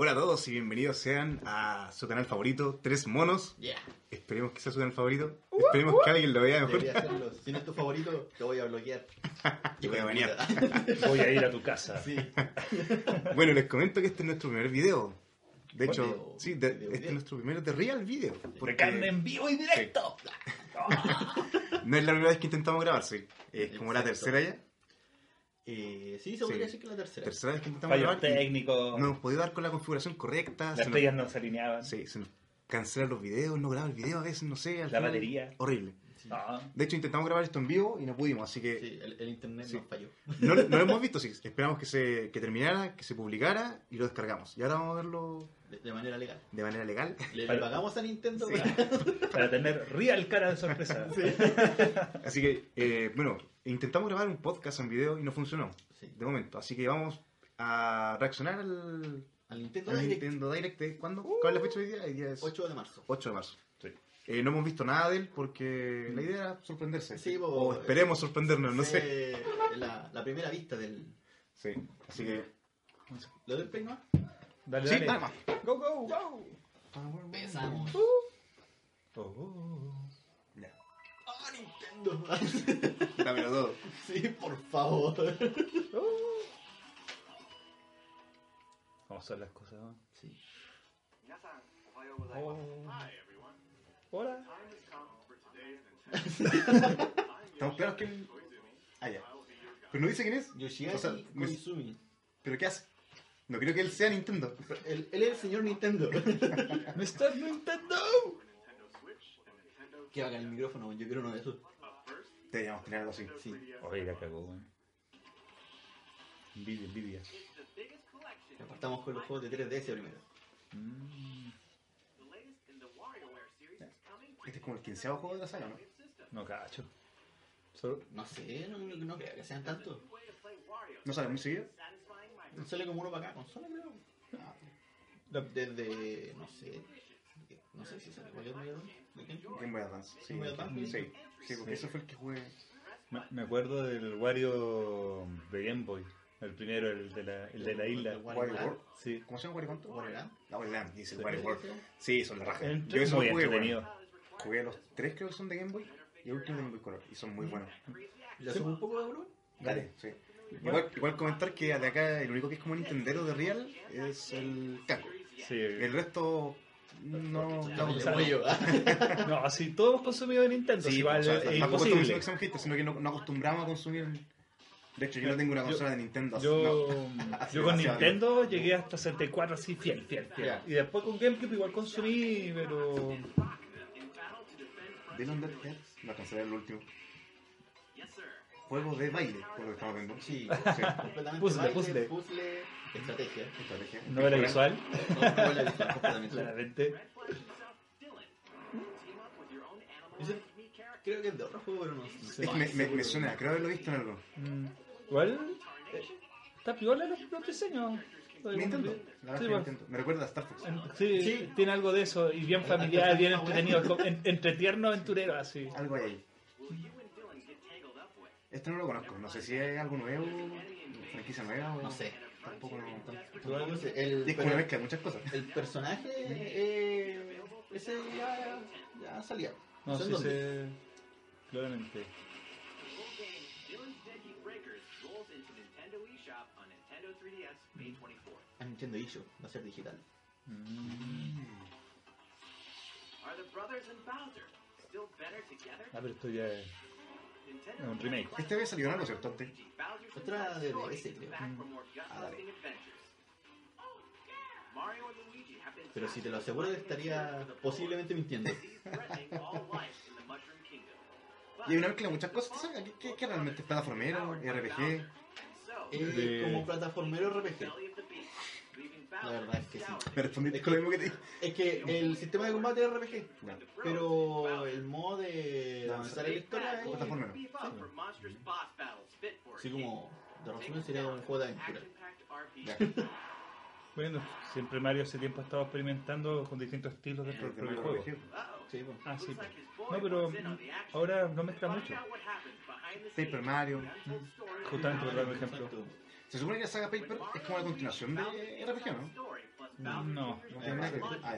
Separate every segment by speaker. Speaker 1: Hola a todos y bienvenidos sean a su canal favorito, Tres Monos.
Speaker 2: Yeah.
Speaker 1: Esperemos que sea su canal favorito. Esperemos que alguien lo vea mejor.
Speaker 2: Debería hacerlo. Si no es tu favorito, te voy a bloquear.
Speaker 1: Te voy a banear.
Speaker 3: Voy a ir a tu casa.
Speaker 2: Sí.
Speaker 1: Bueno, les comento que este es nuestro primer video. De
Speaker 2: Bueno,
Speaker 1: hecho,
Speaker 2: video-
Speaker 1: sí, de-
Speaker 2: video,
Speaker 1: este
Speaker 2: video.
Speaker 1: es nuestro primer de real video.
Speaker 3: Porque...
Speaker 1: porque
Speaker 3: carne en vivo y directo.
Speaker 1: no es la primera vez que intentamos grabar, sí. Es como la
Speaker 2: Exacto.
Speaker 1: tercera ya.
Speaker 2: Eh, sí, se podría
Speaker 1: Sí.
Speaker 2: decir que la tercera.
Speaker 1: Tercera vez que intentamos
Speaker 3: Fallos
Speaker 1: grabar. y
Speaker 3: técnicos.
Speaker 1: No hemos podido dar con la configuración correcta.
Speaker 3: Las
Speaker 1: se nos-
Speaker 3: estrellas no se alineaban.
Speaker 1: Sí, se nos cancelan los videos, no graba el video a veces, no sé. al
Speaker 3: La
Speaker 1: final-
Speaker 3: batería.
Speaker 1: Horrible.
Speaker 2: Sí,
Speaker 3: No.
Speaker 1: De hecho, intentamos grabar esto en vivo y no pudimos, así que
Speaker 2: sí, el, el internet
Speaker 1: Sí.
Speaker 2: nos falló.
Speaker 1: no, no lo hemos visto, sí. Esperamos que, se, que terminara, que se publicara y lo descargamos. Y ahora vamos a verlo
Speaker 2: De, de manera legal.
Speaker 1: de manera legal.
Speaker 2: Le
Speaker 3: Para-
Speaker 2: pagamos a Nintendo.
Speaker 1: Sí.
Speaker 2: para-
Speaker 3: Para tener real cara de sorpresa.
Speaker 1: Así que, eh, bueno, intentamos grabar un podcast en video y no funcionó,
Speaker 2: Sí.
Speaker 1: de momento. Así que vamos a reaccionar al,
Speaker 2: Al Nintendo
Speaker 1: al
Speaker 2: Direct.
Speaker 1: Nintendo Direct. de- ¿Cuándo? ¿Cuál es la fecha de hoy día? Hoy día es
Speaker 2: 8 de marzo.
Speaker 1: 8 de marzo.
Speaker 3: Sí.
Speaker 1: Eh, no hemos visto nada de él porque la idea era sorprenderse.
Speaker 2: Sí, bo-
Speaker 1: o esperemos sorprendernos, no sé.
Speaker 2: Fue Eh, La, la primera vista del.
Speaker 1: Sí, así que...
Speaker 2: ¿Lo del Play no?
Speaker 3: Dale,
Speaker 1: Sí,
Speaker 3: dale.
Speaker 1: nada más.
Speaker 3: Go, go, go.
Speaker 2: Empezamos.
Speaker 1: Oh, oh, oh. Ya.
Speaker 2: ¡Ah, Nintendo!
Speaker 1: Dámelo todo.
Speaker 2: sí, por favor.
Speaker 3: ¿Cómo son las cosas? no?
Speaker 2: Sí.
Speaker 3: Hola.
Speaker 1: Estamos claros que... Ah, ya. Pero no dice quién es.
Speaker 2: Yoshiaki
Speaker 1: O sea, me-
Speaker 2: Koizumi.
Speaker 1: ¿Pero qué hace? No creo que él sea Nintendo.
Speaker 2: Él, él es el señor Nintendo.
Speaker 3: Mr. Nintendo.
Speaker 2: que haga el micrófono, yo quiero uno de esos.
Speaker 1: Deberíamos tener algo así.
Speaker 2: Sí.
Speaker 3: Oye, la cagó, weón. Envidia, envidia.
Speaker 2: Partamos con los juegos de 3DS primero.
Speaker 1: Este es como el quinceavo juego de la saga, ¿no?
Speaker 3: No cacho. Solo-
Speaker 2: No sé, no, no, no creo que sean tantos.
Speaker 1: ¿No sale muy seguido?
Speaker 2: Sale como uno para cada consola, creo. Ah,
Speaker 3: La-
Speaker 2: Desde. no sé. No sé si sale cualquier Mega Drive, ¿de quién?
Speaker 1: Game Boy Advance. Sí,
Speaker 2: Game Boy Advance.
Speaker 1: Sí, sí, porque ese fue el que jugué.
Speaker 3: Me- Me acuerdo del Wario de Game Boy. El primero, el de la, el de la
Speaker 2: El
Speaker 3: isla.
Speaker 2: Wario
Speaker 1: Wario
Speaker 2: Land.
Speaker 1: World.
Speaker 3: Sí.
Speaker 1: ¿Cómo se llama Wario Cuánto?
Speaker 2: Wario Land.
Speaker 1: La Wario Land, dice
Speaker 3: Sí.
Speaker 1: Wario World. Sí, son la raja. Yo eso
Speaker 3: muy
Speaker 1: jugué,
Speaker 3: entretenido.
Speaker 1: bueno. Jugué los tres creo que son de Game Boy y el último de Game Boy Color. Y son muy buenos.
Speaker 2: ¿Le hacemos un poco de volumen?
Speaker 1: Dale, sí. Igual, igual comentar que de acá el único que es como Nintendero de Real es el Caco.
Speaker 3: Sí.
Speaker 1: El resto no
Speaker 2: Estamos
Speaker 1: estamos
Speaker 2: en
Speaker 3: sale.
Speaker 2: apoyo.
Speaker 3: No, así todos hemos consumido de Nintendo.
Speaker 1: Sí,
Speaker 3: igual
Speaker 1: pues, o sea,
Speaker 3: es
Speaker 1: tampoco consumimos
Speaker 3: imposible.
Speaker 1: Exam Hater, sino que no, no acostumbramos a consumir. De hecho, yo no tengo una
Speaker 3: Yo-
Speaker 1: consola de Nintendo. así-
Speaker 3: Yo, yo con
Speaker 1: demasiado.
Speaker 3: Nintendo llegué hasta 64 así fiel, fiel, fiel.
Speaker 2: Ya.
Speaker 3: Y después con GameCube igual consumí, pero
Speaker 1: no. Del Undertale, no cancelé el último. Juego de baile, por lo que estamos viendo.
Speaker 2: Sí,
Speaker 1: Sí,
Speaker 2: completamente.
Speaker 3: Puzzle,
Speaker 2: baile,
Speaker 3: puzzle.
Speaker 2: Puzzle, estrategia.
Speaker 1: estrategia.
Speaker 3: no era visual,
Speaker 2: No, no la visual, completamente.
Speaker 3: claramente.
Speaker 2: Ese Creo que es de otro juego, pero no sé.
Speaker 1: Es que me, me, me suena, creo haberlo visto en algo.
Speaker 3: Mm, Igual, eh, está piola los, los diseños.
Speaker 1: Nintendo, la verdad
Speaker 3: Sí,
Speaker 1: que
Speaker 3: igual.
Speaker 1: Nintendo. Me recuerda a Star Fox.
Speaker 3: En- Sí,
Speaker 2: Sí.
Speaker 3: tiene algo de eso, y bien familiar, bien entretenido, como en- entre tierno aventurero, así.
Speaker 1: Algo hay ahí. Este no lo conozco, no sé si es algo nuevo, franquicia nueva o.
Speaker 2: No sé.
Speaker 1: Tampoco lo.
Speaker 2: Tampoco sé. El,
Speaker 1: Y es como una mezcla de muchas cosas.
Speaker 2: el personaje. Eh, ese ya, ya salía.
Speaker 3: No
Speaker 2: sé en
Speaker 3: sé,
Speaker 2: dónde.
Speaker 3: se... claramente.
Speaker 2: A Nintendo eShop, va a ser digital.
Speaker 3: Ah, pero esto ya es es un remake.
Speaker 1: Este había salido en algo, ¿cierto? Antes.
Speaker 2: Otra de este, mm, DS, creo.
Speaker 1: Ah, dale.
Speaker 2: Pero si te lo aseguro, estaría posiblemente mintiendo.
Speaker 1: Y hay una mezcla de muchas cosas, ¿sabes? ¿Qué, qué, qué realmente es plataformero, RPG?
Speaker 2: Es
Speaker 3: De-
Speaker 2: como plataformero RPG. La verdad es que sí.
Speaker 1: Me respondiste con lo mismo que te dije.
Speaker 2: Es que el sistema de combate es RPG,
Speaker 1: Bueno,
Speaker 2: pero el modo de avanzar en la historia es
Speaker 1: plataforma.
Speaker 2: así como, de resumen, sería como un juego de aventura.
Speaker 1: ya.
Speaker 3: Bueno, siempre Mario hace tiempo ha estado experimentando con distintos estilos
Speaker 1: Desde
Speaker 3: dentro del propio
Speaker 1: luego,
Speaker 3: juego.
Speaker 1: dije,
Speaker 2: Sí, pues.
Speaker 3: Ah, sí. No, pero ahora no mezcla mucho.
Speaker 1: Paper Mario. Mm.
Speaker 3: Justamente por dar un ejemplo.
Speaker 1: Se supone que la saga Paper es como la continuación de RPG, ¿no?
Speaker 3: No, no
Speaker 1: tiene nada que ver. Ah,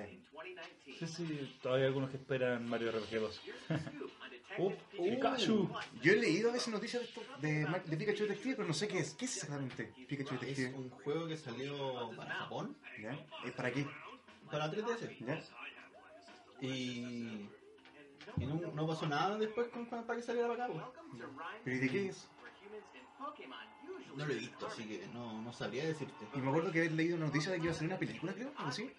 Speaker 1: ya.
Speaker 3: sé si todavía hay algunos que esperan Mario RPG 2. Oh. ¡Uf!
Speaker 2: Uh.
Speaker 3: ¡Pikachu!
Speaker 1: Yo he leído a veces noticias de, esto, de, Mar- de Pikachu Detective, pero no sé qué es. ¿Qué es exactamente Pikachu
Speaker 2: Es
Speaker 1: Detective?
Speaker 2: un juego que salió para Japón,
Speaker 1: ¿Ya? ¿Es para qué?
Speaker 2: para 3DS.
Speaker 1: ¿Ya?
Speaker 2: Y, y no, no pasó nada después con, con- para que saliera para acá. pues.
Speaker 1: ¿Pero y de qué es?
Speaker 2: No lo he visto, así que no, no sabría decirte.
Speaker 1: Y me acuerdo que había leído una noticia de que iba a salir una película, creo, ¿no? ¿Sí?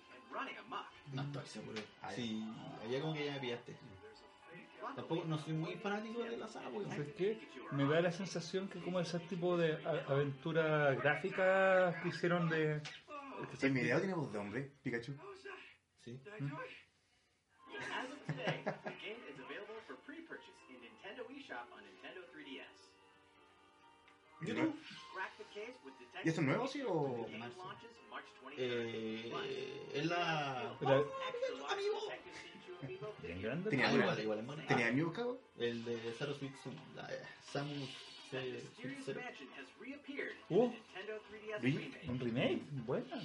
Speaker 2: No estoy seguro.
Speaker 1: Ah, ya.
Speaker 2: Mm. Sí, había como que ya me pillaste. Tampoco, no soy muy fanático de la saga, porque
Speaker 3: ¿Sabes qué? Me da la sensación que como ese tipo de a- aventuras gráficas que hicieron de...
Speaker 1: En mi video tiene voz de hombre, Pikachu.
Speaker 2: Sí.
Speaker 1: ¿Y esto es nuevo, sí? O...
Speaker 2: Eh, es la... ¡Oh!
Speaker 3: Era-
Speaker 4: Amigo.
Speaker 3: grande? pues,
Speaker 1: Tenía
Speaker 2: Ah,
Speaker 1: buena-
Speaker 2: igual, igual, es buena.
Speaker 1: ¿Tenía amigos, cabo?
Speaker 2: El de Zero Suit Zoom, la eh, Samus eh, Suit Zero.
Speaker 3: Uh.
Speaker 1: ¿Luigi?
Speaker 3: ¿Un remake? Buena.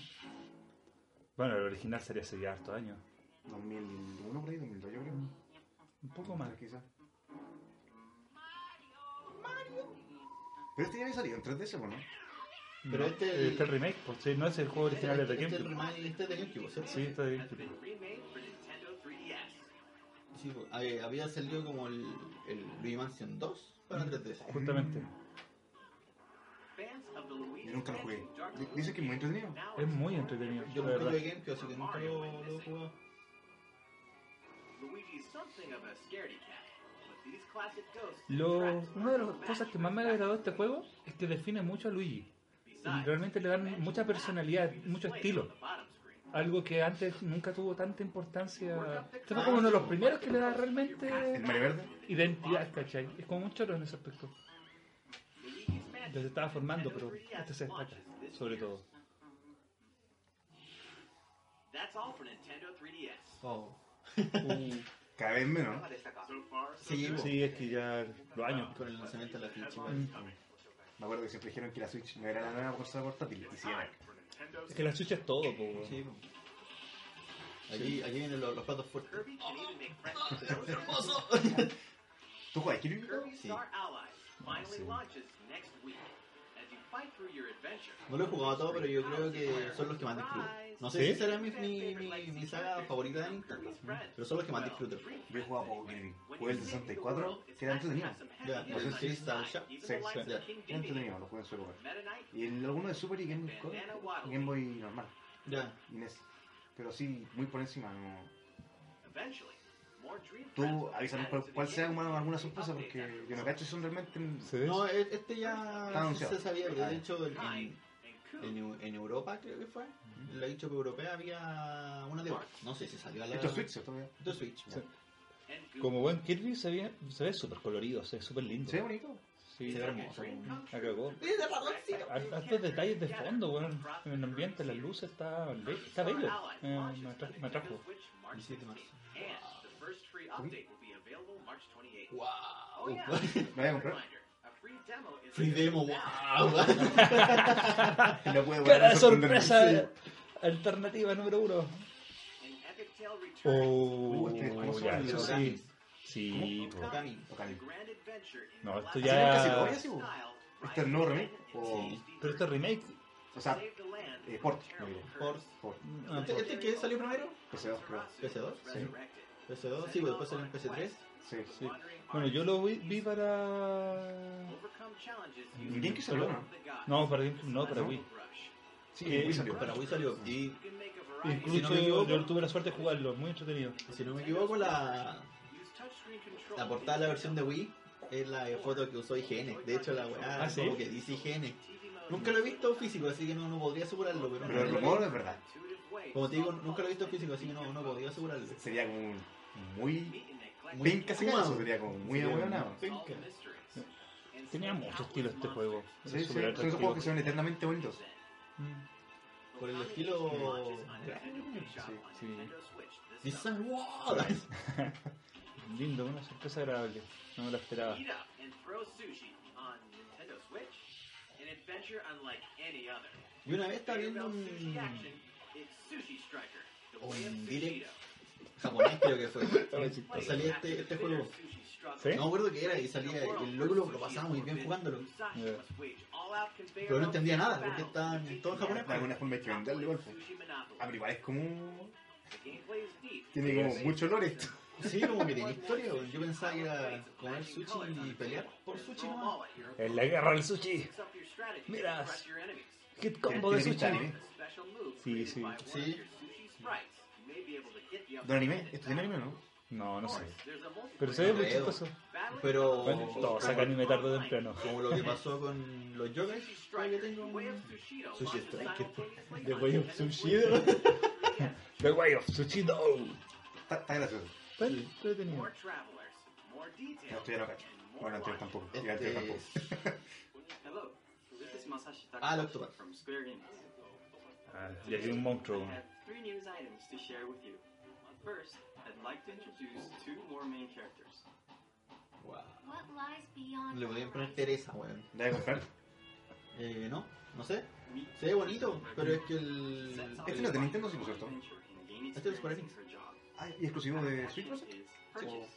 Speaker 3: Bueno, el original sería hace ya harto años.
Speaker 1: 2001 por ahí, 2002 yo creo.
Speaker 3: Un poco más.
Speaker 1: Quizás. Pero este ya había salido en 3DS, ¿o ¿no?
Speaker 2: Pero
Speaker 3: No,
Speaker 2: este-
Speaker 3: el remake, pues sí, no es el juego original de
Speaker 2: Este- este
Speaker 3: GameCube.
Speaker 2: remake- Este es de GameCube, ¿cierto?
Speaker 3: Sí, está de GameCube.
Speaker 2: Sí, pues, eh, había salido como el, el Luigi Mansion 2 para 3DS.
Speaker 3: Justamente.
Speaker 1: Yo nunca lo jugué. Di- Dicen que es muy entretenido.
Speaker 3: Es muy entretenido,
Speaker 2: Yo
Speaker 3: la
Speaker 2: compré
Speaker 3: verdad.
Speaker 2: de GameCube, así que nunca lo, lo he jugado.
Speaker 3: Lo, una de las cosas que más me ha agradado de este juego es que define mucho a Luigi. Realmente le dan mucha personalidad, mucho estilo. Algo que antes nunca tuvo tanta importancia. Este fue como uno de los primeros que le da
Speaker 2: Ah,
Speaker 1: ¿El
Speaker 3: realmente
Speaker 1: Mario Verde?
Speaker 3: identidad, ¿cachai? Es como un choro en ese aspecto. Ya se estaba formando, pero este se destaca, sobre todo.
Speaker 2: Oh.
Speaker 1: Cada vez menos.
Speaker 2: Sí, pues,
Speaker 3: Sí, es que ya los años.
Speaker 2: con el lanzamiento de la Switch
Speaker 1: Mm.
Speaker 2: igual.
Speaker 1: Me acuerdo que siempre dijeron que la Switch no era la nueva consola portátil. Y sí, era.
Speaker 3: Es que la Switch es todo, po, weón.
Speaker 2: Sí, pues. Aquí, aquí vienen los, los platos fuertes. ¡Hermoso!
Speaker 1: ¿Tú juegas Kirby?
Speaker 2: Sí. No lo he jugado todo, pero yo creo que son los que más disfruto. No sé
Speaker 3: ¿Sí?
Speaker 2: si será mi, mi, mi, mi saga favorita de Nintendo, pero son los que más disfruto.
Speaker 1: Yo he jugado poco Kirby. Jugué el 64, que era entretenido.
Speaker 2: Ya, no sé si está ya.
Speaker 1: Sí, sí.
Speaker 2: Ya.
Speaker 1: Era entretenido, lo jugué en su lugar. Y en alguno de Super y Game Boy Color, Game Boy normal,
Speaker 2: Ya.
Speaker 1: Inés. Pero sí, muy por encima, no. Tú avísanos cuál- cuál sea como alguna sorpresa, porque yo no cacho si son realmente.
Speaker 3: ¿Se ve?
Speaker 2: No, e- este ya
Speaker 1: Está
Speaker 2: se,
Speaker 1: anunciado.
Speaker 2: se sabía, pero
Speaker 1: Ah,
Speaker 2: de hecho en, en, en Eu- en Europa creo que fue, en la eShop europea había una de No sé si salió a la...
Speaker 1: Esto es Switch, ¿cierto?
Speaker 2: De Switch.
Speaker 3: Sí. Como buen Kirby se ve, se ve súper colorido, se ve súper lindo.
Speaker 1: Se ve bonito.
Speaker 3: Sí,
Speaker 2: Se ve hermoso.
Speaker 3: la cagó.
Speaker 2: Mira, ratoncito.
Speaker 3: Har- Hartos detalles de fondo, weón. En el ambiente, las luces, está, be- está bello.
Speaker 2: Ah,
Speaker 3: Eh, me, atrajo, me atrajo.
Speaker 2: 17 de marzo.
Speaker 4: Oh,
Speaker 2: ¡Wow!
Speaker 1: ¿Lo voy a comprar?
Speaker 2: Free demo, wow. Ah,
Speaker 1: Y Lo puede volver
Speaker 3: ¡Cara
Speaker 1: a
Speaker 3: de
Speaker 1: sorprender.
Speaker 3: sorpresa! Alternativa número uno.
Speaker 1: Uy, es que
Speaker 3: Oh,
Speaker 1: desconozco
Speaker 3: ya,
Speaker 1: el
Speaker 3: eso
Speaker 1: Okami.
Speaker 3: sí. Sí, pues. po.
Speaker 2: Okami.
Speaker 1: Sí. Okami.
Speaker 3: No, esto
Speaker 1: ¿Este nunca
Speaker 3: ya-
Speaker 1: se lo voy a hacer, güey? ¿Este es nuevo remake? O,
Speaker 3: Pero este remake,
Speaker 1: o sea, eh, port, no digo.
Speaker 2: Por-
Speaker 1: Port.
Speaker 3: ah,
Speaker 2: ¿Este, ¿Este que salió primero?
Speaker 1: PC2, creo.
Speaker 2: ¿PS2?
Speaker 1: Sí.
Speaker 2: PS2, sí, pues después salió en PS3.
Speaker 1: Sí.
Speaker 3: sí. Bueno, yo lo vi, vi para.
Speaker 1: ¿En GameCube salió, no?
Speaker 3: No, para GameCube no, para Wii.
Speaker 1: Sí,
Speaker 3: Eh,
Speaker 1: Wii salió.
Speaker 2: Para Wii salió. Y Si no
Speaker 3: Incluso
Speaker 2: me equivoco-
Speaker 3: yo tuve la suerte de jugarlo, muy entretenido.
Speaker 2: si no me equivoco, la, la portada de la versión de Wii es la foto que usó IGN. De hecho, la weá
Speaker 3: ¿Ah, sí?
Speaker 2: como que dice IGN. Nunca lo he visto físico, así que no, no podría asegurarlo. Pero,
Speaker 1: Pero el rumor es verdad.
Speaker 2: Como te digo, nunca lo he visto físico, así que no, no podría asegurarlo.
Speaker 1: Sería como un muy pinca ese
Speaker 2: fumado.
Speaker 1: caso, sería como muy
Speaker 2: Sería
Speaker 1: abuelonado.
Speaker 2: un pinca.
Speaker 3: Tenía mucho estilo este juego.
Speaker 1: Sí, sí,
Speaker 3: Súper
Speaker 1: son esos
Speaker 3: atractivo.
Speaker 1: juegos que son eternamente bonitos.
Speaker 2: Mm. Por el estilo.
Speaker 3: Sí.
Speaker 2: Design Walls.
Speaker 3: Lindo, una sorpresa agradable. No me la esperaba.
Speaker 4: Eat up and throw sushi on Nintendo Switch. An adventure unlike any other.
Speaker 2: Y una vez estaba viendo
Speaker 4: Bell
Speaker 2: un
Speaker 4: Sushi Action. It's Sushi Striker. The
Speaker 2: Oh,
Speaker 4: way of
Speaker 2: un direct.
Speaker 4: Sushido.
Speaker 2: japonés, creo que
Speaker 3: muy
Speaker 2: fue.
Speaker 3: chistoso.
Speaker 2: Salía este, este juego.
Speaker 3: ¿Sí?
Speaker 2: No me acuerdo qué era y salía. y El loco lo, lo pasaba muy bien jugándolo. Pero no entendía nada porque estaban en todo en japonés.
Speaker 1: De alguna forma hay que venderlo igual. pues. Ah, pero igual es como... Tiene como mucho olor esto.
Speaker 2: Sí, como que tiene historia. weón. Yo pensaba que era comer sushi y pelear por sushi nomás.
Speaker 3: Es la guerra del sushi. Miras. Hit combo de
Speaker 1: Tiene
Speaker 3: sushi.
Speaker 1: pinta de anime.
Speaker 3: Sí, ¿eh? sí.
Speaker 2: Sí.
Speaker 1: ¿De un anime? ¿Esto tiene anime o no?
Speaker 3: No, no sé. Pero se ve muy
Speaker 2: Creo.
Speaker 3: chistoso.
Speaker 2: Pero.
Speaker 3: Bueno, todo saca anime tarde o temprano.
Speaker 2: Como lo que pasó con los yogas, ahí yo tengo un sushi strike.
Speaker 3: The Way of Sushido. The Way of Sushido.
Speaker 1: Está, está gracioso.
Speaker 3: Está entretenido.
Speaker 1: No, esto ya no cacho. Bueno, antes tampoco. Y antes
Speaker 2: Este,
Speaker 1: tampoco.
Speaker 4: Hello, this is Masashi
Speaker 2: Ah, el
Speaker 4: Takahashi
Speaker 2: Octopath.
Speaker 4: from Square Enix.
Speaker 3: Ah, y hay un monstruo.
Speaker 4: I have three news items to share with you. First, I'd like to introduce two more main characters.
Speaker 2: wow.
Speaker 5: What lies beyond
Speaker 2: Le podían poner
Speaker 5: horizon?
Speaker 2: Teresa, weón.
Speaker 1: ¿La voy a comprar?
Speaker 2: Eh, no, no sé.
Speaker 4: Meet
Speaker 2: Se ve bonito, pero es que el.
Speaker 1: Este no es de Nintendo, sí, por cierto.
Speaker 4: Adventure and gain
Speaker 2: Este es Square
Speaker 4: experience in her job.
Speaker 1: Ah, ¿y exclusivo de Switch?
Speaker 4: Action
Speaker 1: no sé?
Speaker 4: is purchase.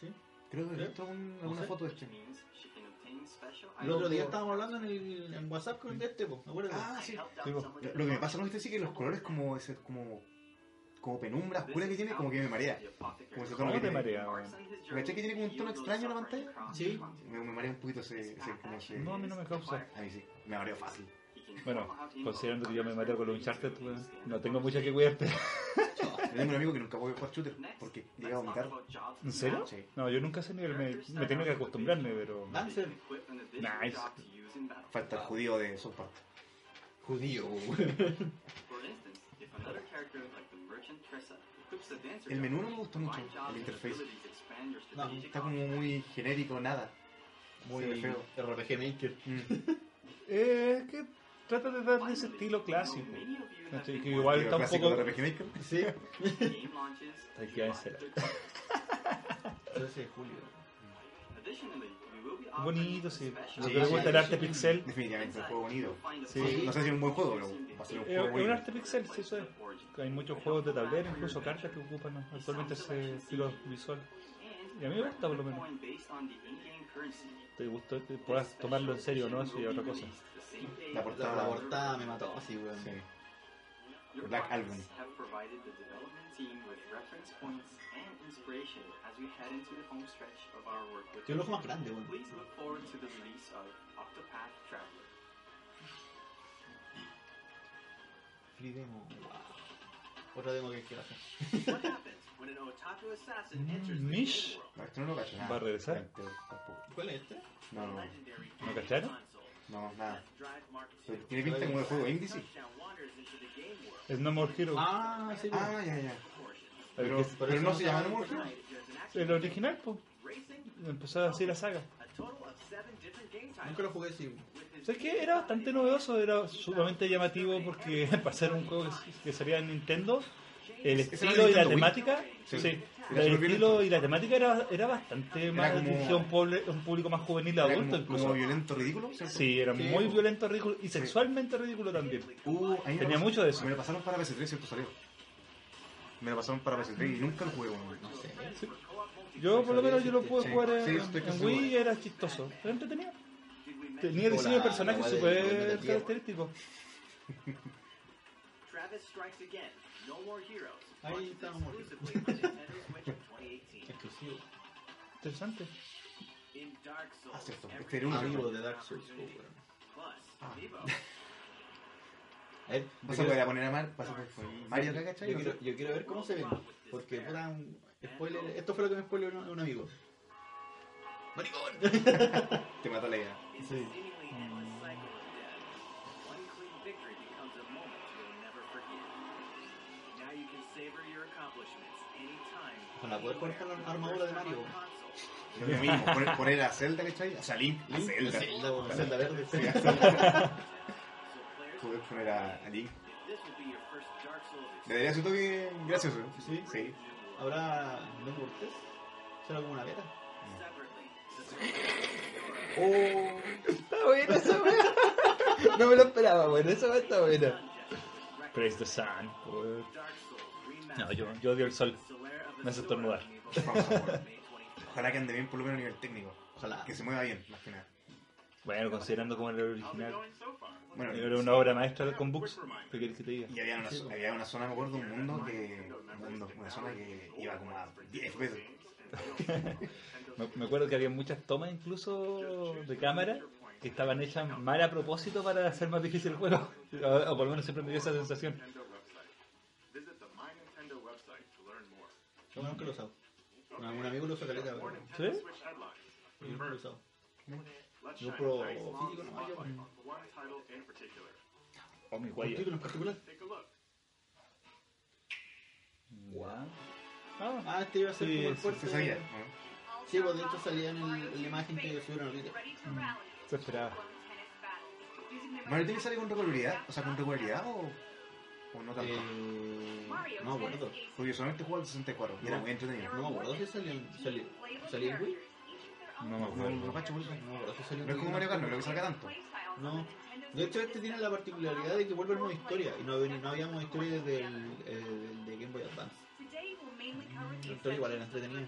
Speaker 2: Sí.
Speaker 1: Creo que he
Speaker 2: ¿Eh?
Speaker 1: visto un-
Speaker 2: No
Speaker 1: alguna
Speaker 2: sé.
Speaker 1: foto de
Speaker 4: Which
Speaker 1: este.
Speaker 4: means she can obtain special
Speaker 2: El otro
Speaker 4: items.
Speaker 2: día estábamos hablando en, el, en WhatsApp con el de este, po, ¿me acuerdas?
Speaker 1: Ah, sí.
Speaker 4: Helped out
Speaker 3: Digo,
Speaker 4: someone
Speaker 1: Lo
Speaker 4: in
Speaker 1: lo que me
Speaker 4: her
Speaker 1: pasa con
Speaker 4: job.
Speaker 1: este sí que los colores como ese, como, como penumbra oscura que tiene, como que me marea.
Speaker 4: The apothecary
Speaker 1: Como ese tono
Speaker 3: ¿Cómo
Speaker 1: que
Speaker 3: te
Speaker 1: tiene.
Speaker 3: marea, weón?
Speaker 1: ¿Cachai que tiene como un tono extraño en la pantalla?
Speaker 2: Sí.
Speaker 1: Me, me marea un poquito ese, ese, como ese...
Speaker 3: Ah, No, a mí no me causa.
Speaker 1: A mí sí, me mareo fácil.
Speaker 3: Bueno, considerando que yo me mateo con los Uncharted, weón, no tengo mucho que cuidarte.
Speaker 1: Yo tengo un amigo que nunca puede jugar shooter porque llega a vomitar.
Speaker 3: ¿En serio? Ah,
Speaker 1: Sí.
Speaker 3: No, yo nunca sé nivel. Me, me tengo que acostumbrarme, pero.
Speaker 2: Dancer,
Speaker 3: Nice.
Speaker 1: Falta el
Speaker 3: Ah.
Speaker 1: judío de South Park.
Speaker 2: judío, weón.
Speaker 1: El menú no me gustó mucho, el interface. Está como muy genérico, nada. Se ve
Speaker 2: Muy
Speaker 1: feo.
Speaker 2: RPG Maker.
Speaker 1: Mm.
Speaker 3: Eh, es que trata de darle ese estilo clásico. ¿Cachai? Que
Speaker 1: Pero
Speaker 3: igual está un
Speaker 1: clásico
Speaker 3: poco.
Speaker 1: de RPG Maker.
Speaker 2: Sí.
Speaker 3: Hay que hacer.
Speaker 2: 13 de julio.
Speaker 3: Bonito, sí.
Speaker 4: Sí,
Speaker 3: Lo que me gusta el arte pixel.
Speaker 1: Definitivamente, un juego bonito.
Speaker 3: Sí.
Speaker 1: No sé si es un buen juego, pero va a ser un
Speaker 3: Es
Speaker 1: juego
Speaker 3: es un
Speaker 1: bonito.
Speaker 3: arte pixel, sí, eso es. Hay muchos juegos de tablero, incluso cartas que ocupan actualmente ese estilo visual. Y a mí me gusta, por lo menos. ¿Te gustó que puedas tomarlo en serio no? Eso ya es otra cosa.
Speaker 1: La
Speaker 2: La,
Speaker 1: portada.
Speaker 2: la portada me mató así, weón.
Speaker 1: Sí. Black Album.
Speaker 2: Tiene un ojo más grande, weón.
Speaker 4: Please look forward to the release of Octopath Traveler.
Speaker 2: Free demo, wow. Otra demo que quiero hacer.
Speaker 4: What happens when an otaku assassin
Speaker 3: Mm,
Speaker 4: enters the
Speaker 3: Mish.
Speaker 4: game world?
Speaker 1: No, esto no lo cacho nada.
Speaker 3: ¿Va a regresar?
Speaker 1: Tampoco.
Speaker 2: ¿Cuál es este?
Speaker 1: No, no,
Speaker 4: Legendary
Speaker 3: ¿No cacharon?
Speaker 4: console.
Speaker 1: no, nada.
Speaker 4: Drive Mark II.
Speaker 1: Pero Tiene pinta como de juego indie, sí.
Speaker 4: Touchdown wanders into the game world.
Speaker 3: Es No More Hero.
Speaker 2: Ah, sí, weón.
Speaker 1: Ah, ya, ya. Pero,
Speaker 3: El, que-
Speaker 1: pero no se llama No More Hero.
Speaker 3: el original, pues.
Speaker 4: Racing,
Speaker 3: Empezó así la saga.
Speaker 4: a total of seven different game
Speaker 2: Nunca
Speaker 4: titles.
Speaker 2: lo jugué así, weón.
Speaker 3: ¿Sabes qué? Era bastante novedoso, era sumamente llamativo porque para ser un juego que- que salía en Nintendo, el
Speaker 1: Ese era
Speaker 3: estilo y la
Speaker 1: Nintendo Wii.
Speaker 3: temática,
Speaker 1: Sí.
Speaker 3: sí,
Speaker 1: Era
Speaker 3: el
Speaker 1: súper
Speaker 3: estilo
Speaker 1: violento.
Speaker 3: y la temática era, era bastante más
Speaker 1: como-
Speaker 3: dirigido a un, poble- a un público más juvenil
Speaker 1: Era
Speaker 3: adulto
Speaker 1: como,
Speaker 3: incluso.
Speaker 1: como violento, ridículo. ¿cierto?
Speaker 3: Sí, era
Speaker 2: Sí.
Speaker 3: muy violento, ridículo y sexualmente ridículo también.
Speaker 1: Uh, a mí me
Speaker 3: Tenía
Speaker 1: pasó-
Speaker 3: mucho de eso.
Speaker 1: Me lo pasaron para PS3, ¿cierto? Salió. Me lo pasaron para PS3 y nunca lo jugué, bueno.
Speaker 2: No sé.
Speaker 3: Yo por lo menos yo lo pude
Speaker 1: Sí.
Speaker 3: jugar en,
Speaker 1: Sí, estoy
Speaker 3: en
Speaker 1: casi
Speaker 3: Wii
Speaker 1: seguro.
Speaker 3: y era chistoso, era entretenido. Tenía
Speaker 2: Hola,
Speaker 3: diseño de personajes
Speaker 2: hola, hola, hola,
Speaker 3: súper
Speaker 2: hola.
Speaker 3: característicos.
Speaker 4: Travis Strikes Again, No More Heroes.
Speaker 2: Ahí
Speaker 4: launches
Speaker 2: está, amor.
Speaker 4: exclusively on Nintendo Switch in 2018.
Speaker 2: Exclusivo.
Speaker 3: Interesante.
Speaker 4: In Dark Souls,
Speaker 1: Ah, cierto.
Speaker 4: every
Speaker 1: Este era uno.
Speaker 4: character
Speaker 2: Amigo
Speaker 4: has
Speaker 2: de
Speaker 4: an
Speaker 2: Dark Souls,
Speaker 4: opportunity.
Speaker 2: weón.
Speaker 4: Plus,
Speaker 1: Ah.
Speaker 4: Amiibo.
Speaker 2: A ver, yo
Speaker 1: Vas a
Speaker 2: quiero-
Speaker 1: poder poner a Mar- vas a poder poner Mario acá, ¿cachai?
Speaker 2: Yo quiero, yo quiero ver cómo se ven. Porque, puta, un- spoiler, esto fue lo que me spoileó un, un amigo. ¡Maricón!
Speaker 1: Te mató la idea.
Speaker 4: It's a seemingly endless cycle of death. accomplishments anytime.
Speaker 2: Ojalá poder jugar con la armadura de Mario.
Speaker 1: Es lo mismo, poner, poner a Zelda, ¿cachai? O sea, Link, a
Speaker 2: Link,
Speaker 1: Zelda.
Speaker 2: a Zelda, bueno, Zelda verde.
Speaker 1: Sí, a Zelda. Poder poner a, a Link. Debería ser un toque gracioso.
Speaker 2: Sí.
Speaker 1: Sí.
Speaker 2: Ahora, ¿no es Cortés? ¿Será como una vera? Oh, está buena esa wea. No me lo esperaba, bueno, esa wea está buena.
Speaker 3: Praise the sun. por- No, yo, yo odio el sol. Me hace estornudar.
Speaker 1: Vamos a jugar. Ojalá que ande bien por lo menos a nivel técnico.
Speaker 2: Ojalá.
Speaker 1: Que se mueva bien, más que nada.
Speaker 3: Bueno, considerando como era el original,
Speaker 1: Bueno,
Speaker 3: era una obra maestra con books. ¿Qué quieres que te diga?
Speaker 1: y había una, zo- había una zona, me acuerdo, un mundo que. Un mundo, una zona que iba como a 10 veces.
Speaker 3: Me, me acuerdo que había muchas tomas incluso de cámara que estaban hechas mal a propósito para hacer más difícil el juego. O, o por lo menos siempre me dio esa sensación.
Speaker 2: Yo nunca lo he usado. Con algún amigo lo usa caleta, pero
Speaker 3: ¿Sí?
Speaker 2: yo nunca lo he usado. Yo pro físico nomás yo.
Speaker 3: O mi
Speaker 2: ¿Por
Speaker 3: guayo.
Speaker 2: título en particular?
Speaker 3: Guau. Ah,
Speaker 2: Ah, este iba a ser
Speaker 3: Sí,
Speaker 2: como el
Speaker 3: sí,
Speaker 2: fuerte.
Speaker 1: ¿Se sabía? ¿no?
Speaker 2: Sí, pues de hecho salía en, el- en la imagen que subieron ahorita.
Speaker 1: Mm,
Speaker 3: se esperaba.
Speaker 1: ¿Mario Tennis sale con regularidad? O sea, con regularidad o, o no tanto?
Speaker 2: Eh, no me acuerdo.
Speaker 1: Porque yo solamente jugaba al 64 y era muy entretenido.
Speaker 2: No me acuerdo si salió en. ¿Salió, salió en Wii?
Speaker 3: No me
Speaker 1: No,
Speaker 3: acuerdo.
Speaker 1: no, cacho,
Speaker 2: No me acuerdo si salió en
Speaker 1: No es como
Speaker 2: Wii.
Speaker 1: Mario Kart, no creo que salga tanto.
Speaker 2: No. De hecho, este tiene la particularidad de que vuelve el modo historia. Y no, ven- no había modo historia desde el el de Game Boy Advance. La historia igual era entretenida.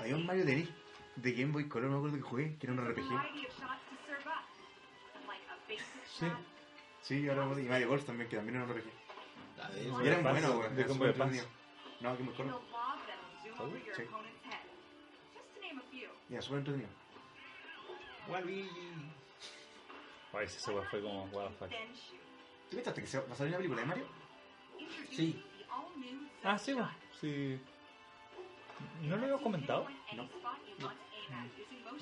Speaker 1: Había un Mario Tennis de Game Boy Color, me acuerdo que jugué, que era un RPG.
Speaker 3: Sí.
Speaker 1: Sí, ahora me acuerdo. Y Mario Golf también, que también era un RPG.
Speaker 2: A ver,
Speaker 1: Y eran
Speaker 3: Paz,
Speaker 1: buenos, güey.
Speaker 3: de
Speaker 1: era
Speaker 3: Combo
Speaker 1: súper
Speaker 3: de Paz.
Speaker 1: entretenido. No, Game Boy Color. Sí. Y era súper entretenido.
Speaker 2: Waluigi.
Speaker 3: Ay, ese juego fue como, wow, fuck.
Speaker 1: ¿Tú pensaste que se va a salir una película de Mario?
Speaker 2: Sí.
Speaker 3: Ah, sí, bueno. Sí. ¿No lo habíamos comentado?
Speaker 1: No.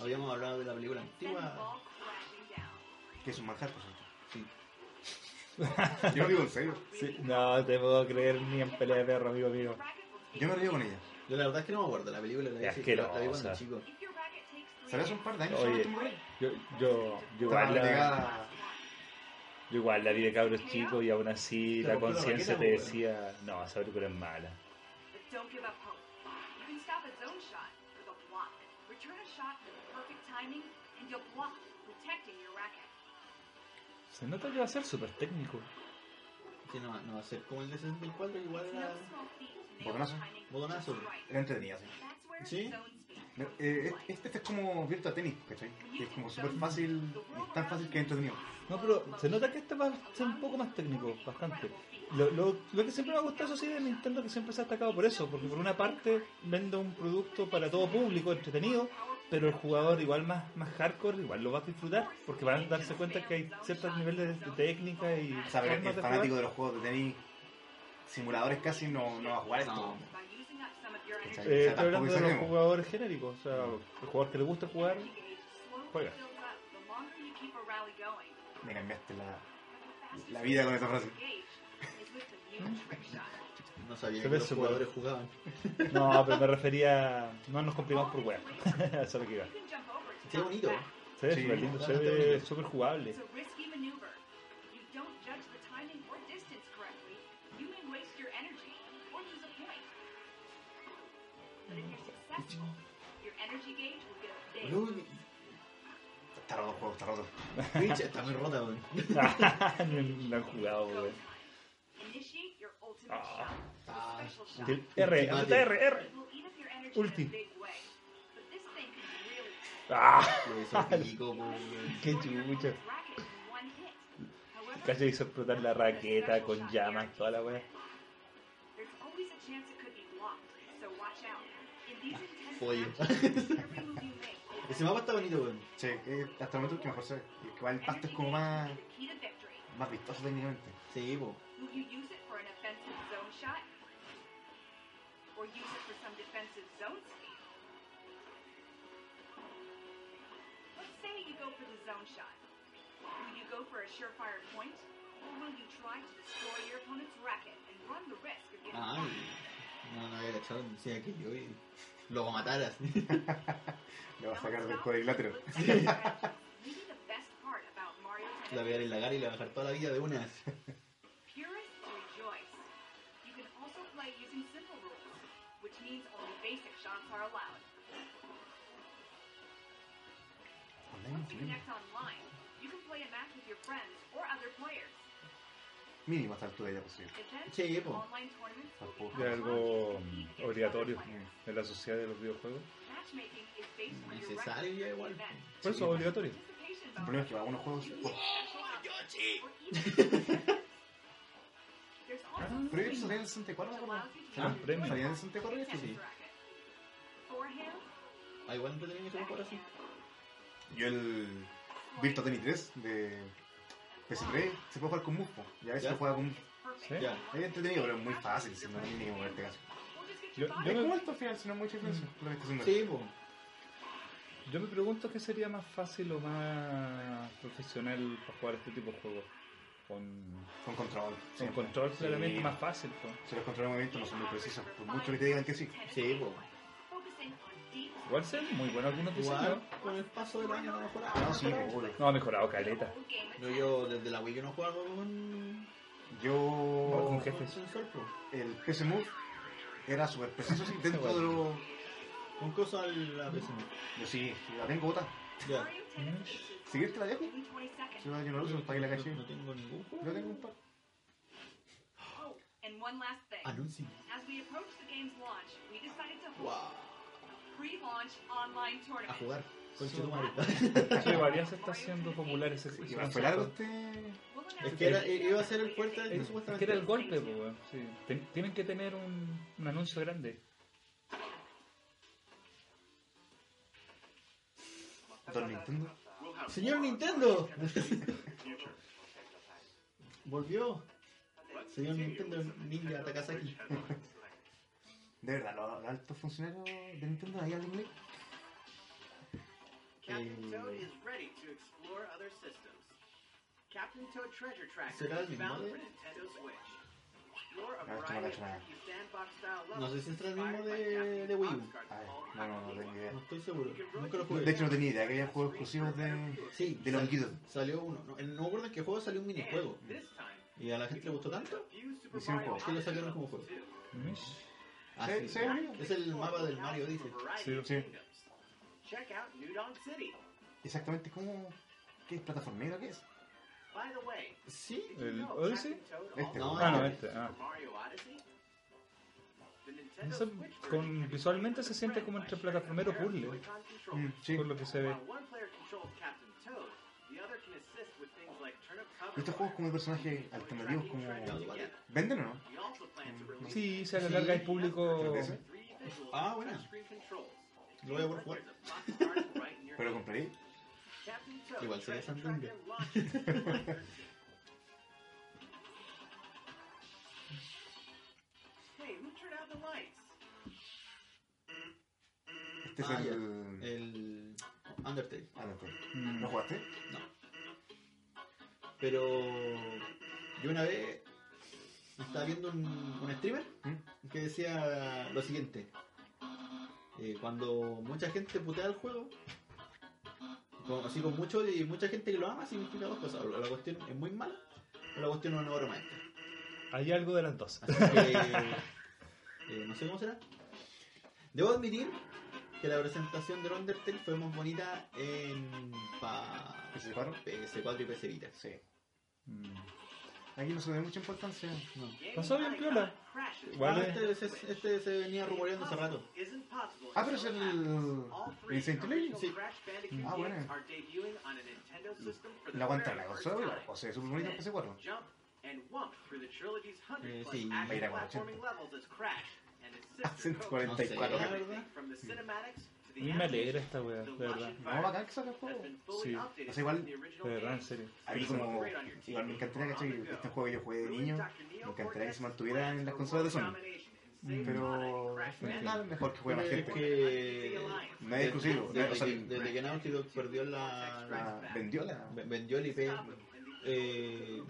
Speaker 2: Habíamos hablado de la película antigua.
Speaker 1: Que es un manjar, por cierto. Yo lo digo en serio.
Speaker 3: Sí. No te puedo creer ni en pelea de perro, amigo mío.
Speaker 1: Yo me río con ella.
Speaker 2: Yo la verdad es que no me acuerdo. La película la vi,
Speaker 3: Es
Speaker 2: la, la vi
Speaker 3: asquerosa.
Speaker 2: cuando chico.
Speaker 1: ¿Salió hace un par de años?
Speaker 3: Oye,
Speaker 1: solamente un par?
Speaker 3: yo, yo, yo
Speaker 1: Estaba
Speaker 3: igual la,
Speaker 1: pegada-
Speaker 3: yo igual la vi de cabros chicos y aún así
Speaker 2: Te
Speaker 3: la
Speaker 2: rompió la
Speaker 3: conciencia te
Speaker 2: raqueta, pues,
Speaker 3: decía, no, esa película es mala. Se nota que va a ser súper técnico.
Speaker 2: Sí, no, no va a ser como el de 64, que igual era
Speaker 1: Botonazo.
Speaker 2: botonazo.
Speaker 1: Era entretenida, Eh, sí.
Speaker 2: ¿Sí?
Speaker 1: No, eh, este, este es como Virtua Tennis, ¿cachai? Que es como súper fácil, es tan fácil que es entretenido.
Speaker 3: No, pero se nota que este va a ser un poco más técnico, bastante. Lo, lo- lo que siempre me ha gustado, eso sí, de Nintendo, que siempre se ha atacado por eso, porque por una parte vende un producto para todo público, entretenido, pero el jugador igual más, más hardcore, igual lo va a disfrutar, porque van a darse cuenta que hay ciertos niveles de, de técnica y
Speaker 1: O sea, pero el
Speaker 3: formas de
Speaker 1: fanático
Speaker 3: jugar.
Speaker 1: de los juegos de tenis, simuladores casi, no, no va a jugar esto.
Speaker 2: No.
Speaker 1: ¿cachai?
Speaker 3: Eh,
Speaker 1: O sea,
Speaker 3: estoy
Speaker 1: tampoco
Speaker 3: hablando de los
Speaker 1: exageremos.
Speaker 3: jugadores genéricos, o sea, el jugador que le gusta jugar, juega.
Speaker 1: Me cambiaste la, la vida con esa frase.
Speaker 2: No sabía
Speaker 3: Se
Speaker 2: que
Speaker 3: ve
Speaker 2: los
Speaker 3: súper-
Speaker 2: jugadores jugaban.
Speaker 3: No, pero me refería, no nos complicamos por jugar, eso es lo que iba.
Speaker 2: Qué bonito.
Speaker 5: Ah,
Speaker 3: Se ve
Speaker 1: Sí,
Speaker 3: súper lindo, se
Speaker 2: bastante
Speaker 3: ve
Speaker 2: bonito.
Speaker 3: súper jugable.
Speaker 5: It's a risky maneuver. If you don't judge the timing or distance correctly, you may waste your energy or lose a point. But if you're successful, your energy gauge will get updated.
Speaker 2: Blue-
Speaker 1: Está roto el juego, está roto.
Speaker 2: Twitch está muy rota, weón.
Speaker 3: Ni lo han jugado,
Speaker 5: Go
Speaker 3: güey.
Speaker 5: time. Initiate your ultimate
Speaker 3: eh? Ah.
Speaker 5: shot. with
Speaker 2: Ah.
Speaker 5: special shot.
Speaker 3: Til- R, aprieta R, R.
Speaker 5: It will eat up your energy
Speaker 3: Ulti.
Speaker 5: in a big way. But this thing can really
Speaker 3: Ah,
Speaker 2: Lo hizo pico, weón.
Speaker 3: qué
Speaker 5: destroy your
Speaker 3: chucha.
Speaker 5: opponent's racket in one hit. However,
Speaker 3: Casi hizo explotar la raqueta con llamas, toda la wea.
Speaker 5: There's always a chance it could be blocked, so watch out. In these intense
Speaker 2: Pollo.
Speaker 5: matches, every move you make will
Speaker 2: Ah, Ese mapa está bonito, weón.
Speaker 1: Sí, eh, hasta el momento el que mejor se ve. El que va el pasto
Speaker 5: energy
Speaker 1: es como más,
Speaker 5: gauge is the key to victory.
Speaker 1: más vistoso técnicamente.
Speaker 2: Sí, po.
Speaker 5: Will you use it for an offensive zone shot? Or use it for some defensive zone speed? Let's say you go for the zone shot. Will you go for a surefire
Speaker 2: Ah,
Speaker 5: point? Or will you try to destroy your opponent's racket and run the risk of getting
Speaker 2: Ay, cachado, me decía que yo y lo mataras.
Speaker 1: Le va a sacar del cuadrilátero.
Speaker 2: La voy a enlagar y la voy a dejar toda la vida de una.
Speaker 5: Purists rejoice. You can also play using simple rules, which means only basic shots are allowed.
Speaker 2: Mm-hmm.
Speaker 5: Once you connect online, you can play a match with your friends or other players.
Speaker 1: Mínima esta altura ya posible.
Speaker 5: Events
Speaker 2: Sí,
Speaker 5: and
Speaker 2: po.
Speaker 5: online tournaments will be
Speaker 3: Es
Speaker 5: held
Speaker 3: algo
Speaker 5: online to compete against
Speaker 3: obligatorio
Speaker 5: other players.
Speaker 3: en la sociedad de los videojuegos.
Speaker 5: Matchmaking is based on your
Speaker 2: Necesario ya
Speaker 5: record in the
Speaker 2: igual.
Speaker 5: event.
Speaker 3: Por eso,
Speaker 1: pues.
Speaker 3: obligatorio.
Speaker 5: Participation
Speaker 1: El problema
Speaker 5: bonus
Speaker 1: es que algunos juegos.
Speaker 5: There's also
Speaker 1: Pero yo salía en el 64, ¿no?
Speaker 3: Ah, premio.
Speaker 1: Salía en el 64 esto, sí.
Speaker 5: Forehand,
Speaker 2: Ah, igual entretenido que un por así.
Speaker 1: Yo el Virtua Tennis 3 de PS3 se puede jugar con Muspo. Y a veces
Speaker 2: Ya.
Speaker 1: se juega con Muspo.
Speaker 3: ¿Sí?
Speaker 2: Ya.
Speaker 1: Es entretenido, pero es muy fácil, si no hay ni este que moverte casi.
Speaker 3: Yo,
Speaker 1: Es
Speaker 3: yo,
Speaker 1: como
Speaker 3: me,
Speaker 1: esto al final, si no hay mucha diferencia. Lo que está haciendo.
Speaker 2: Sí, pues.
Speaker 3: yo me pregunto qué sería más fácil o más profesional para jugar este tipo de juegos. Con,
Speaker 1: Con control.
Speaker 3: con
Speaker 1: siempre.
Speaker 3: control claramente
Speaker 1: Sí.
Speaker 3: más fácil. pues.
Speaker 1: Si los controles de movimiento no son muy precisos, por mucho que te digan que sí.
Speaker 2: Sí, pues.
Speaker 5: focusing on deep
Speaker 3: Igual ser muy bueno algunos diseños.
Speaker 2: Igual, con el paso del año no mejoraba.
Speaker 1: No, Ah, sí, pues, obvio.
Speaker 3: No, ha mejorado caleta.
Speaker 5: old game
Speaker 2: Yo, yo desde la Wii yo no jugaba con.
Speaker 1: Yo.
Speaker 3: Con jefes.
Speaker 2: sensor, po.
Speaker 1: El PC Move era súper preciso, sí, dentro de lo.
Speaker 2: Con cosas al la PC.
Speaker 1: Yo sí, la tengo botada.
Speaker 2: Ya.
Speaker 5: Mario Tennis 18,
Speaker 1: Si quieres te la dejo.
Speaker 5: June 22nd.
Speaker 1: Si no, yo no lo uso, para que la caché.
Speaker 2: No tengo ningún juego.
Speaker 1: Yo tengo un par.
Speaker 5: Oh, and one last thing.
Speaker 2: Anuncio.
Speaker 5: Ah, As we approach the game's launch, we decided to hold
Speaker 2: Wow.
Speaker 5: a pre-launch online
Speaker 2: A
Speaker 5: tournament.
Speaker 2: jugar. Con tu madre.
Speaker 3: Sí, varias se está haciendo popular ese
Speaker 1: Sí,
Speaker 3: ese
Speaker 1: igual fue largo
Speaker 3: concepto.
Speaker 1: este.
Speaker 5: We'll announce
Speaker 2: Es que era,
Speaker 5: the
Speaker 2: i- iba a ser el fuerte del
Speaker 3: Es, Mm. es que
Speaker 2: supuestamente.
Speaker 3: era el golpe, pues, weón. Sí. Ten- tienen que tener un, un anuncio grande.
Speaker 1: Don Nintendo.
Speaker 4: We'll have
Speaker 2: Señor
Speaker 4: more
Speaker 2: Nintendo.
Speaker 4: future.
Speaker 2: Volvió.
Speaker 4: Let's
Speaker 2: Señor
Speaker 4: continue
Speaker 2: Nintendo
Speaker 4: with some
Speaker 2: Ninja
Speaker 4: Nintendo
Speaker 2: Takasaki.
Speaker 4: Switch headlines.
Speaker 1: De verdad, los los altos funcionarios de Nintendo ahí al inglés.
Speaker 4: Captain
Speaker 2: Eh.
Speaker 4: Toad is ready to explore other systems. Captain Toad Treasure Tracker
Speaker 2: ¿Será
Speaker 4: is
Speaker 2: el
Speaker 4: found
Speaker 2: mismo?
Speaker 4: for Nintendo Switch. Explore a
Speaker 1: Ah, esto no
Speaker 4: variety
Speaker 1: cacho nada.
Speaker 4: of funky sandbox-style
Speaker 2: No sé si
Speaker 4: levels
Speaker 2: será el mismo
Speaker 4: inspired by
Speaker 2: de-
Speaker 4: Japanese
Speaker 2: de Wii U.
Speaker 4: box cards
Speaker 1: Ay,
Speaker 4: called
Speaker 1: no, no, no
Speaker 4: Hakuniwa.
Speaker 1: tengo idea.
Speaker 2: No estoy seguro. Nunca lo jugué.
Speaker 1: De hecho, no tenía idea que había juegos exclusivos de.
Speaker 2: sí,
Speaker 1: de
Speaker 2: sal-
Speaker 1: Longitud.
Speaker 2: Salió uno. No, en- no me acuerdo en qué juego salió un
Speaker 4: And
Speaker 2: minijuego.
Speaker 4: this time,
Speaker 2: ¿Y a la gente le gustó tanto?
Speaker 4: View Super
Speaker 1: Hicieron juego.
Speaker 4: Mario
Speaker 2: Sí, lo
Speaker 4: Odyssey
Speaker 2: sacaron como
Speaker 4: Level
Speaker 2: juego.
Speaker 4: 2.
Speaker 3: Mish.
Speaker 2: Ah,
Speaker 1: Sí,
Speaker 2: sí.
Speaker 1: sí.
Speaker 2: Es el mapa del Mario, dice.
Speaker 4: Sí,
Speaker 1: Sí.
Speaker 4: sí. Check out Nudon City.
Speaker 1: Exactamente cómo. ¿Qué es plataformero? ¿Qué es?
Speaker 4: By the way,
Speaker 2: Sí.
Speaker 4: did you
Speaker 3: El
Speaker 4: know
Speaker 3: Odyssey?
Speaker 4: Captain Toad
Speaker 1: Este.
Speaker 4: also
Speaker 2: Ah, no,
Speaker 4: has
Speaker 3: este,
Speaker 4: Super
Speaker 3: ah.
Speaker 4: Mario Odyssey? The Nintendo
Speaker 3: Eso
Speaker 4: Switch version
Speaker 3: con-
Speaker 4: can be
Speaker 3: visualmente se siente
Speaker 4: controlled
Speaker 3: como entre
Speaker 4: by sharing a
Speaker 3: plataformero
Speaker 4: pair of
Speaker 3: puzzle.
Speaker 4: Joy-Con
Speaker 1: Mm,
Speaker 4: controllers.
Speaker 1: sí.
Speaker 3: Por lo que se ve.
Speaker 4: While one player controls Captain Toad, the other can assist with things like turnip cover.
Speaker 3: Este
Speaker 1: Estos juegos como de personajes
Speaker 4: Joy-Tracking
Speaker 1: alternativos, como.
Speaker 4: tracking together.
Speaker 1: ¿Venden o no?
Speaker 4: We also plan to release
Speaker 3: Mm, Sí, se alarga el
Speaker 1: ¿Pero
Speaker 3: público.
Speaker 1: de ese?
Speaker 4: three visual
Speaker 2: Ah, buena.
Speaker 4: touchscreen controls.
Speaker 2: Lo voy a poder jugar.
Speaker 4: Hundreds of box cards right in your
Speaker 1: Pero
Speaker 4: hand.
Speaker 1: compré.
Speaker 4: Captain Toad
Speaker 2: Igual sería
Speaker 4: Treasure
Speaker 2: Santander.
Speaker 4: Tracker launches July 13th. Hey, who turned out the lights?
Speaker 1: Este es
Speaker 2: Ah, ya.
Speaker 1: el.
Speaker 2: El Undertale.
Speaker 1: Ah, no, este.
Speaker 3: Mm.
Speaker 1: ¿No jugaste?
Speaker 2: No. Pero yo una vez estaba viendo un, un streamer
Speaker 1: ¿Mm?
Speaker 2: que decía lo siguiente. Eh, cuando mucha gente putea el juego, con- así con mucho y mucha gente que lo ama, significa dos cosas. O la cuestión es muy mala o la cuestión es una obra maestra.
Speaker 3: Hay algo de las dos.
Speaker 2: Así que eh, no sé cómo será. Debo admitir que la presentación del Undertale fue más bonita en pa
Speaker 1: ¿PS4?
Speaker 2: PS4 y PS Vita.
Speaker 1: Sí. Mm. Aquí no se le da mucha importancia.
Speaker 2: No.
Speaker 3: Pasó bien, piola.
Speaker 2: Ah,
Speaker 3: Vale.
Speaker 2: este, este- este se venía rumoreando hace rato.
Speaker 1: Ah, pero es el. el Saint Elaine.
Speaker 2: Sí.
Speaker 1: Ah, bueno. La aguanta la consola, ¿verdad? o sea, es súper bonito el PS4.
Speaker 2: Eh, sí,
Speaker 1: mira, con 80. Ah, 144.
Speaker 2: No sé, la verdad.
Speaker 3: A mí me alegra esta weá, de verdad.
Speaker 1: No, bacán que saca el juego.
Speaker 3: Sí.
Speaker 1: O sea, igual-
Speaker 3: De verdad, en serio.
Speaker 1: A mí como... Igual me encantaría, ¿cachai? Este juego que yo jugué de niño, me encantaría que pues, se mantuviera en las consolas de Sony. Pero al final mejor que juegue la
Speaker 2: Es
Speaker 1: gente.
Speaker 2: que.
Speaker 1: No es exclusivo, no
Speaker 2: Desde,
Speaker 1: es- o sea,
Speaker 2: que- desde que Naughty Dog perdió la.
Speaker 1: la- vendió la...
Speaker 2: ve- vendió el eh, IP. eh,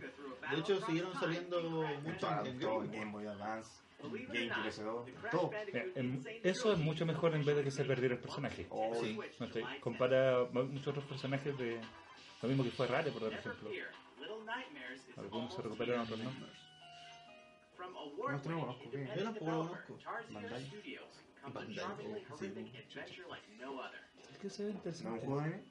Speaker 2: de hecho, siguieron saliendo mucho
Speaker 1: Todo,
Speaker 2: en, en
Speaker 1: todo
Speaker 2: Game
Speaker 1: en
Speaker 2: Boy.
Speaker 1: Game Boy Advance. GameCube, eso, todo.
Speaker 3: Mira, em, Eso es mucho mejor en vez de que se perdiera el personaje.
Speaker 1: Oh,
Speaker 2: Sí.
Speaker 3: No estoy- compara mu- muchos otros personajes de lo mismo que fue Rare, por dar ejemplo. Algunos se recuperaron, otros no.
Speaker 1: No, otro no lo conozco, ¿qué?
Speaker 2: Yo tampoco lo conozco.
Speaker 1: Bandai.
Speaker 2: Bandai, oh, sí, bueno.
Speaker 3: Es que se ve
Speaker 1: ¿No es un
Speaker 3: interesante.
Speaker 1: juego de anime?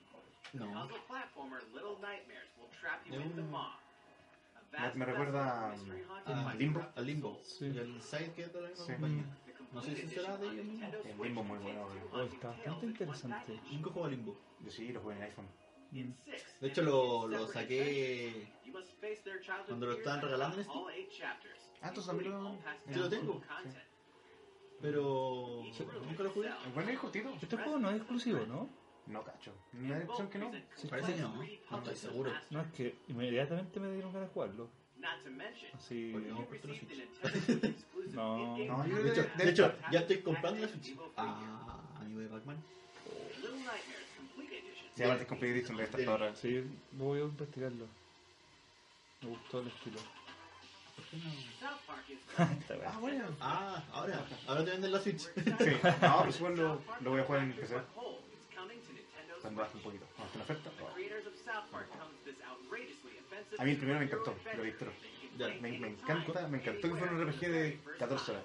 Speaker 2: No.
Speaker 4: Puzzle platformer Little Nightmares will trap you
Speaker 2: Es
Speaker 4: in the
Speaker 2: un-
Speaker 4: maw. A
Speaker 1: Mm. Me-
Speaker 4: vast
Speaker 1: me recuerda,
Speaker 4: vessel of mystery haunted
Speaker 2: Ah,
Speaker 4: by
Speaker 1: Limbo.
Speaker 2: A Limbo.
Speaker 3: Sí.
Speaker 2: Y al Inside que es de la misma
Speaker 1: Sí.
Speaker 2: compañía.
Speaker 4: the complete
Speaker 2: No sé si
Speaker 4: edition
Speaker 2: será de
Speaker 4: on
Speaker 2: ellos mismos.
Speaker 4: Nintendo
Speaker 1: El
Speaker 4: Switch
Speaker 1: Limbo muy
Speaker 4: contains
Speaker 1: bueno,
Speaker 4: two
Speaker 1: eh.
Speaker 3: Oh, está
Speaker 4: haunting tales
Speaker 3: bastante
Speaker 4: in one
Speaker 3: interesante.
Speaker 4: package.
Speaker 2: Nunca juego a Limbo.
Speaker 1: Yo sí, lo jugué en el iPhone.
Speaker 4: In six
Speaker 2: De hecho, lo,
Speaker 4: separate
Speaker 2: lo saqué.
Speaker 4: sessions, you must face their childhood
Speaker 2: Cuando lo
Speaker 4: fears
Speaker 2: estaban
Speaker 4: and
Speaker 2: regalando en
Speaker 4: unlock all eight chapters,
Speaker 1: Ah, entonces
Speaker 4: including
Speaker 1: también lo-
Speaker 4: all
Speaker 2: Yo
Speaker 4: past
Speaker 2: lo
Speaker 4: downloadable
Speaker 2: tengo.
Speaker 4: content.
Speaker 2: Pero.
Speaker 4: Each room
Speaker 2: Nunca lo jugué.
Speaker 4: itself
Speaker 1: Bueno, es cortito.
Speaker 3: Este juego no es exclusivo, ¿no?
Speaker 1: No, cacho. No es opción que no.
Speaker 4: Sí,
Speaker 2: Parece que no, no estoy seguro.
Speaker 3: No, es que inmediatamente me dieron ganas de jugarlo. Así...
Speaker 2: Porque no.
Speaker 3: No.
Speaker 1: No, yo
Speaker 2: De hecho,
Speaker 1: de-
Speaker 2: de hecho, ya estoy comprando la Switch. Ah, amigo de Pac-Man.
Speaker 1: Se llama Discomplete Edition de esta hora.
Speaker 3: Sí, voy a investigarlo. Me gustó el estilo.
Speaker 1: Ah, bueno.
Speaker 2: Ah, ahora. Ahora te venden la Switch.
Speaker 1: Sí, no, pues igual lo, lo voy a jugar en el PC cuando baje un poquito. Cuando esté en oferta. oh.
Speaker 4: A mí el primero me encantó, lo disfruto.
Speaker 2: Ya,
Speaker 1: Me, me encanta, me encantó que fuera un RPG de 14 horas.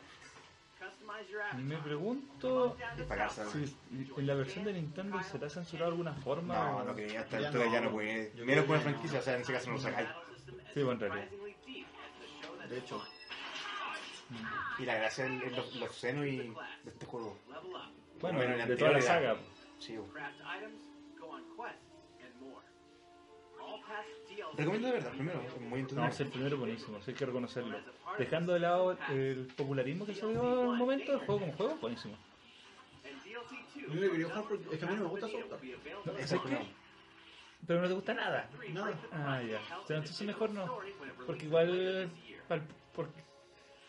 Speaker 3: Me pregunto
Speaker 1: Y pagarse algo.
Speaker 3: si en la versión de Nintendo será censurado de alguna forma.
Speaker 1: No,
Speaker 3: o-
Speaker 1: no creo, hasta
Speaker 2: Ya
Speaker 1: altura ya
Speaker 2: no.
Speaker 1: no puede.
Speaker 2: Yo
Speaker 1: Menos con una
Speaker 2: creo que no.
Speaker 1: franquicia, o sea, en ese caso no lo sacáis.
Speaker 3: Sí, bueno, en realidad.
Speaker 2: De hecho,
Speaker 1: Y la gracia es el- los, los senos y de este juego.
Speaker 3: Bueno,
Speaker 1: Bueno, en la
Speaker 3: de toda la
Speaker 1: anterior
Speaker 3: saga.
Speaker 1: era- Sí, bo.
Speaker 4: Craft items, go on quests, and more. All past DLC
Speaker 1: Recomiendo de verdad, primero, es muy
Speaker 3: No, es el
Speaker 1: entretenido.
Speaker 3: primero buenísimo, sí hay que reconocerlo. Dejando de lado el popularismo que se dio en el momento, el juego como juego, buenísimo.
Speaker 4: and DLC 2.
Speaker 2: Yo no lo quería jugar porque- es que a mí no me gusta South Park.
Speaker 1: Exacto, no.
Speaker 3: Pero no te gusta nada.
Speaker 2: No.
Speaker 3: Ah, ya. O sea, entonces mejor no. Porque igual. pal- por-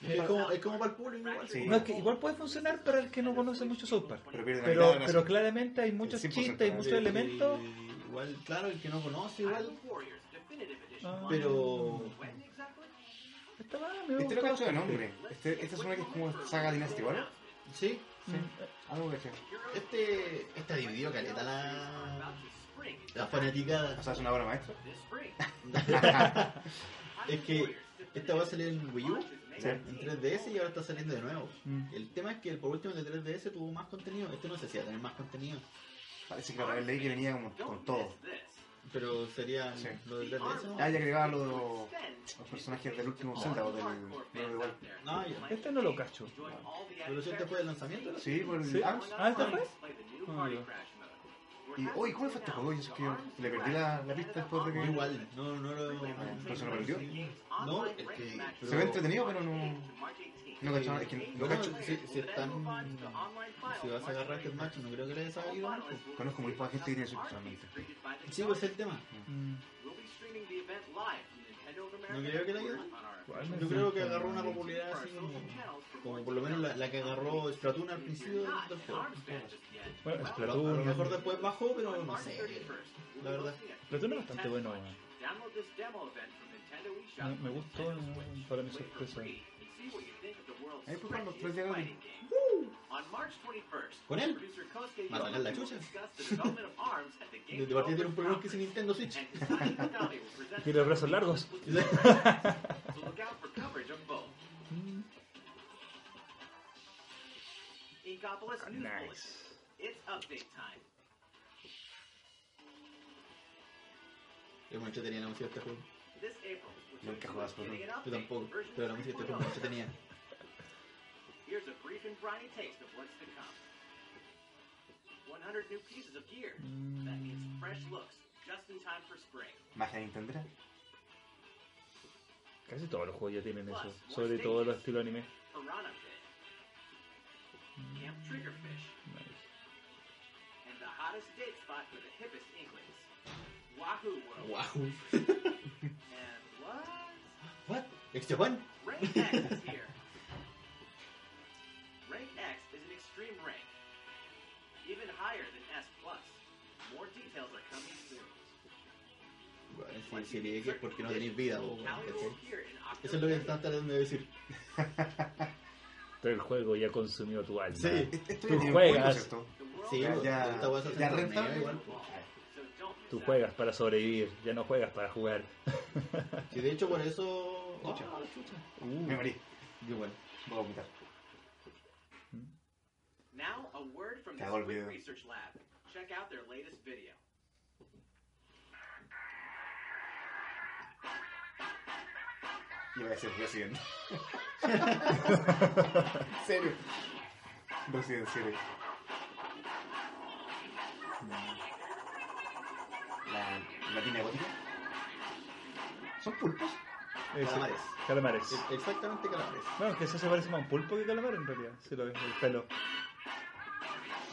Speaker 2: Es como, es como para el público igual.
Speaker 1: Sí.
Speaker 3: No, es que igual puede funcionar para el que no conoce mucho South Park.
Speaker 1: Pero pierde la mitad
Speaker 3: Pero,
Speaker 1: de la
Speaker 3: pero
Speaker 1: gracia.
Speaker 3: claramente hay muchos
Speaker 1: El 100%
Speaker 3: chistes, hay muchos
Speaker 2: Eh,
Speaker 3: elementos.
Speaker 2: Igual, claro, el que no conoce igual.
Speaker 4: Warriors Definitive Edition.
Speaker 3: Ah,
Speaker 2: Pero.
Speaker 4: When exactly?
Speaker 3: Está mal, me
Speaker 1: Este lo
Speaker 3: gustó
Speaker 1: cacho de
Speaker 3: bastante.
Speaker 1: nombre. Este, esta es una que es como saga Dynasty, ¿vale?
Speaker 2: Sí,
Speaker 3: Mm, eh,
Speaker 1: Algo que cacho.
Speaker 2: este. Este ha dividido caleta la.
Speaker 4: Spring.
Speaker 2: La fanaticada.
Speaker 1: O sea, es una obra maestra.
Speaker 4: This spring.
Speaker 2: Es que esta va a salir en Wii U,
Speaker 1: Sí.
Speaker 2: en 3DS y ahora está saliendo de nuevo.
Speaker 3: Mm.
Speaker 2: El tema es que el por último de 3DS tuvo más contenido. Este no sé si va a tener más contenido,
Speaker 1: Parece que la vez leí que venía como con todo.
Speaker 2: pero sería
Speaker 1: Sí.
Speaker 2: lo de 3DS. ¿no?
Speaker 1: Ah, ya agregaba los, los personajes del último Zelda o del nuevo igual.
Speaker 2: Ah, ya.
Speaker 3: Este no lo cacho.
Speaker 2: Pero si este fue el lanzamiento, ¿no?
Speaker 1: Sí, por el
Speaker 3: ¿Sí?
Speaker 1: ARMS. Ah,
Speaker 3: Ah, ¿esta fue?
Speaker 1: Y, oye, ¿cómo fue este juego? Yo, es que yo le perdí la, la pista después de que...
Speaker 2: Igual, no, no lo.
Speaker 1: ¿Pero se lo perdió?
Speaker 2: No, es que.
Speaker 1: Se ve entretenido, pero no... No cacho, nada, es que no
Speaker 2: No,
Speaker 1: cacho.
Speaker 2: si, si están. Si vas a agarrar el match, no creo que le hayas sabido. algo.
Speaker 1: Conozco muy poca gente que tiene Switch realmente.
Speaker 2: pues. Sí, pues es el tema.
Speaker 3: Mm,
Speaker 2: No creo que le haya
Speaker 3: ¿cuál
Speaker 2: Yo
Speaker 3: es?
Speaker 2: creo que agarró una popularidad así como. Como por lo menos la, la que agarró Splatoon al principio del del juego. A
Speaker 3: Bueno,
Speaker 2: lo, a lo
Speaker 3: Splatoon.
Speaker 2: mejor después bajó, pero no sé. La verdad.
Speaker 3: Splatoon es bastante bueno. eh. Me, me gustó eh, para mi sorpresa.
Speaker 1: Ahí fue cuando tres días de-
Speaker 2: Con él. Va a sacar la chucha. De de partida tiene un problema que es Nintendo Switch.
Speaker 3: Tiene brazos largos. Mm,
Speaker 4: Nice. It's update time.
Speaker 2: Es muy entretenida la música de este juego.
Speaker 4: This April, we're
Speaker 1: Nunca
Speaker 4: going to
Speaker 1: juegas
Speaker 4: be getting an
Speaker 2: Yo
Speaker 4: update
Speaker 2: tampoco,
Speaker 4: version
Speaker 2: pero la música de este juego es muy
Speaker 4: 3.0.
Speaker 2: entretenida.
Speaker 4: Here's a brief and briny taste of what's to come. 100 new pieces of gear. That means fresh looks, just in time for spring.
Speaker 1: Magia de Nintendo.
Speaker 3: Casi todos los juegos ya tienen eso. Sobre todo los estilos anime.
Speaker 4: Piranha Pit. Camp Triggerfish. And the hottest date spot for the hippest Inklings. Wahoo World.
Speaker 2: Wow.
Speaker 4: And what?
Speaker 2: What? Ex Japan.
Speaker 4: Rank X is here. Rank X is an extreme rank. Even higher than S+. plus. More details are coming soon.
Speaker 2: Bueno, si, si le que es porque no tenéis vida, vos, weón,
Speaker 4: Now we
Speaker 2: ¿cachai?
Speaker 4: will appear in
Speaker 2: Eso es lo
Speaker 4: October.
Speaker 2: que están tratando de decir.
Speaker 3: Pero el juego ya consumió tu alma.
Speaker 2: Sí.
Speaker 1: Esto ya Este,
Speaker 3: Tú
Speaker 1: tiene un
Speaker 3: juegas.
Speaker 1: punto, ¿cierto?
Speaker 2: Ah, Sí,
Speaker 1: Ya-
Speaker 2: pues,
Speaker 1: ya-
Speaker 2: esta weá se hace
Speaker 1: ya
Speaker 2: en torneo
Speaker 1: rentable.
Speaker 2: igual, pues.
Speaker 3: Tú juegas para sobrevivir, ya no juegas para jugar.
Speaker 2: Sí, de hecho por eso. Oh, chucha.
Speaker 1: Uh. Me morí.
Speaker 2: Yo igual.
Speaker 1: Voy a vomitar.
Speaker 4: Now, a word from
Speaker 1: Te
Speaker 4: the
Speaker 1: hago el
Speaker 4: Squid
Speaker 1: video.
Speaker 4: Research Lab. Check out their latest video.
Speaker 1: Y voy a ser Resident. ¿En serio? Resident, en serio. La latina gótica. Son pulpos.
Speaker 3: Eso.
Speaker 2: Calamares.
Speaker 3: Calamares.
Speaker 2: E- Exactamente calamares.
Speaker 3: No, que eso se parece más a un pulpo que calamar en realidad. Si lo ves, el pelo.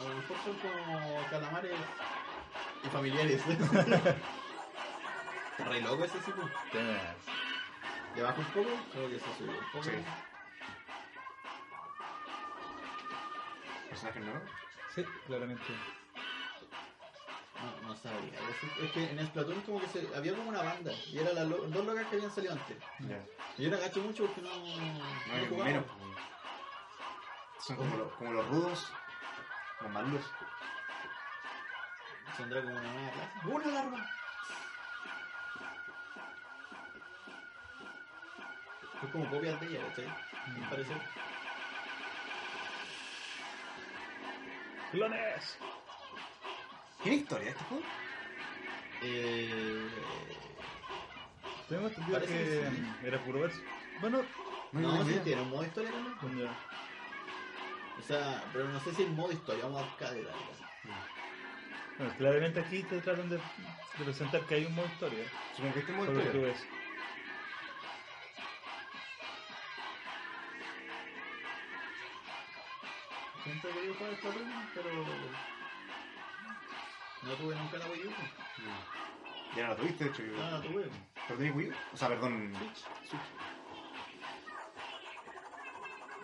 Speaker 2: A lo mejor son como calamares y familiares. Está Re loco ese tipo.
Speaker 3: Tenaz.
Speaker 2: Le bajo un poco, creo que se subió un poco.
Speaker 1: Sí. Personaje nuevo.
Speaker 3: Sí, claramente.
Speaker 2: No, no sabía. Es, es que en Splatoon como que se, había como una banda y eran las lo- dos locas que habían salido antes.
Speaker 1: Ya.
Speaker 2: Y yo no cacho mucho porque no,
Speaker 1: No hay
Speaker 2: jugaba.
Speaker 1: menos. Son como, los- como los rudos, los malulos.
Speaker 2: Tendrá como una nueva clase. ¡Una larva! Es como copias de ella, ¿cachai? Me parece.
Speaker 3: ¡Clones!
Speaker 1: ¿Tiene historia este juego?
Speaker 2: Eh...
Speaker 3: Tenemos entendido
Speaker 2: Parece
Speaker 3: que
Speaker 2: que sí.
Speaker 3: mm, era puro verso. Bueno,
Speaker 2: No, sí,
Speaker 1: idea.
Speaker 2: tiene un modo historia también.
Speaker 3: ya.
Speaker 2: O sea, pero no sé si el modo historia, vamos a buscar el algo.
Speaker 3: Bueno, claramente aquí te tratan de, de presentar que hay un modo historia.
Speaker 1: Supongo que este modo
Speaker 3: Por lo que tú
Speaker 1: historia.
Speaker 3: ves.
Speaker 2: Siempre he querido jugar esta broma, pero. No tuve nunca la Wii U.
Speaker 1: Ya no lo tuviste, de hecho. yo-
Speaker 2: No, no tuve.
Speaker 1: ¿Pero tenés Wii U? O sea, perdón.
Speaker 2: Ah. Switch.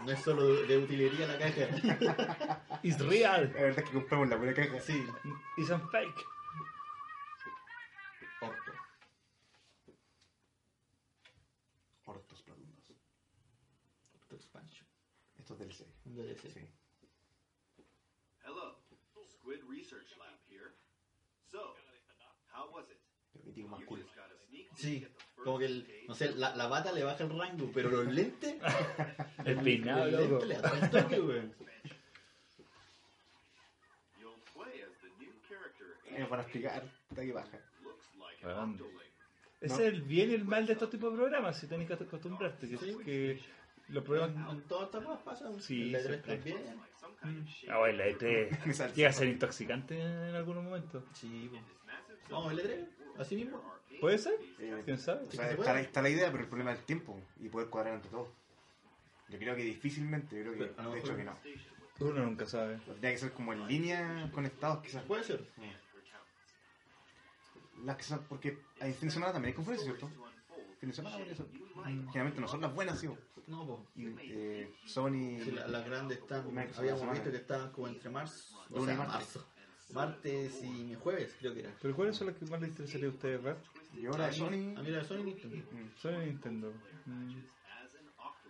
Speaker 2: No es solo de utilería la caja.
Speaker 3: It's real.
Speaker 1: La verdad es que compramos la buena caja.
Speaker 2: Sí.
Speaker 3: It's a fake.
Speaker 2: Orto.
Speaker 1: Hortos platundos.
Speaker 2: Orto expansion.
Speaker 1: Esto es DLC.
Speaker 2: Un DLC.
Speaker 1: Sí.
Speaker 4: Hello, Squid Research Lab here. So, how was it?
Speaker 1: Pero que tiene más
Speaker 4: You
Speaker 1: cool.
Speaker 4: just got a sneak peek
Speaker 2: Sí,
Speaker 4: at the first
Speaker 2: como que el,
Speaker 4: page
Speaker 2: no sé, la, la bata le baja el rango, pero los lentes,
Speaker 3: El peinado,
Speaker 2: los
Speaker 3: loco.
Speaker 2: lentes le atrae el toque, weón.
Speaker 4: expansion. You'll play as the new character
Speaker 1: Eh, para explicar, está que baja.
Speaker 4: looks like an
Speaker 3: Weón.
Speaker 4: octoling.
Speaker 3: Ese es el bien y el mal de estos tipos de programas, si tenés que acostumbrarte. Que,
Speaker 2: Sí.
Speaker 3: que
Speaker 2: En,
Speaker 3: los programas.
Speaker 2: en todas estas cosas pasan.
Speaker 3: Sí,
Speaker 2: el E3
Speaker 3: siempre.
Speaker 2: también.
Speaker 4: Like some kind of shape.
Speaker 3: Ah, bueno, la E3
Speaker 1: Me salté.
Speaker 3: llega a ser intoxicante en algunos momentos.
Speaker 2: Sí, weón.
Speaker 4: This massive
Speaker 2: Vamos, el E3, así mismo.
Speaker 4: arcade
Speaker 3: ¿Puede ser?
Speaker 1: Eh,
Speaker 3: ¿Quién sabe?
Speaker 1: o sea, está, la, está la idea, pero el problema es el tiempo y poder cuadrar ante todo. Yo creo que difícilmente, yo creo
Speaker 2: Pero, a
Speaker 1: que,
Speaker 2: lo
Speaker 1: de hecho
Speaker 2: mejor-
Speaker 1: que no.
Speaker 3: Uno nunca sabe.
Speaker 1: Tendría que ser como en línea conectados, quizás. Eh,
Speaker 2: Puede ser.
Speaker 1: Las que son, porque a fin de semana también hay conferencias, ¿cierto? Fin de semana, bueno, eso.
Speaker 2: Mm.
Speaker 1: Generalmente no son las buenas, ¿sí?
Speaker 2: No, pues.
Speaker 1: Y, eh, Sony.
Speaker 2: Sí, la- las grandes están,
Speaker 1: Microsoft,
Speaker 2: habíamos
Speaker 1: semana.
Speaker 2: visto que estaban como entre marzo, o
Speaker 1: Lunes
Speaker 2: sea,
Speaker 1: y martes.
Speaker 2: marzo, martes y jueves creo que era.
Speaker 3: ¿Pero cuáles son las que más les interesaría a ustedes ver?
Speaker 1: Y ahora Sony.
Speaker 2: A mí la de Sony y Nintendo.
Speaker 3: Son de Nintendo. Mm.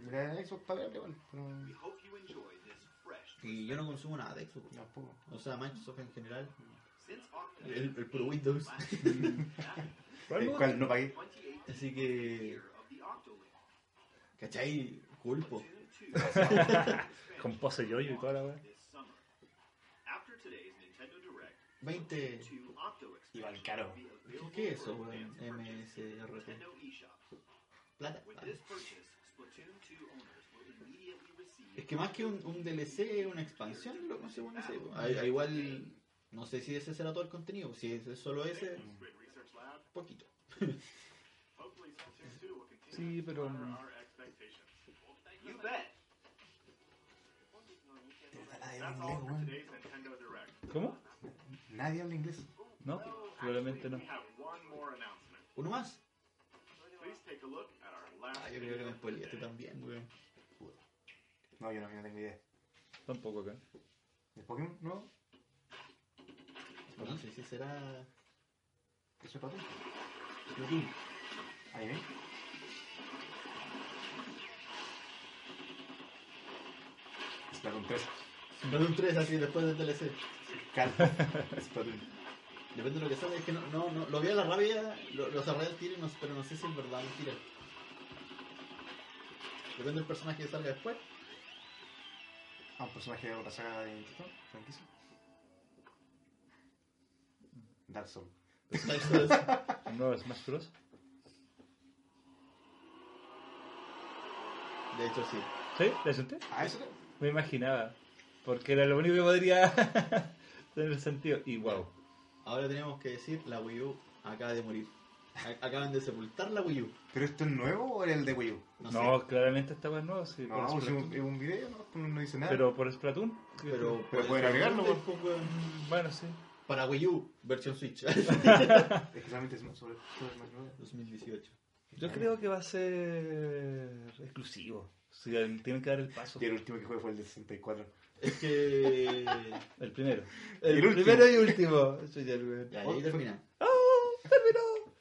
Speaker 1: Mira, eso está bien, igual, pero.
Speaker 4: Hope you enjoy this fresh.
Speaker 2: Y yo no consumo nada de Xbox.
Speaker 1: Tampoco.
Speaker 2: O sea, Microsoft en general,
Speaker 4: Since October
Speaker 2: el, el puro Windows.
Speaker 3: Eh, ¿Cuál
Speaker 1: El
Speaker 3: me
Speaker 1: cual no pagué.
Speaker 2: Así que,
Speaker 4: of the Octoling,
Speaker 2: ¿cachai? Culpo.
Speaker 3: gusta? Con pose yo-yo y toda la weá.
Speaker 4: this summer. After today's Nintendo Direct,
Speaker 2: 20.
Speaker 4: two Octo
Speaker 1: Y va el caro.
Speaker 2: ¿Qué es eso, weón? MSRP.
Speaker 4: Nintendo eShop.
Speaker 2: Plata.
Speaker 4: With this purchase, Splatoon 2 owners will immediately receive
Speaker 2: Es que más que un, un DLC es una expansión, lo que se pone ese. A- a Igual, no sé si ese será todo el contenido. Si es es solo ese,
Speaker 4: Squid Research Lab.
Speaker 2: poquito.
Speaker 4: Hopefully, Splatoon 2 will continue
Speaker 3: Sí, pero. mm,
Speaker 4: our expectations. You bet.
Speaker 1: Nadie
Speaker 4: That's
Speaker 1: habla
Speaker 4: all
Speaker 1: inglés,
Speaker 4: for
Speaker 1: weón.
Speaker 4: today's Nintendo Direct.
Speaker 3: ¿Cómo?
Speaker 1: Nadie habla inglés.
Speaker 3: No, probablemente no.
Speaker 4: We have one more announcement.
Speaker 2: Uno más.
Speaker 4: Please take a look at our last
Speaker 2: Ah, yo creo que me spoileaste también, weón.
Speaker 1: No, yo no, yo no tengo idea.
Speaker 3: Tampoco acá.
Speaker 1: ¿El Pokémon? No.
Speaker 2: No sé si será.
Speaker 1: Eso es para ti.
Speaker 2: Platoon.
Speaker 1: Ahí ven. Splatoon 3.
Speaker 2: Splatoon 3 así después del DLC.
Speaker 1: Calma. Splatoon.
Speaker 2: Depende de lo que salga, es que no, no, no, lo vi a la rabia, lo, lo cerré al tiro, y no- pero no sé si es verdad o mentira. Depende del personaje que salga después.
Speaker 1: Ah, un personaje de otra saga de Nintendo. Franquicia. Dark Souls.
Speaker 2: Pero Dark Souls-
Speaker 3: ¿Un nuevo Smash Bros?
Speaker 2: De hecho, sí.
Speaker 3: ¿Sí? ¿La senté?
Speaker 1: Ah, eso.
Speaker 3: Me imaginaba. Porque era lo único que podría tener sentido. Y wow.
Speaker 2: Ahora tenemos que decir, la Wii U acaba de morir. A- Acaban de sepultar la Wii U.
Speaker 1: ¿Pero esto es nuevo o era el de Wii U?
Speaker 2: No,
Speaker 3: No,
Speaker 2: sé,
Speaker 3: claramente esta vez no. sí,
Speaker 1: No,
Speaker 3: por
Speaker 1: es un,
Speaker 3: Splatoon.
Speaker 1: es un video, no, no, no dice nada.
Speaker 3: Pero por Splatoon.
Speaker 2: pero,
Speaker 1: pero pueden agregarlo,
Speaker 2: pues, weón.
Speaker 3: Mm, Bueno, sí.
Speaker 2: Para Wii U, versión Switch.
Speaker 1: es que solamente es más sobre todo es más nuevo.
Speaker 2: 2018.
Speaker 3: Yo creo que va a ser exclusivo. Sí, el- tienen que dar el paso.
Speaker 1: Y el último que jugué fue el de 64.
Speaker 2: Es que.
Speaker 3: El primero.
Speaker 1: El último.
Speaker 3: y último. Soy el weón.
Speaker 2: Ya, y ahí termina.
Speaker 3: ¡Ah! ¡Terminó!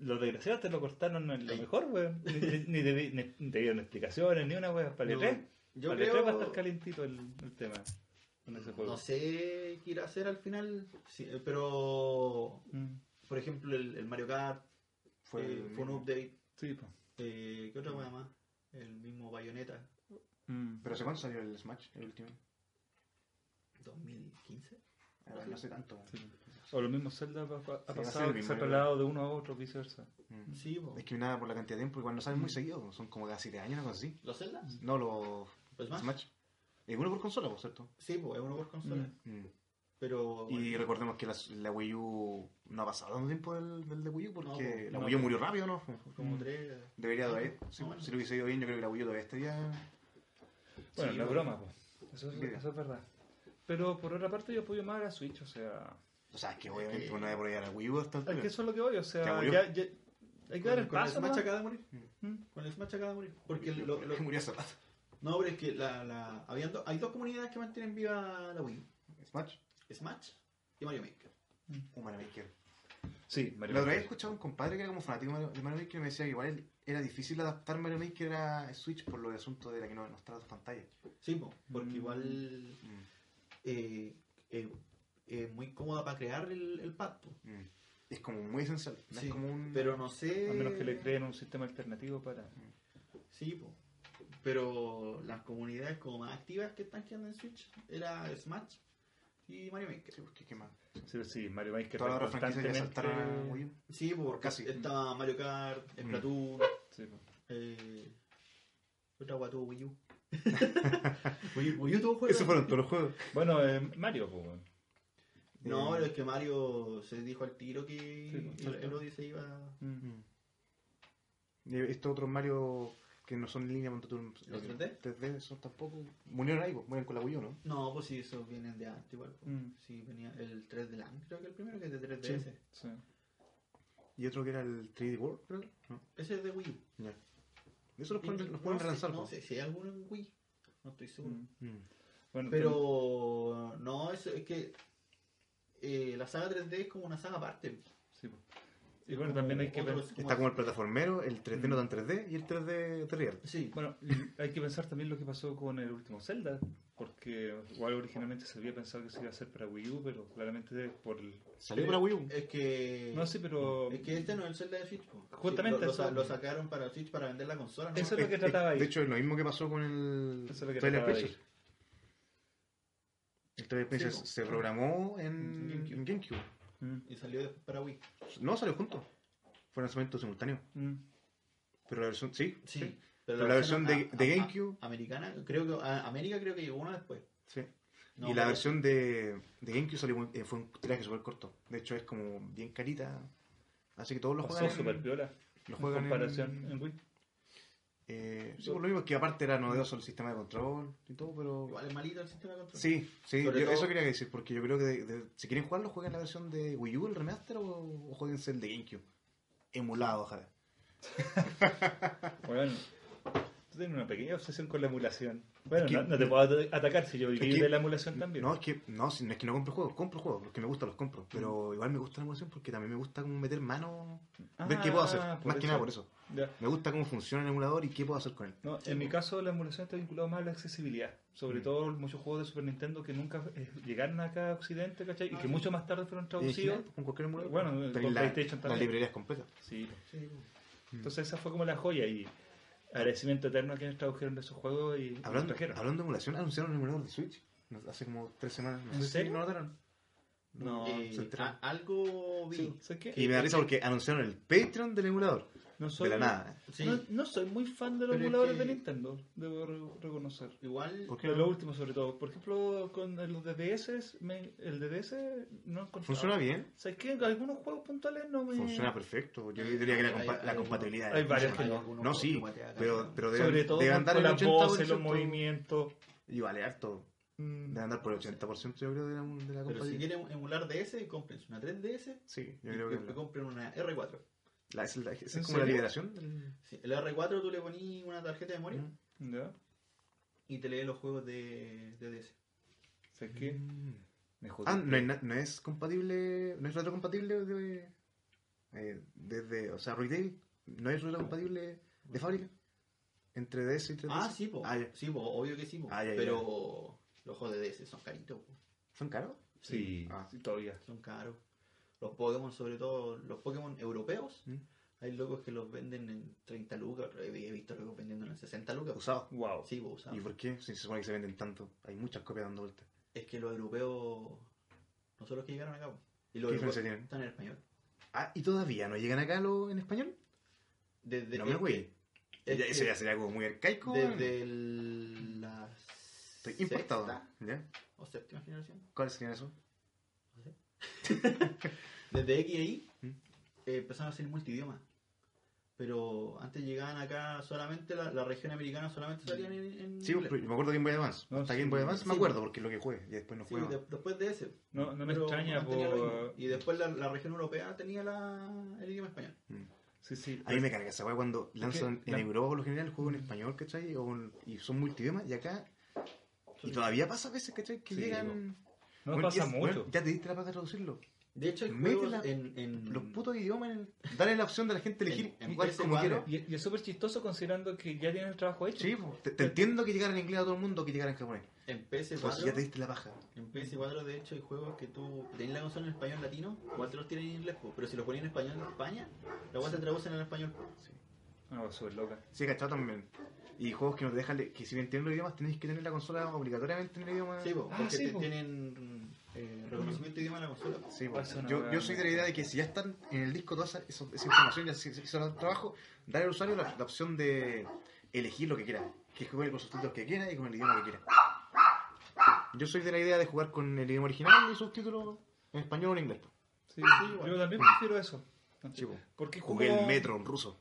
Speaker 3: Los desgraciados te lo cortaron en lo
Speaker 2: Sí.
Speaker 3: mejor, weón. Ni, ni, ni te di- ni- ni te dieron explicaciones, ni una weón. Para el
Speaker 2: No,
Speaker 3: E3.
Speaker 2: Yo
Speaker 3: Para el E3 va a
Speaker 2: creo.
Speaker 3: estar calentito el, el tema. Con ese este juego.
Speaker 2: Mm, No sé qué irá a hacer al final, sí, eh, pero.
Speaker 3: Mm,
Speaker 2: Por ejemplo, el, el Mario Kart
Speaker 1: Fue,
Speaker 2: eh,
Speaker 1: el
Speaker 2: fue un
Speaker 1: mismo.
Speaker 2: update.
Speaker 3: sí, po.
Speaker 2: Eh, ¿Qué otra cosa más? El mismo Bayonetta.
Speaker 3: Mm.
Speaker 1: ¿Pero hace cuándo salió el Smash, el último?
Speaker 2: ¿2015?
Speaker 1: Ah, No hace tanto.
Speaker 3: Sí. O lo mismo Zelda ha, ha
Speaker 1: a ser
Speaker 3: pasado,
Speaker 1: el
Speaker 3: que se ha
Speaker 1: mismo,
Speaker 3: pelado de uno a otro, viceversa.
Speaker 1: Mm.
Speaker 2: Sí, po.
Speaker 1: Es que nada por la cantidad de tiempo, igual no salen muy seguido, son como cada 7 años, algo así.
Speaker 2: ¿Los Zeldas?
Speaker 1: No, los
Speaker 2: ¿Los
Speaker 1: Smash.
Speaker 2: Smash?
Speaker 1: Es uno por consola, por cierto.
Speaker 2: Sí, pues es uno por consola.
Speaker 3: Mm.
Speaker 1: Mm.
Speaker 2: Pero.
Speaker 1: Y recordemos que la, la Wii U no ha pasado tanto tiempo del, del de Wii U porque la
Speaker 2: No,
Speaker 3: no,
Speaker 1: Wii U
Speaker 3: no.
Speaker 1: murió rápido, ¿no?
Speaker 2: Como
Speaker 3: Mm.
Speaker 2: tres.
Speaker 1: Debería todavía. sí,
Speaker 2: Ah, bueno.
Speaker 1: Si lo hubiese ido bien, yo creo que la Wii U todavía estaría.
Speaker 3: Bueno,
Speaker 2: Sí,
Speaker 3: la
Speaker 2: bueno.
Speaker 3: broma, pues. Eso, es-
Speaker 1: Sí.
Speaker 3: eso es verdad. Pero por otra parte, yo apoyo más a la Switch, o sea.
Speaker 1: O sea, es que obviamente uno debe por ahí a la Wii U hasta
Speaker 3: Es que eso es lo que voy, o sea.
Speaker 1: Ya murió.
Speaker 3: ya- ya- hay que dar el
Speaker 2: eh, Con el
Speaker 3: paso.
Speaker 2: Smash
Speaker 3: ¿no?
Speaker 2: acaba de morir.
Speaker 3: Mm.
Speaker 2: Con el Smash acaba de morir. Porque lo, lo-
Speaker 1: murió hace rato.
Speaker 2: No, pero es que la, la, habían do- hay dos comunidades que mantienen viva la Wii.
Speaker 1: Smash,
Speaker 2: Smash y Mario Maker.
Speaker 1: Humana Maker.
Speaker 3: Sí,
Speaker 1: La
Speaker 3: Mario
Speaker 1: otra vez
Speaker 3: Maker.
Speaker 1: escuchaba a un compadre que era como fanático de Mario- de Mario Maker y me decía que igual era difícil adaptar Mario Maker a Switch por lo de asunto de la que no nos trae dos pantallas.
Speaker 2: Sí, po, porque
Speaker 3: Mm.
Speaker 2: igual eh, eh, eh, muy cómoda para crear el, el pad. po.
Speaker 1: Mm. Es como muy esencial. No
Speaker 2: Sí,
Speaker 1: es como un.
Speaker 2: Pero no sé...
Speaker 3: A menos que le creen un sistema alternativo para.
Speaker 2: Sí, po. pero las comunidades como más activas que están quedando en Switch era Smash y Mario Maker.
Speaker 1: Sí, porque qué más.
Speaker 3: Sí, pues sí, Mario Maker
Speaker 1: Todas las otras franquicias ya
Speaker 3: constantemente.
Speaker 1: saltaron a Wii U.
Speaker 2: Sí, po, porque
Speaker 1: Casi.
Speaker 2: estaba Mario Kart,
Speaker 1: Mm.
Speaker 2: Splatoon,
Speaker 3: Sí, pues.
Speaker 2: eh, otra guay tuvo Wii U. Wii, Wii U tuvo juegos.
Speaker 1: Esos fueron todos los juegos.
Speaker 3: Bueno, eh, Mario, pues. bueno.
Speaker 2: No,
Speaker 1: Eh,
Speaker 2: pero es que Mario se dijo al tiro que
Speaker 3: Sí,
Speaker 2: el-
Speaker 3: exacto.
Speaker 2: el Odyssey se iba.
Speaker 3: Mm.
Speaker 1: Y estos otros Mario que no son en línea, ponte tú,
Speaker 2: ¿Los
Speaker 1: eh,
Speaker 2: 3D?
Speaker 1: 3D son tampoco. Murieron ahí, pues, mueren con la Wii U, ¿no?
Speaker 2: No, pues sí, esos vienen de antes igual. pues.
Speaker 3: Mm.
Speaker 2: Sí, venía el 3 d Land, creo que el primero, que es de 3DS.
Speaker 3: Sí. mm.
Speaker 1: Y otro que era el 3D World, creo. ¿no?
Speaker 2: Ese es de Wii U.
Speaker 1: Ya. Eso los pueden, los
Speaker 2: No
Speaker 1: pueden
Speaker 2: sé-
Speaker 1: relanzar,
Speaker 2: No
Speaker 1: pues.
Speaker 2: sé si hay alguno en Wii. No estoy seguro.
Speaker 3: Mm.
Speaker 1: Mm.
Speaker 3: Bueno,
Speaker 2: Pero no, es, es que eh, la saga 3D es como una saga aparte.
Speaker 3: Sí, pues. Y bueno, también hay que
Speaker 2: Otro-
Speaker 3: pensar.
Speaker 1: Está como el plataformero, el 3D no tan 3D y el 3D real.
Speaker 2: Sí,
Speaker 3: Bueno, y hay que pensar también lo que pasó con el último Zelda, porque igual originalmente se había pensado que se iba a hacer para Wii U, pero claramente por el...
Speaker 1: Salió para Wii U.
Speaker 2: es que.
Speaker 3: No, sí, pero
Speaker 2: Es que este no es el Zelda de Switch. po. Sí,
Speaker 3: Justamente
Speaker 2: lo, lo
Speaker 3: eso.
Speaker 2: sa- lo sacaron para Switch para vender la consola. ¿no?
Speaker 3: Eso es lo que trataba ahí.
Speaker 1: Eh, De hecho, es lo mismo que pasó con el
Speaker 3: Eso es lo que
Speaker 1: Twilight
Speaker 3: trataba ahí.
Speaker 1: Princess. El Twilight Princess
Speaker 2: pues.
Speaker 1: se programó en
Speaker 2: En
Speaker 1: en
Speaker 2: GameCube.
Speaker 1: GameCube.
Speaker 3: Mm,
Speaker 2: Y salió después para Wii.
Speaker 1: No, salió junto. Fue un lanzamiento simultáneo.
Speaker 3: mm.
Speaker 1: Pero la versión, sí, sí.
Speaker 2: Sí.
Speaker 1: Pero la versión de- de
Speaker 2: a-
Speaker 1: GameCube-
Speaker 2: a- americana, creo que a América creo que llegó una después.
Speaker 1: sí.
Speaker 2: No,
Speaker 1: y la
Speaker 2: pero-
Speaker 1: versión de, de GameCube salió muy- eh, fue un traje súper corto. De hecho, es como bien carita. Así que todos los
Speaker 3: Pasó
Speaker 1: juegan.
Speaker 3: súper piola
Speaker 1: Lo
Speaker 3: en
Speaker 1: juegan en-
Speaker 3: comparación en, Wii.
Speaker 1: eh, sí, por lo mismo que aparte era novedoso el sistema de control y todo, pero
Speaker 2: Igual es malito el sistema de control.
Speaker 1: Sí, sí,
Speaker 2: Sobre
Speaker 1: yo-
Speaker 2: todo-
Speaker 1: eso quería decir, porque yo creo que de- de- si quieren jugarlo, jueguen la versión de Wii U, el remaster, o, o jueguense el de GameCube. Emulado, ojalá.
Speaker 3: Bueno, Tú tienes una pequeña obsesión con la emulación. Bueno, no, no te puedo at- atacar si yo viví
Speaker 1: Es que-
Speaker 3: de la emulación también.
Speaker 1: No, es que no, si- no es que no compro juegos, compro juegos, porque me gustan los compro.
Speaker 3: Mm.
Speaker 1: Pero igual me gusta la emulación porque también me gusta como meter mano, ver qué puedo hacer.
Speaker 3: Ah,
Speaker 1: Más
Speaker 3: por
Speaker 1: que
Speaker 3: eso.
Speaker 1: nada por eso.
Speaker 3: Ya.
Speaker 1: Me gusta cómo funciona el emulador y qué puedo hacer con él.
Speaker 3: No, en mi caso la emulación está vinculada más a la accesibilidad. Sobre
Speaker 1: Mm.
Speaker 3: todo muchos juegos de Super Nintendo que nunca eh, llegaron acá a Occidente, ¿cachai? Y que mucho más tarde fueron
Speaker 1: Ah, Y en
Speaker 3: traducidos.
Speaker 1: general, con cualquier emulador.
Speaker 3: Bueno,
Speaker 1: Tenéis
Speaker 3: con
Speaker 1: la,
Speaker 3: PlayStation
Speaker 1: la
Speaker 3: también.
Speaker 1: librería es completa.
Speaker 3: Sí.
Speaker 2: Sí, po.
Speaker 1: Mm.
Speaker 3: Entonces esa fue como la joya y agradecimiento eterno a quienes tradujeron de esos juegos y los
Speaker 1: Hablando,
Speaker 3: trajeron.
Speaker 1: hablando de emulación, anunciaron un emulador de Switch no- hace como tres semanas. No
Speaker 3: ¿En
Speaker 1: sé si
Speaker 3: serio?
Speaker 1: lo notaron.
Speaker 3: No,
Speaker 2: Eh,
Speaker 1: se enteraron.
Speaker 2: a- algo vi.
Speaker 3: Sí, ¿sabes qué?
Speaker 1: Y me da risa porque anunciaron el Patreon del emulador.
Speaker 3: no
Speaker 1: De la nada. ¿eh?
Speaker 2: Sí.
Speaker 3: No, no soy muy fan de los
Speaker 2: Pero es
Speaker 3: emuladores
Speaker 2: que-
Speaker 3: de Nintendo, debo re- reconocer.
Speaker 2: Igual,
Speaker 1: ¿Por qué
Speaker 3: De
Speaker 1: no?
Speaker 3: lo último sobre todo. Por ejemplo, con los DDS, me- el DDS no encontré.
Speaker 1: Funciona bien.
Speaker 3: ¿Sabes qué? Algunos juegos puntuales no me...
Speaker 1: Funciona perfecto. Yo diría que la, compa- la compatibilidad.
Speaker 3: Hay varios
Speaker 1: funciona.
Speaker 3: que no.
Speaker 2: algunos
Speaker 1: No,
Speaker 2: juegos que
Speaker 1: sí,
Speaker 2: guatea acá,
Speaker 1: pero,
Speaker 2: ¿no?
Speaker 1: pero deben,
Speaker 3: Sobre todo
Speaker 1: deben
Speaker 3: con,
Speaker 1: andar
Speaker 3: con
Speaker 1: el
Speaker 3: las
Speaker 1: 80%.
Speaker 3: voces, los movimientos.
Speaker 1: Y vale harto.
Speaker 3: Mm,
Speaker 1: Deben andar por el 80% yo creo de la, de la
Speaker 2: Pero si
Speaker 1: compatibilidad.
Speaker 2: quieren emular DS, compren una 3DS
Speaker 1: Sí, yo
Speaker 2: y,
Speaker 1: creo
Speaker 2: y
Speaker 1: que
Speaker 2: compren una R4.
Speaker 1: la, es, la- es
Speaker 3: ¿En
Speaker 1: como la
Speaker 3: serio?
Speaker 1: liberación. del-
Speaker 2: Sí, el R4 tú le ponís una tarjeta de memoria
Speaker 1: Mm.
Speaker 3: ¿Ya?
Speaker 2: y te lees los juegos de, de DS.
Speaker 3: ¿Sabes qué? Me jodí.
Speaker 1: Ah, no, es na- no es compatible, no es retrocompatible de, eh, desde, o sea, retail, no es retrocompatible de fábrica entre DS y 3DS.
Speaker 2: Ah, sí, po.
Speaker 1: Ah, ya.
Speaker 2: Sí, po, obvio que sí, po.
Speaker 1: Ah, ya, ya.
Speaker 2: Pero los juegos de DS son caritos, po.
Speaker 1: ¿Son caros?
Speaker 3: Sí,
Speaker 1: Ah.
Speaker 3: sí, todavía.
Speaker 2: son caros. Los Pokémon, sobre todo los Pokémon europeos,
Speaker 1: Mm.
Speaker 2: hay locos que los venden en 30 lucas. He he visto locos vendiendo en 60 lucas.
Speaker 1: Usados.
Speaker 3: Wow.
Speaker 2: Sí, po, usados.
Speaker 1: ¿Y por qué? Si se supone que se venden tanto, hay muchas copias dando vueltas.
Speaker 2: Es que los europeos no son los que llegaron acá. po. Y los
Speaker 1: ¿Qué
Speaker 2: europeos
Speaker 1: diferencia tienen?
Speaker 2: están en español.
Speaker 1: Ah, ¿y todavía no llegan acá lo, en español?
Speaker 2: Desde,
Speaker 1: no me
Speaker 2: es-
Speaker 1: güey.
Speaker 2: es
Speaker 1: Ya-
Speaker 2: que
Speaker 1: Eso ya sería como muy arcaico. bueno.
Speaker 2: Desde el- la
Speaker 1: Estoy impactado.
Speaker 2: sexta
Speaker 1: ¿Ya?
Speaker 2: o séptima generación.
Speaker 1: ¿Cuál sería eso?
Speaker 2: Desde XI
Speaker 1: ¿Mm?
Speaker 2: eh, empezaron a ser multidioma. Pero antes llegaban acá solamente, la, la región americana solamente salían en, en
Speaker 1: Sí, pues,
Speaker 2: inglés.
Speaker 1: pero yo me acuerdo de Game Boy Advance.
Speaker 3: No,
Speaker 1: Hasta
Speaker 3: sí,
Speaker 1: Game Boy Advance me
Speaker 2: sí,
Speaker 1: acuerdo porque es lo que jugué y después no
Speaker 2: Sí,
Speaker 1: jugué. más.
Speaker 2: de- después de ese.
Speaker 3: No, no me
Speaker 2: Pero
Speaker 3: extraña
Speaker 2: antes tenía lo
Speaker 3: por...
Speaker 2: mismo. Y después la, la región europea tenía la, el idioma español.
Speaker 1: Mm.
Speaker 3: Sí, sí.
Speaker 1: A mí me carga esa weá cuando lanzan en
Speaker 3: la-
Speaker 1: Europa por lo general el juego en español, ¿cachai? O en- y son multidiomas y acá. Y todavía pasa a veces, ¿cachai? Que
Speaker 3: Sí,
Speaker 1: llegan.
Speaker 3: No
Speaker 1: Bueno,
Speaker 3: pasa
Speaker 1: ya-
Speaker 3: mucho.
Speaker 1: bueno, ya te diste la pata de traducirlo.
Speaker 2: De hecho, hay
Speaker 1: Mete
Speaker 2: juegos
Speaker 1: la-
Speaker 2: en, en-
Speaker 1: Los putos idiomas. En el- Dale la opción de la gente elegir
Speaker 2: Mm. En- en
Speaker 1: cuál
Speaker 2: PS4.
Speaker 1: como quiera.
Speaker 3: Y, y es súper chistoso considerando que ya tienen el trabajo hecho.
Speaker 1: Sí, po. te, te entiendo que llegar en inglés a todo el mundo que llegar en japonés.
Speaker 2: en
Speaker 1: Pero si ya te
Speaker 2: PS4.
Speaker 1: diste la paja.
Speaker 2: En PS4, de hecho, hay juegos que tú tenés la consola en español latino, igual te los tienen en inglés, po, pero si los ponían en español en España, la voz se traducen en español. po.
Speaker 3: No, súper loca.
Speaker 1: Sí, cachado también. Y juegos que no te dejan, le- que si bien entienden los idiomas, tenéis que tener la consola obligatoriamente en el idioma.
Speaker 2: Sí, po,
Speaker 3: Ah,
Speaker 2: porque
Speaker 3: sí,
Speaker 2: te-
Speaker 3: po.
Speaker 2: tienen eh, reconocimiento de idioma en la consola. po.
Speaker 1: Sí,
Speaker 3: Ah,
Speaker 1: pues,
Speaker 3: eso no
Speaker 1: yo,
Speaker 3: va-
Speaker 1: yo soy de la idea de que si ya están en el disco toda esa, eso- esa información, ya se se hizo el trabajo, dar al usuario la, la opción de elegir lo que quiera, que juegue con sus títulos que quiera y con el idioma que quiera. Yo soy de la idea de jugar con el idioma original y sus títulos en español o en inglés.
Speaker 3: Sí,
Speaker 2: igual.
Speaker 3: yo también prefiero eso.
Speaker 1: Sí, po.
Speaker 3: Porque
Speaker 1: Ah, Mm. Jugué
Speaker 3: como-
Speaker 1: el metro en ruso.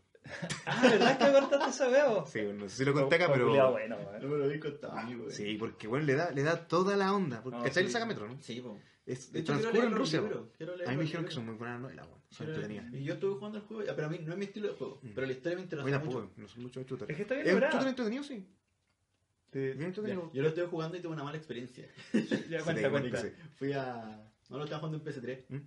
Speaker 3: Ah, ¿verdad que verdad esa veo?
Speaker 1: Sí, no sé si lo conté acá, pero.
Speaker 3: Culeado bueno, weón.
Speaker 2: No me lo vi contado, amigo. eh.
Speaker 1: Sí, porque bueno, le da, le da toda la onda. Porque,
Speaker 3: pues. No,
Speaker 1: ¿Cachai?
Speaker 3: sí.
Speaker 1: Le saca metro, ¿no?
Speaker 2: Sí, po.
Speaker 1: Es,
Speaker 2: De hecho, quiero
Speaker 1: transcurre
Speaker 2: leer
Speaker 1: en
Speaker 2: los
Speaker 1: Rusia.
Speaker 2: libros,
Speaker 1: po.
Speaker 2: quiero leer
Speaker 1: A mí me
Speaker 2: los
Speaker 1: dijeron que
Speaker 2: libros.
Speaker 1: son muy buenas novelas, bueno, son
Speaker 2: Quiero leer-
Speaker 1: entretenidas.
Speaker 2: Y yo estuve jugando el juego, ah, pero a mí no es mi estilo de juego,
Speaker 1: Mm.
Speaker 2: pero la historia me
Speaker 1: Muy
Speaker 2: interesa mucho.
Speaker 1: tampoco, no son muchos shooters.
Speaker 3: Es que está bien
Speaker 1: Es un
Speaker 3: lograda.
Speaker 1: shooter entretenido, sí.
Speaker 3: Te-
Speaker 1: Bien entretenido.
Speaker 2: Yo lo estuve jugando y tuve una mala experiencia.
Speaker 1: Se
Speaker 3: Ya,
Speaker 1: te
Speaker 3: cuenta,
Speaker 1: dio
Speaker 3: cuenta.
Speaker 1: cuenta, sí.
Speaker 2: Fui a. No lo estaba jugando en PS3.
Speaker 1: ¿Mm?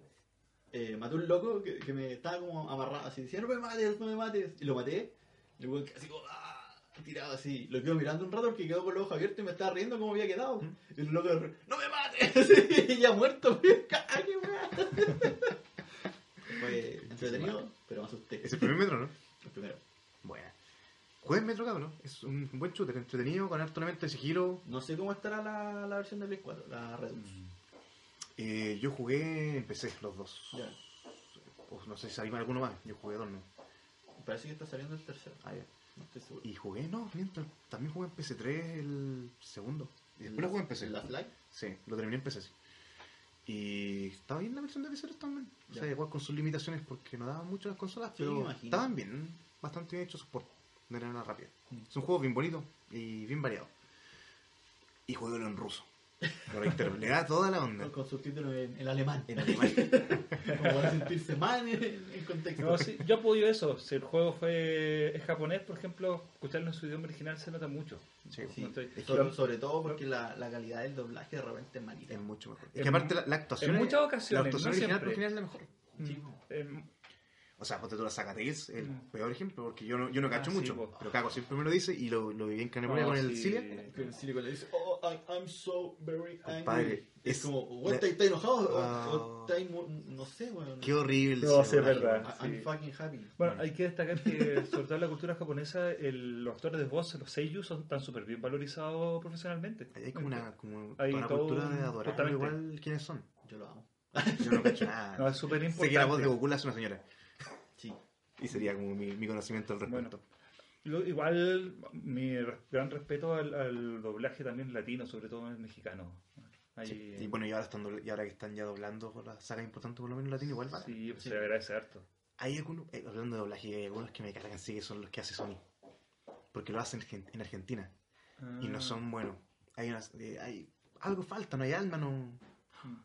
Speaker 2: Eh, maté un loco que, que me estaba como amarrado así, decía, no me mates, no me mates. Y lo maté. Y luego así como, "Ah", tirado así. Lo quedo mirando un rato porque quedó con los ojos abiertos y me estaba riendo como había quedado.
Speaker 1: ¿Mm?
Speaker 2: Y el loco, no me mates. y ya muerto, me cagué, weón. Fue entretenido, pero me asusté.
Speaker 1: Es el primer metro, ¿no?
Speaker 2: El primero.
Speaker 1: Bueno. Jueves metro, cabrón. Es un buen shooter, entretenido, con harto elemento de sigilo.
Speaker 2: No sé cómo estará la, la versión del Play 4, la Redux.
Speaker 1: Mm. Eh, yo jugué, empecé los dos.
Speaker 2: Ya.
Speaker 1: O no sé si había alguno más. Yo jugué dos, ¿no?
Speaker 2: Parece que está saliendo el tercero.
Speaker 1: Ah, ya.
Speaker 2: No estoy seguro.
Speaker 1: Y jugué, no, mientras. También jugué en PC3 el segundo. Y después lo jugué en PC.
Speaker 2: ¿La Flight?
Speaker 1: Sí, lo terminé en PC, sí. Y estaba bien la versión de PC3 también. O sea,
Speaker 2: Ya.
Speaker 1: igual con sus limitaciones porque no daban mucho las consolas,
Speaker 2: Sí, me
Speaker 1: pero
Speaker 2: imagino.
Speaker 1: estaban bien, bastante bien hechos por no
Speaker 3: Mm.
Speaker 1: era nada rápido. Son juegos bien bonitos y bien variados. Y juego en ruso. Pero inter- le da toda la onda.
Speaker 2: Con, con subtítulos en, en alemán.
Speaker 1: En alemán.
Speaker 2: Como para sentirse mal en, en contexto.
Speaker 3: No, sí, yo apoyo eso. Si el juego fue es japonés, por ejemplo, escucharlo en su idioma original se nota mucho.
Speaker 1: Sí,
Speaker 2: Sí,
Speaker 3: No estoy-
Speaker 2: sobre, sobre todo porque la, la calidad del doblaje de repente es malita.
Speaker 1: Es mucho mejor. Es
Speaker 3: En
Speaker 1: que aparte la, la actuación.
Speaker 3: en
Speaker 1: es-
Speaker 3: muchas ocasiones,
Speaker 1: La actuación
Speaker 3: no
Speaker 1: original
Speaker 3: siempre.
Speaker 1: por general es la mejor.
Speaker 2: Chico.
Speaker 3: Eh,
Speaker 1: O sea, ponte tú la Zacatales, el
Speaker 3: Mm.
Speaker 1: peor ejemplo, porque yo no, yo no
Speaker 3: Ah,
Speaker 1: cacho
Speaker 3: sí,
Speaker 1: mucho.
Speaker 3: po.
Speaker 1: Pero Caco siempre me lo dice y lo, lo viví en carne propia
Speaker 3: no,
Speaker 1: con el
Speaker 3: sí.
Speaker 1: Cilia.
Speaker 2: Que el Silico le dice, oh, I- I'm so very angry.
Speaker 1: Compadre,
Speaker 2: es,
Speaker 1: es-
Speaker 2: como,
Speaker 1: la-
Speaker 2: "Weón, ¿estáis estáis enojados? O-
Speaker 1: Ah.
Speaker 2: o estáis mu- no sé, weón.
Speaker 1: Qué horrible.
Speaker 3: No,
Speaker 1: ese
Speaker 3: sí, es
Speaker 1: doblaje,
Speaker 3: verdad.
Speaker 1: weón.
Speaker 2: I- I'm
Speaker 3: sí.
Speaker 2: fucking happy.
Speaker 3: Bueno, hay que destacar que, sobre todo en la cultura japonesa, el- los actores de voz, los seiyuu, son tan súper bien valorizados profesionalmente.
Speaker 1: Ahí hay como una, como
Speaker 3: Hay
Speaker 1: toda una
Speaker 3: todo
Speaker 1: cultura de
Speaker 3: un-
Speaker 1: adorar
Speaker 3: justamente.
Speaker 1: igual quiénes son.
Speaker 2: Yo lo amo.
Speaker 1: Yo no cacho
Speaker 3: No,
Speaker 1: nada.
Speaker 3: es súper
Speaker 1: sé que la voz de
Speaker 3: importante.
Speaker 1: Goku la hace una señora.
Speaker 2: Sí.
Speaker 1: Y sería como mi, mi conocimiento al
Speaker 3: Bueno.
Speaker 1: respecto.
Speaker 3: Lo- Igual, mi re- gran respeto al, al doblaje también latino, sobre todo el mexicano. Hay-
Speaker 1: Sí. Y bueno, y ahora, están dobl- y ahora que están ya doblando con las sagas importantes, por lo menos latino, igual. vale.
Speaker 3: sí, pues,
Speaker 2: Sí.
Speaker 3: se agradece harto.
Speaker 1: Hay algunos, eh, hablando de doblaje, hay algunos que me cargan, sí, que son los que hace Sony. Porque lo hacen gen- en Argentina. Y no
Speaker 3: Ah,
Speaker 1: son buenos. Hay unas, eh, hay, algo falta, no hay alma, no. Mm.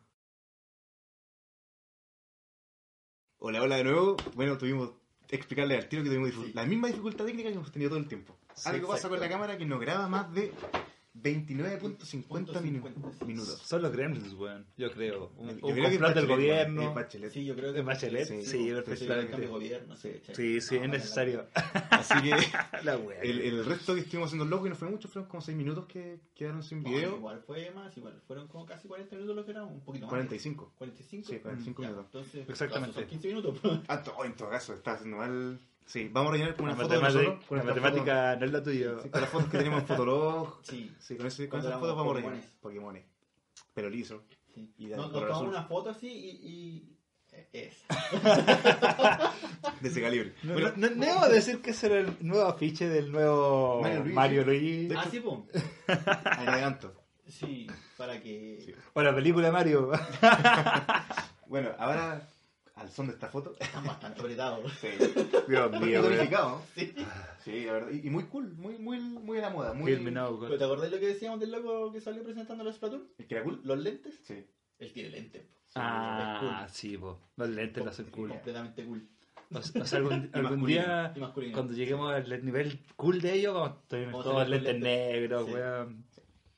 Speaker 1: Hola, hola de nuevo. Bueno, tuvimos explicarle al tiro que tuvimos dificu-
Speaker 2: Sí.
Speaker 1: la misma dificultad técnica que hemos tenido todo el tiempo.
Speaker 2: Sí,
Speaker 1: algo pasa
Speaker 2: exacto.
Speaker 1: con la cámara que no graba más de 29.50 minu-
Speaker 2: 50, sí.
Speaker 1: minutos.
Speaker 3: Son los gremlins, weón. Yo creo. Un,
Speaker 1: Yo
Speaker 3: un
Speaker 1: creo que es
Speaker 3: complot del
Speaker 1: Bachelet, weón,
Speaker 3: gobierno.
Speaker 1: es Bachelet.
Speaker 2: Sí, yo creo que
Speaker 3: ¿De Bachelet?
Speaker 1: Sí, sí,
Speaker 3: Sí,
Speaker 2: el cambio de
Speaker 3: perfectamente.
Speaker 2: gobierno. Sí,
Speaker 3: Sí, sí, es
Speaker 2: Ah,
Speaker 3: necesario.
Speaker 1: Así que
Speaker 3: la wea.
Speaker 1: el, el resto que estuvimos haciendo loco y no fue mucho, fueron como 6 minutos que quedaron sin
Speaker 2: No,
Speaker 1: video.
Speaker 2: igual fue más, igual. Fueron como casi 40 minutos lo que era, un poquito más.
Speaker 1: 45.
Speaker 2: 45.
Speaker 1: Sí, 45
Speaker 2: Ya,
Speaker 1: minutos.
Speaker 2: Entonces,
Speaker 3: Exactamente.
Speaker 2: son 15 minutos.
Speaker 1: Ah, to- oh, en todo caso, está haciendo mal. Sí, vamos a rellenar con
Speaker 3: La
Speaker 1: una foto de nosotros.
Speaker 3: matemática-
Speaker 1: con
Speaker 3: la
Speaker 1: nuestra
Speaker 3: matemática no es la
Speaker 1: foto-
Speaker 3: tuya.
Speaker 1: sí, con las fotos que tenemos en Fotolog.
Speaker 2: Sí.
Speaker 1: Sí, con, ese, con
Speaker 2: Cuando
Speaker 1: esas fotos vamos
Speaker 2: éramos
Speaker 1: a
Speaker 2: Pokémones.
Speaker 1: rellenar. Pokémones. Pero liso.
Speaker 2: Sí.
Speaker 1: Y de
Speaker 2: Nos, nos
Speaker 1: color
Speaker 2: tomamos
Speaker 1: azul.
Speaker 2: una foto así y. y... eh, Es.
Speaker 1: De ese calibre.
Speaker 3: No,
Speaker 1: Bueno,
Speaker 3: no, no debo decir que será el nuevo afiche del nuevo
Speaker 1: Mario
Speaker 3: Mario
Speaker 1: Luigi.
Speaker 3: Luigi.
Speaker 1: De-
Speaker 2: Así, pum.
Speaker 1: adelanto.
Speaker 2: Ah, Sí, para que.
Speaker 1: Sí.
Speaker 3: O la película de Mario.
Speaker 1: Bueno, ahora al son de esta foto.
Speaker 2: Están bastante apretados.
Speaker 1: Sí.
Speaker 3: Dios
Speaker 1: Y
Speaker 3: mío, weón.
Speaker 1: tonificado.
Speaker 2: Sí.
Speaker 1: Sí, la verdad. Y, y muy cool, muy, muy, muy a la moda. Muy...
Speaker 3: Hear me now,
Speaker 2: ¿Pero
Speaker 3: God.
Speaker 2: te acordás lo que decíamos del loco que salió presentando los Splatoon?
Speaker 1: ¿El que era cool?
Speaker 2: ¿Los lentes?
Speaker 1: Sí.
Speaker 2: Él tiene lentes. po.
Speaker 3: Ah, sí, po. Los lentes las hacen cool.
Speaker 2: Completamente cool.
Speaker 3: O sea, o sea, algún,
Speaker 1: Y
Speaker 3: algún
Speaker 1: masculino.
Speaker 3: día,
Speaker 2: Y masculino.
Speaker 3: cuando lleguemos al nivel cool de ellos, vamos a tener
Speaker 2: Vamos a
Speaker 3: todos
Speaker 2: tener
Speaker 3: lentes
Speaker 2: lentes.
Speaker 3: negros,
Speaker 2: Sí.
Speaker 3: weón.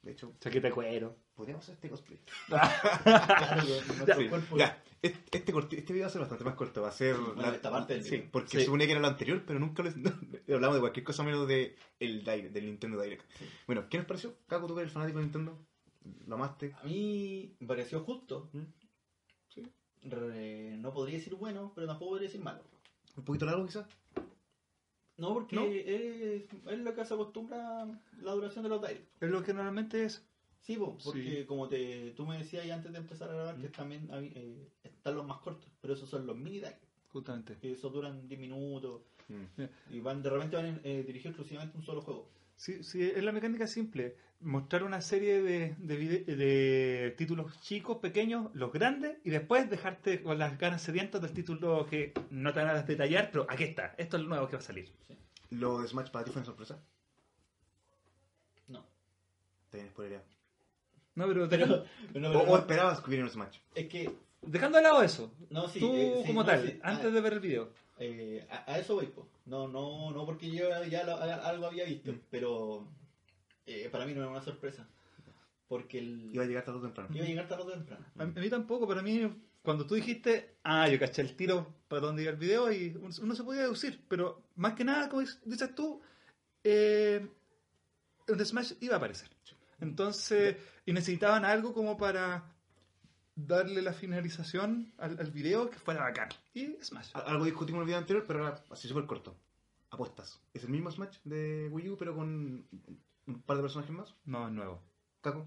Speaker 1: De hecho,
Speaker 3: Chaqueta de cuero.
Speaker 1: podríamos hacer este cosplay.
Speaker 2: Claro, con nuestro
Speaker 1: Sí,
Speaker 2: cuerpo.
Speaker 1: Ya, este, este corti- este video va a ser bastante más corto, va a ser...
Speaker 2: bueno, esta parte del
Speaker 1: Sí,
Speaker 2: video.
Speaker 1: porque
Speaker 3: Sí.
Speaker 1: se supone que era lo anterior, pero nunca lo, hablamos de cualquier cosa menos de el Direct, del Nintendo Direct. Bueno, ¿qué nos pareció? Caco, tú que eres fanático de Nintendo, lo amaste.
Speaker 2: A mí me pareció justo.
Speaker 1: ¿Mm? Sí.
Speaker 2: Re- no podría decir bueno, pero tampoco podría decir malo.
Speaker 1: ¿Un poquito largo quizás?
Speaker 2: No, porque
Speaker 3: ¿No?
Speaker 2: Es, es lo que se acostumbra la duración de los directs.
Speaker 3: Es lo que normalmente es.
Speaker 2: Sí, po, porque
Speaker 3: Sí. Mm.
Speaker 2: como te, tú me decías ahí antes de empezar a grabar que también hay, eh, están los más cortos, pero esos son los mini directs,
Speaker 3: Justamente.
Speaker 2: que esos duran 10 minutos y van de repente van eh, dirigidos exclusivamente a un solo juego.
Speaker 3: Sí, sí, es la mecánica simple. Mostrar una serie de, de vide- de títulos chicos, pequeños, los grandes, y después dejarte con las ganas sedientas del título que no te van a detallar, pero aquí está. Esto es lo nuevo que va a salir.
Speaker 1: ¿Lo de Smash para ti fue una sorpresa?
Speaker 2: No.
Speaker 1: Te vienes por allá.
Speaker 3: No, pero,
Speaker 2: Pero,
Speaker 3: deja-
Speaker 2: pero-
Speaker 1: ¿O,
Speaker 2: pero-
Speaker 1: o esperabas que hubiera un Smash?
Speaker 2: es que
Speaker 3: dejando de lado eso.
Speaker 2: No, sí,
Speaker 3: tú
Speaker 2: eh, sí,
Speaker 3: como
Speaker 2: no,
Speaker 3: tal,
Speaker 2: sí. Ah,
Speaker 3: antes de ver el video.
Speaker 2: eh, a, a eso voy, po. No, no, no porque yo ya lo- a- algo había visto,
Speaker 3: Mm.
Speaker 2: pero eh, para mí no era una sorpresa. Porque el,
Speaker 1: Iba a llegar tarde o temprano.
Speaker 2: iba a llegar tarde o temprano.
Speaker 3: A mí a mí tampoco, pero a mí cuando tú dijiste, ah, yo caché el tiro para donde iba el video y uno uno se podía deducir, pero más que nada, como dices- dices tú, eh, el Smash iba a aparecer. Entonces, y necesitaban algo como para darle la finalización al, al video que fuera bacán. Y Smash.
Speaker 1: A- Algo discutimos en el video anterior, pero ahora así súper corto. Apuestas. ¿Es el mismo Smash de Wii U, pero con un par de personajes más?
Speaker 3: No, es nuevo.
Speaker 1: Caco.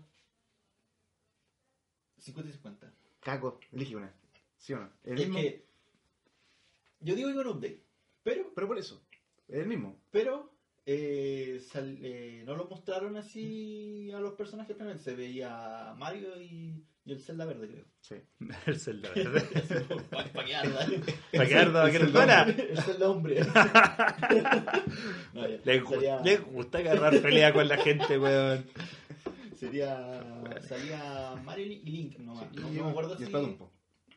Speaker 2: 50 y 50.
Speaker 1: Caco, elige una. ¿Sí o no? ¿El
Speaker 2: Es
Speaker 1: mismo?
Speaker 2: que yo digo que era un update, pero,
Speaker 1: Pero por eso, es el mismo.
Speaker 2: pero eh, sal- eh, no lo mostraron así a los personajes también. Se veía Mario y, y el Zelda verde, creo.
Speaker 1: Sí.
Speaker 3: El Zelda, ¿verdad?
Speaker 2: Para pa quedar, dale.
Speaker 3: Para quedar, para
Speaker 2: Es
Speaker 3: quedar
Speaker 2: el
Speaker 3: fuera.
Speaker 2: hombre, Es el hombre. No, ya.
Speaker 3: Le, gu-
Speaker 2: Sería-
Speaker 3: le gusta agarrar pelea con la gente, weón.
Speaker 2: Sería. Salía Marilyn y Link nomás. no, no me acuerdo
Speaker 1: Y
Speaker 2: si.
Speaker 1: el Platumpo.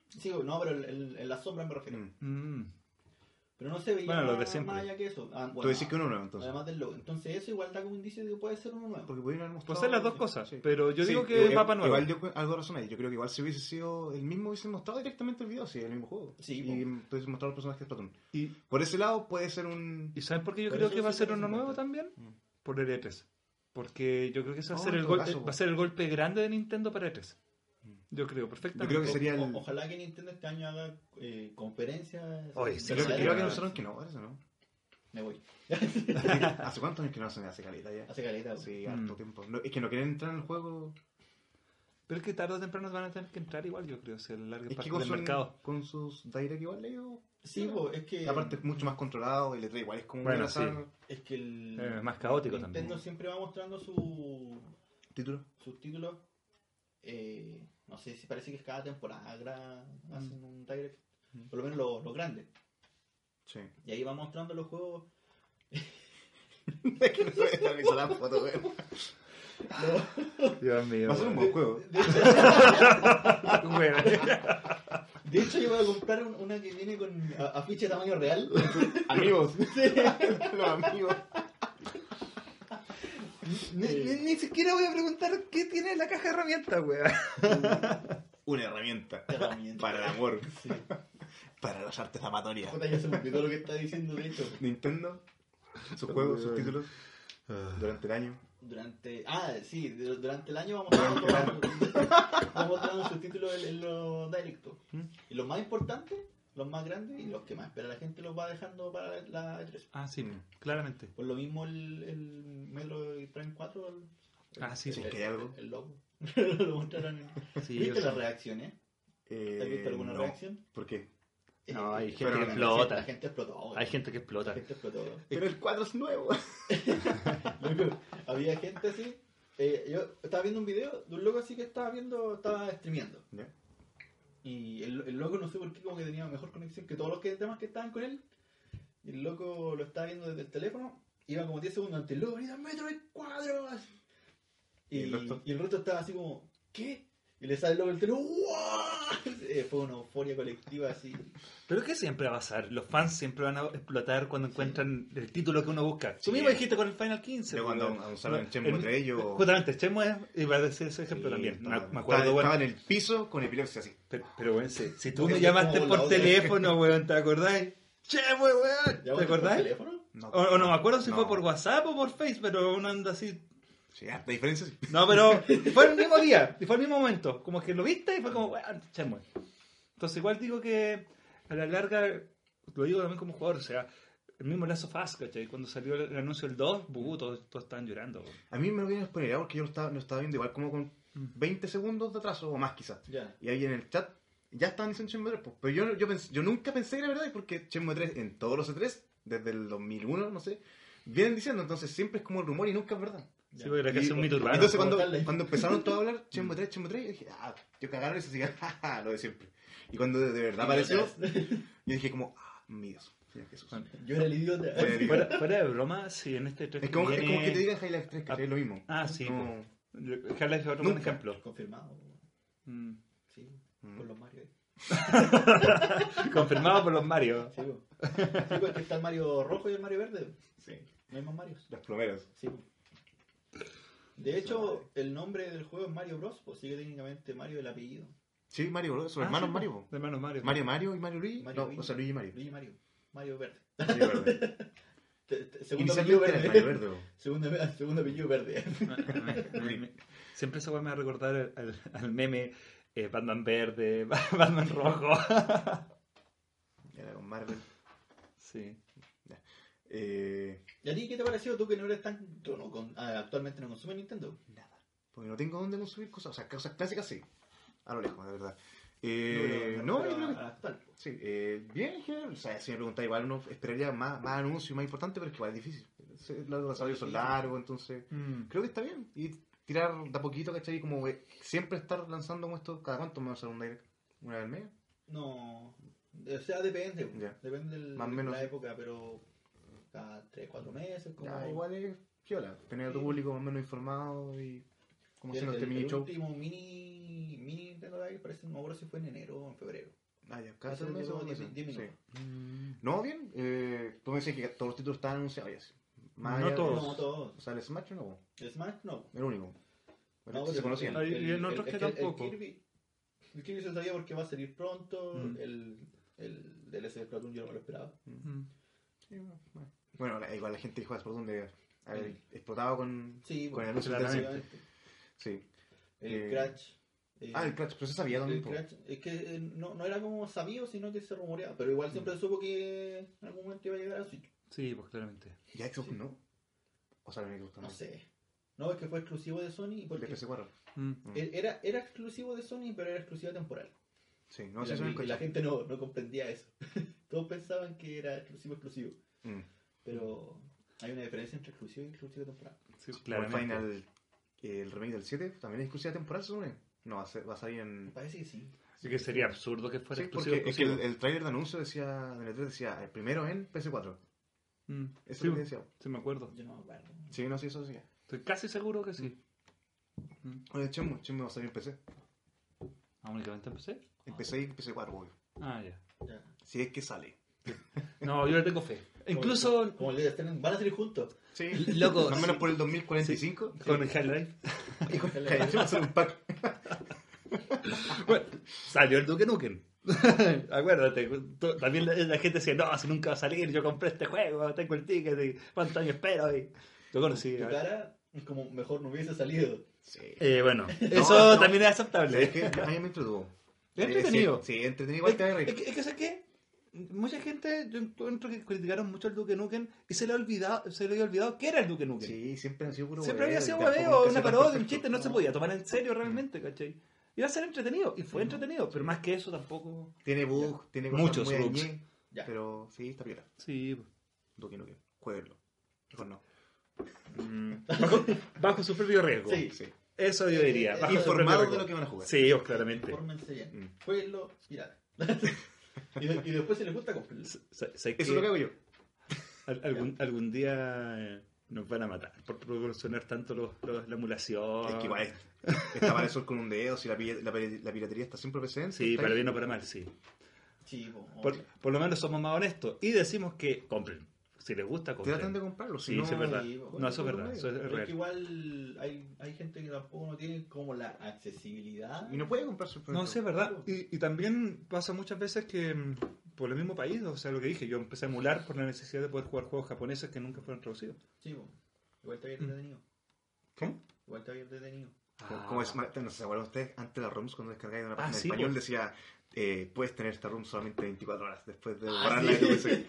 Speaker 2: Sí, no, pero en- en, en las sombras me refiero.
Speaker 1: Mm.
Speaker 3: Mm.
Speaker 2: Pero no se veía
Speaker 3: Bueno, lo de
Speaker 2: más-
Speaker 3: siempre.
Speaker 2: más allá que eso. Ah, bueno,
Speaker 1: Tú decís que uno nuevo, entonces.
Speaker 2: Además del logo. Entonces, eso igual da como indicio de que puede ser uno nuevo.
Speaker 1: Porque podrían haber mostrado.
Speaker 3: Puede ser Pues las dos cosas,
Speaker 1: Sí.
Speaker 3: pero yo
Speaker 1: Sí,
Speaker 3: digo que
Speaker 1: igual-
Speaker 3: Papa Nuevo.
Speaker 1: Igual yo algo razón ahí. Yo creo que igual si hubiese sido el mismo, hubiesen mostrado directamente el video, si es el mismo juego.
Speaker 2: Sí,
Speaker 1: y
Speaker 2: po.
Speaker 1: entonces mostrar los personajes de Platón.
Speaker 3: Y,
Speaker 1: Por ese lado puede ser un.
Speaker 3: ¿y saben por qué yo
Speaker 2: Por
Speaker 3: creo
Speaker 2: eso
Speaker 3: que va a
Speaker 2: sí
Speaker 3: ser
Speaker 2: que
Speaker 3: uno
Speaker 2: se
Speaker 3: nuevo
Speaker 2: encuentra.
Speaker 3: también?
Speaker 1: Mm.
Speaker 3: Por el E3. Porque yo creo que ese va a
Speaker 1: No,
Speaker 3: ser
Speaker 1: en
Speaker 3: el
Speaker 1: todo
Speaker 3: golpe,
Speaker 1: caso,
Speaker 3: va a ser el golpe grande de Nintendo para E3. Mm. Yo creo
Speaker 1: Yo
Speaker 3: perfectamente. Oh,
Speaker 1: creo que sería
Speaker 2: O-
Speaker 1: el.
Speaker 2: ojalá que Nintendo este año haga eh, conferencias.
Speaker 3: Oye,
Speaker 2: eh,
Speaker 3: sí,
Speaker 1: Yo creo,
Speaker 3: Pero
Speaker 1: que-
Speaker 3: sale-
Speaker 1: creo que anunciaron que no, parece, ¿no?
Speaker 2: Me voy.
Speaker 1: ¿Hace cuántos años que no hacen hace caleta ya?
Speaker 2: Hace caleta. güey.
Speaker 1: Sí,
Speaker 3: Mm.
Speaker 1: harto tiempo. No, es que no quieren entrar en el juego.
Speaker 3: Pero es que tarde o temprano van a tener que entrar igual, yo creo, si a la larga
Speaker 1: Es
Speaker 3: parte
Speaker 1: que con,
Speaker 3: del
Speaker 1: su-
Speaker 3: mercado.
Speaker 1: con sus direct igual ellos.
Speaker 2: Sí, pues, es que.
Speaker 1: Aparte es mucho más controlado y le trae igual. Es como
Speaker 3: Bueno,
Speaker 1: un azar
Speaker 2: Es que el.
Speaker 3: Eh, más caótico
Speaker 2: Nintendo
Speaker 3: también.
Speaker 2: siempre va mostrando su,
Speaker 1: título.
Speaker 2: sus títulos. eh, no sé si parece que es cada temporada gra- hacen un direct.
Speaker 1: Mm.
Speaker 2: Por lo menos los los grandes.
Speaker 1: Sí.
Speaker 2: Y ahí va mostrando los juegos.
Speaker 1: es que no se ve tan hizo la foto, güey.
Speaker 3: Dios mío.
Speaker 1: Va a ser un buen juego.
Speaker 2: De hecho,
Speaker 3: Bueno.
Speaker 2: de hecho, yo voy a comprar un- una que viene con a- afiche de tamaño real.
Speaker 1: Amigos. Los amigos.
Speaker 3: ni, ni- ni siquiera voy a preguntar qué tiene la caja de herramientas, weón.
Speaker 1: Una herramienta.
Speaker 2: Herramienta.
Speaker 1: Para el amor.
Speaker 2: Sí.
Speaker 1: Para las artes amatorias.
Speaker 2: Puta, ya se me olvidó lo que está diciendo, de hecho.
Speaker 1: Nintendo. Sus juegos, sus títulos.
Speaker 3: Ah.
Speaker 1: Durante el año.
Speaker 2: Durante. Ah, sí, du- durante el año vamos a mostrar sus títulos en, en los directos.
Speaker 1: ¿Mm?
Speaker 2: Y los más importantes, los más grandes y los que más espera la gente los va dejando para la E3.
Speaker 3: Ah, sí, claramente.
Speaker 2: Por lo mismo el, el Metro Prime 4. el-
Speaker 3: Ah, sí,
Speaker 2: el-
Speaker 1: sí,
Speaker 2: el-
Speaker 1: que hay algo.
Speaker 2: El, el logo. lo mostraron.
Speaker 3: Sí,
Speaker 2: ¿Viste
Speaker 3: yo
Speaker 2: las
Speaker 3: sé.
Speaker 2: reacciones?
Speaker 1: Eh,
Speaker 2: ¿Has visto alguna
Speaker 1: no.
Speaker 2: reacción?
Speaker 1: ¿Por qué?
Speaker 3: No, hay gente
Speaker 2: pero
Speaker 1: que
Speaker 2: la
Speaker 3: explota.
Speaker 2: La gente explotó.
Speaker 3: Hay gente que
Speaker 2: La
Speaker 3: explota.
Speaker 2: gente explotó.
Speaker 1: Pero el cuadro es nuevo.
Speaker 2: Loco, había gente así. eh, yo estaba viendo un video de un loco así que estaba viendo, estaba streameando.
Speaker 1: ¿Ya?
Speaker 2: Y el, el loco, no sé por qué, como que tenía mejor conexión que todos los que, demás que estaban con él. Y el loco lo estaba viendo desde el teléfono. Iba como 10 segundos antes. El loco grita, Metroid cuadros. Y,
Speaker 1: ¿Y el resto?
Speaker 2: y el resto estaba así como, ¿qué? Y le sale el loco el teléfono. "¡Wow!". Eh, Fue una euforia colectiva así.
Speaker 3: Pero es que siempre va a pasar. Los fans siempre van a explotar cuando encuentran el título que uno busca.
Speaker 1: Sí.
Speaker 3: Tú mismo dijiste con el Final 15.
Speaker 1: Yo cuando
Speaker 3: weón.
Speaker 1: anunciaron
Speaker 3: No,
Speaker 1: Shenmue
Speaker 3: el-
Speaker 1: 3, yo-
Speaker 3: Justamente, Chemo iba a decir ese ejemplo
Speaker 1: Sí,
Speaker 3: también.
Speaker 1: estaba-
Speaker 3: Me- me acuerdo,
Speaker 1: estaba,
Speaker 3: bueno.
Speaker 1: estaba en el piso con epilepsia así.
Speaker 3: Pero, pero bueno, si, si tú
Speaker 2: Porque
Speaker 3: me
Speaker 2: es
Speaker 3: llamaste
Speaker 2: como la
Speaker 3: por
Speaker 2: otra vez.
Speaker 3: teléfono, weón, ¿te acordáis? Che, weón,
Speaker 2: ¿Ya
Speaker 3: ¿te
Speaker 2: vos por
Speaker 3: acordáis?
Speaker 2: teléfono?
Speaker 1: No.
Speaker 3: O, o no me acuerdo si
Speaker 1: No.
Speaker 3: fue por WhatsApp o por Face, pero uno anda así.
Speaker 1: Sí, harta diferencia sí.
Speaker 3: No, pero fue el mismo día, y fue el mismo momento. Como que lo viste y fue como, weón, chamo. Entonces, igual digo que a la larga, lo digo también como jugador, o sea, el mismo Lazo Fast, ¿cachai? Cuando salió el, el anuncio del 2, buh, todos, todos estaban llorando. weón.
Speaker 1: A mí me lo vienen a exponer ahora porque yo lo estaba, lo estaba viendo igual como con
Speaker 3: Mm.
Speaker 1: 20 segundos de atraso o más quizás.
Speaker 2: Ya.
Speaker 1: Y ahí en el chat ya estaban diciendo Shenmue 3. pues, pero yo, yo, pens- yo nunca pensé que era verdad porque Shenmue 3 en todos los E3, desde el 2001, no sé, vienen diciendo. Entonces siempre es como el rumor y nunca es verdad.
Speaker 3: Sí, porque era
Speaker 1: Y-
Speaker 3: casi un mito urbano. Mm.
Speaker 1: Entonces
Speaker 2: como
Speaker 1: cuando,
Speaker 2: tal, eh.
Speaker 1: cuando empezaron todos a hablar Shenmue 3, Shenmue 3, yo dije, ah, yo cagaron eso, así que, jaja, lo de siempre. Y cuando de, de verdad apareció, yo dije como, ah, mi Dios, mira Jesús.
Speaker 3: Bueno,
Speaker 2: Yo era el idiota.
Speaker 1: Fue-
Speaker 3: Fuera, fuera de broma, si en este 3
Speaker 1: Es como, es
Speaker 3: viene-
Speaker 1: como que te digan Highlight 3, que es lo mismo.
Speaker 3: Ah, sí,
Speaker 1: No.
Speaker 3: pues. Half-Life es otro buen
Speaker 1: Nunca.
Speaker 3: ejemplo.
Speaker 2: Confirmado.
Speaker 3: Mm.
Speaker 2: Sí,
Speaker 1: Mm.
Speaker 2: por los Mario.
Speaker 3: Confirmado por los
Speaker 1: Ah.
Speaker 3: Mario.
Speaker 2: Sí, bo. Sí, bo, es que está el Mario rojo y el Mario verde.
Speaker 1: Sí,
Speaker 2: No hay más Marios.
Speaker 1: las plomeras.
Speaker 2: Sí, bo. De hecho, el nombre del juego es Mario Bros. Pues sigue técnicamente Mario el apellido.
Speaker 1: Sí, Mario, bro, son
Speaker 3: Ah,
Speaker 1: hermanos
Speaker 3: sí,
Speaker 1: Mario.
Speaker 3: pues,
Speaker 1: po.
Speaker 3: de Hermanos Mario.
Speaker 1: Mario Mario y Mario Luigi.
Speaker 2: Mario
Speaker 1: no, o sea, Luigi y Mario.
Speaker 2: Luigi Mario. Mario verde.
Speaker 1: Mario verde.
Speaker 2: Te- te- Segundo apellido
Speaker 1: Inicialmente era el
Speaker 2: verde.
Speaker 1: Mario verde. po.
Speaker 2: Segundo, segundo apellido verde.
Speaker 3: Me- me- me- Siempre esa weá me va a recordar al, al- al meme eh, Batman verde, Batman rojo.
Speaker 1: Era con Marvel.
Speaker 3: sí.
Speaker 1: Eh,
Speaker 2: ¿Y a ti qué te pareció tú que no eres tan... tú no con- ah, actualmente no consumes Nintendo?
Speaker 1: nada. Porque no tengo dónde consumir cosas. O sea, cosas clásicas sí. A lo lejos, de verdad. Eh, no,
Speaker 2: pero
Speaker 1: yo creo que-
Speaker 2: a- actual, po.
Speaker 1: Sí, eh, bien en general. O sea, si me preguntáis, igual uno esperaría más, más anuncios, más importantes, pero es que igual es difícil. Se- Los desarrollos son largos, entonces. Creo que está bien. Y tirar de a poquito, ¿cachai? Como eh, siempre estar lanzando como esto. ¿Cada cuánto me va a hacer un direct? ¿Una vez al mes?
Speaker 2: No. O sea, depende. po.
Speaker 1: Ya.
Speaker 2: Depende del-
Speaker 1: Más o menos.
Speaker 2: de la época, pero cada 3, 4 meses. Como...
Speaker 1: Ya, igual es piola. Tener a tu
Speaker 2: Sí.
Speaker 1: público más o menos informado y Como si no
Speaker 2: el-
Speaker 1: este mini
Speaker 2: el
Speaker 1: show.
Speaker 2: último mini, mini Nintendo Live parece, no me acuerdo si fue en enero o en febrero.
Speaker 1: Ah, ya,
Speaker 2: Hace
Speaker 1: casi un mes
Speaker 2: como
Speaker 1: o algo
Speaker 2: 10
Speaker 1: así.
Speaker 2: minutos.
Speaker 1: Sí. No, bien. Eh, tú me decías que todos los títulos estaban anunciados. Ya, sí. Más
Speaker 3: No
Speaker 1: allá de-
Speaker 3: todos.
Speaker 2: No, todos.
Speaker 1: O sea, el Smash no,
Speaker 2: El Smash no.
Speaker 1: el único. Bueno,
Speaker 2: No,
Speaker 1: estos se
Speaker 2: el-
Speaker 1: conocían.
Speaker 2: el-
Speaker 6: Hay-
Speaker 2: el-
Speaker 6: y en
Speaker 2: el-
Speaker 6: otros que
Speaker 2: el- el
Speaker 6: tampoco.
Speaker 2: Kirby- El Kirby se sabía porque va a salir pronto.
Speaker 3: Mm.
Speaker 2: El, el DLC de Splatoon yo no me lo esperaba.
Speaker 3: Mm.
Speaker 1: Sí, bueno. Bueno, la- igual la gente dijo "Ah, por donde haber explotado con, con el
Speaker 2: Sí, bueno,
Speaker 1: anuncio
Speaker 2: claramente.
Speaker 1: claramente. Sí.
Speaker 2: El
Speaker 1: Eh,
Speaker 2: Crash. eh,
Speaker 1: Ah, el Crash, pero se sabía
Speaker 2: el
Speaker 1: también. po.
Speaker 2: Crash, Es que eh, no, no era como sabido, sino que se rumoreaba. Pero igual
Speaker 1: Mm.
Speaker 2: siempre supo que en algún momento iba a llegar a Switch.
Speaker 3: Sí, pues claramente.
Speaker 1: ¿Y Xbox no? O sea, no,
Speaker 2: No sé. No, es que fue exclusivo de Sony.
Speaker 1: De
Speaker 2: Porque
Speaker 1: PS4.
Speaker 3: Mm.
Speaker 2: e- era, era exclusivo de Sony, pero era exclusivo temporal.
Speaker 1: Sí, no
Speaker 2: y
Speaker 1: sé
Speaker 2: la,
Speaker 1: si
Speaker 2: y la gente no, no comprendía eso. Todos pensaban que era exclusivo, exclusivo.
Speaker 1: Mm.
Speaker 3: Mm,
Speaker 2: Pero hay una diferencia entre exclusivo y exclusivo temporal.
Speaker 3: Sí,
Speaker 1: Claro, el
Speaker 3: claramente.
Speaker 1: Final, el remake del 7 también es exclusiva temporal, se supone. No, va a, ser- va a salir
Speaker 2: Me
Speaker 1: en.
Speaker 2: parece que sí.
Speaker 3: Así que sería absurdo que fuera
Speaker 1: Sí,
Speaker 3: exclusivo.
Speaker 1: porque es que
Speaker 3: exclusivo.
Speaker 1: el, el trailer de anuncio decía, del E3 decía, el primero en PS4.
Speaker 3: Mm.
Speaker 1: Eso
Speaker 3: Sí,
Speaker 1: es lo que decía.
Speaker 3: sí, me acuerdo.
Speaker 2: Yo no me acuerdo.
Speaker 1: Sí, no, sí, eso decía.
Speaker 3: Estoy casi seguro que
Speaker 1: Mm.
Speaker 3: sí.
Speaker 1: Oye, Chemo, Chemo va a salir en PC.
Speaker 3: Ah, únicamente empecé.
Speaker 1: En PC y en PS4, obvio.
Speaker 3: Ah, ya.
Speaker 2: Ya.
Speaker 1: Si es que sale.
Speaker 3: No, yo le tengo fe. Incluso
Speaker 2: Como el Death Stranding, van a salir juntos.
Speaker 1: Sí.
Speaker 3: Loco,
Speaker 1: Más o menos
Speaker 3: sí.
Speaker 1: por el 2045.
Speaker 3: con el Half-Life.
Speaker 1: Y con Calla, Chemo va a hacer un pack.
Speaker 3: Bueno, salió el Duke Nukem. Acuérdate, tú- también la, la gente decía, no, si nunca va a salir, yo compré este juego, tengo el ticket, y cuántos años espero. Y... Yo conocí.
Speaker 2: Tu cara es como mejor no hubiese salido.
Speaker 1: Sí.
Speaker 3: Eh, bueno, eso
Speaker 1: no.
Speaker 3: también es
Speaker 1: ¿Sabes
Speaker 3: aceptable.
Speaker 1: qué? A mí me entretuvo.
Speaker 3: Es
Speaker 1: Sí,
Speaker 3: entretenido.
Speaker 1: Sí, sí, entretenido igual te va a
Speaker 3: Es
Speaker 1: reír.
Speaker 3: que, es que, ¿sabes qué? Mucha gente, yo encuentro que criticaron mucho al Duke Nukem y se le, ha olvidado, se le había olvidado que era el Duke Nukem.
Speaker 1: Sí, siempre han sido puro
Speaker 3: Siempre había
Speaker 1: hueveo,
Speaker 3: sido
Speaker 1: y tampoco
Speaker 3: hueveo,
Speaker 1: nunca
Speaker 3: una
Speaker 1: se tan
Speaker 3: parodia, un
Speaker 1: perfecto.
Speaker 3: chiste, no se podía tomar en serio realmente, ¿cachai? Iba a ser entretenido, y fue entretenido, pero más que eso tampoco.
Speaker 1: Tiene bugs, tiene cosas
Speaker 3: Muchos
Speaker 1: muy
Speaker 3: bugs.
Speaker 1: añe,
Speaker 2: Ya.
Speaker 1: Pero sí, está bien.
Speaker 3: Sí,
Speaker 1: Duque Nukem. Jueguenlo. Mejor no.
Speaker 3: bajo, bajo su propio riesgo.
Speaker 2: Sí.
Speaker 1: Sí.
Speaker 3: Eso yo diría. bajo su
Speaker 1: Informados
Speaker 3: propio
Speaker 1: Eh, de
Speaker 3: riesgo.
Speaker 1: lo que van a jugar.
Speaker 3: Sí, pues, claramente.
Speaker 2: Infórmense bien.
Speaker 1: Mm.
Speaker 2: Jueguenlo, mirad. y, de- y después si les gusta, comprenlo.
Speaker 3: Sa- ¿sabes
Speaker 1: Eso es
Speaker 3: qué?
Speaker 1: lo que hago yo.
Speaker 3: Al- algún, algún día eh, nos van a matar por proporcionar tanto los, los- la emulación.
Speaker 1: Es que igual es, está para el sol con un dedo, si la, pilla- la, pira- la piratería está siempre presente.
Speaker 3: Sí,
Speaker 1: está
Speaker 3: para
Speaker 1: ahí.
Speaker 3: bien o para mal, sí.
Speaker 2: Sí, po,
Speaker 3: Por,
Speaker 2: obvio.
Speaker 3: por lo menos somos más honestos y decimos que compren. Si les gusta, compren.
Speaker 1: Tratan de comprarlo. Si
Speaker 3: Sí,
Speaker 1: no,
Speaker 3: sí, es verdad.
Speaker 2: Sí,
Speaker 3: No, eso es verdad. Eso es
Speaker 2: Pero es que
Speaker 3: real.
Speaker 2: igual hay, hay gente que tampoco no tiene como la accesibilidad.
Speaker 1: Y no puede comprar su
Speaker 3: No, sí, es verdad. Y, y también pasa muchas veces que mm, por el mismo país, o sea, lo que dije, yo empecé a emular por la necesidad de poder jugar juegos japoneses que nunca fueron traducidos.
Speaker 2: Sí, po. igual te había
Speaker 1: Mm.
Speaker 2: detenido.
Speaker 1: ¿Cómo?
Speaker 2: Igual te había detenido. Ah.
Speaker 1: Como- Como es, no sé, ¿se acuerdan ustedes? Antes de las ROMs, cuando descargáis de una
Speaker 3: Ah,
Speaker 1: página
Speaker 3: sí,
Speaker 1: en español,
Speaker 2: pues.
Speaker 3: po.
Speaker 1: decía: eh, puedes tener esta ROM solamente 24 horas después de
Speaker 2: Ah,
Speaker 1: borrarla. de
Speaker 2: sí.
Speaker 1: tu PC".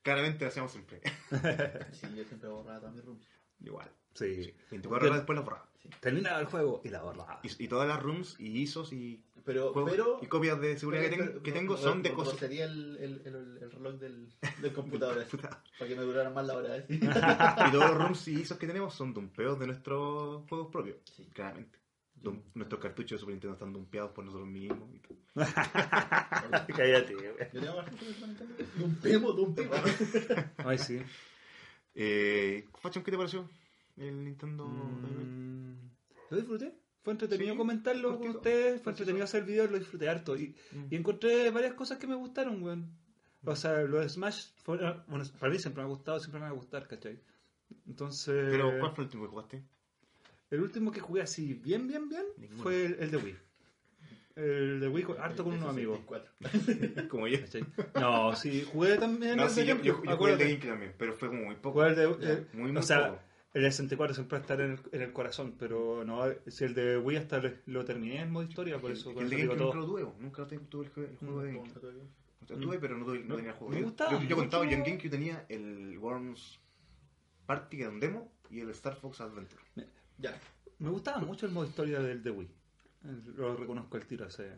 Speaker 1: Claramente lo hacíamos siempre.
Speaker 2: Sí, yo siempre borraba todas mis rooms.
Speaker 1: Igual.
Speaker 3: Sí.
Speaker 1: 24 horas después la borraba.
Speaker 3: Terminaba el juego y la borraba.
Speaker 1: Y, y todas las rooms y ISOs y,
Speaker 2: Pero,
Speaker 1: juegos
Speaker 2: pero
Speaker 1: y copias de seguridad que, ten-
Speaker 2: pero-
Speaker 1: que
Speaker 2: no,
Speaker 1: tengo
Speaker 2: no,
Speaker 1: son
Speaker 2: no,
Speaker 1: de
Speaker 2: no,
Speaker 1: cosas.
Speaker 2: Sería el, el, el, el reloj del, del computador así, para que me durara más la hora. así.
Speaker 1: Y todos los rooms y ISOs que tenemos son dumpeos de nuestros juegos propios.
Speaker 2: Sí.
Speaker 1: Claramente. Dum- nuestros cartuchos de Super Nintendo están dumpeados por nosotros mismos. y todo.
Speaker 3: Cállate, güey.
Speaker 2: Yo tengo bastante de Nintendo. Dumpemos, dumpemos.
Speaker 3: Ay, sí.
Speaker 1: Eh, Fachon, ¿qué te pareció? El Nintendo.
Speaker 3: Mm, Lo disfruté. Fue entretenido
Speaker 1: Sí,
Speaker 3: comentarlo con
Speaker 1: cortito,
Speaker 3: ustedes, fue
Speaker 1: cortito.
Speaker 3: entretenido hacer el video, lo disfruté harto. Y,
Speaker 1: Mm.
Speaker 3: y encontré varias cosas que me gustaron, weón. O sea,
Speaker 1: Mm.
Speaker 3: los de Smash, fueron- bueno, para mí siempre me ha gustado, siempre me va a gustar, ¿cachai? Entonces...
Speaker 1: Pero, ¿cuál fue el último que jugaste?
Speaker 3: El último que jugué así, bien, bien, bien,
Speaker 1: Ninguno.
Speaker 3: fue el, el de Wii. El de Wii, con- harto con
Speaker 2: El
Speaker 3: unos amigos.
Speaker 2: 64.
Speaker 1: Como yo.
Speaker 3: ¿cachai? No, sí, jugué también.
Speaker 1: No,
Speaker 3: el
Speaker 1: sí, yo,
Speaker 3: de
Speaker 1: yo,
Speaker 3: GameCube,
Speaker 1: yo jugué el de
Speaker 3: acuérdate.
Speaker 1: GameCube también, pero fue como muy poco.
Speaker 3: Jugué el de- eh,
Speaker 1: Ya, muy,
Speaker 3: o
Speaker 1: muy
Speaker 3: sea,
Speaker 1: poco.
Speaker 3: el de 64 siempre va a estar en el, en el corazón, pero no, si el de Wii hasta lo, lo terminé en modo historia, por
Speaker 1: El-
Speaker 3: eso,
Speaker 1: el
Speaker 3: por eso
Speaker 1: de
Speaker 3: digo
Speaker 1: GameCube nunca
Speaker 3: todo.
Speaker 1: lo tuve, nunca lo tuve el, jue- el juego de GameCube.
Speaker 2: Nunca tuve.
Speaker 1: Lo tuve, pero no, tuve- no tenía el juego.
Speaker 3: me
Speaker 1: Yo-
Speaker 3: Mm. gustaba
Speaker 1: Yo, yo
Speaker 3: mucho.
Speaker 1: contaba, yo en GameCube tenía el Worms Party, que era un demo, y el Star Fox Adventure.
Speaker 2: Ya.
Speaker 3: Me gustaba mucho el modo historia del de Wii. Lo reconozco al tiro. o sea,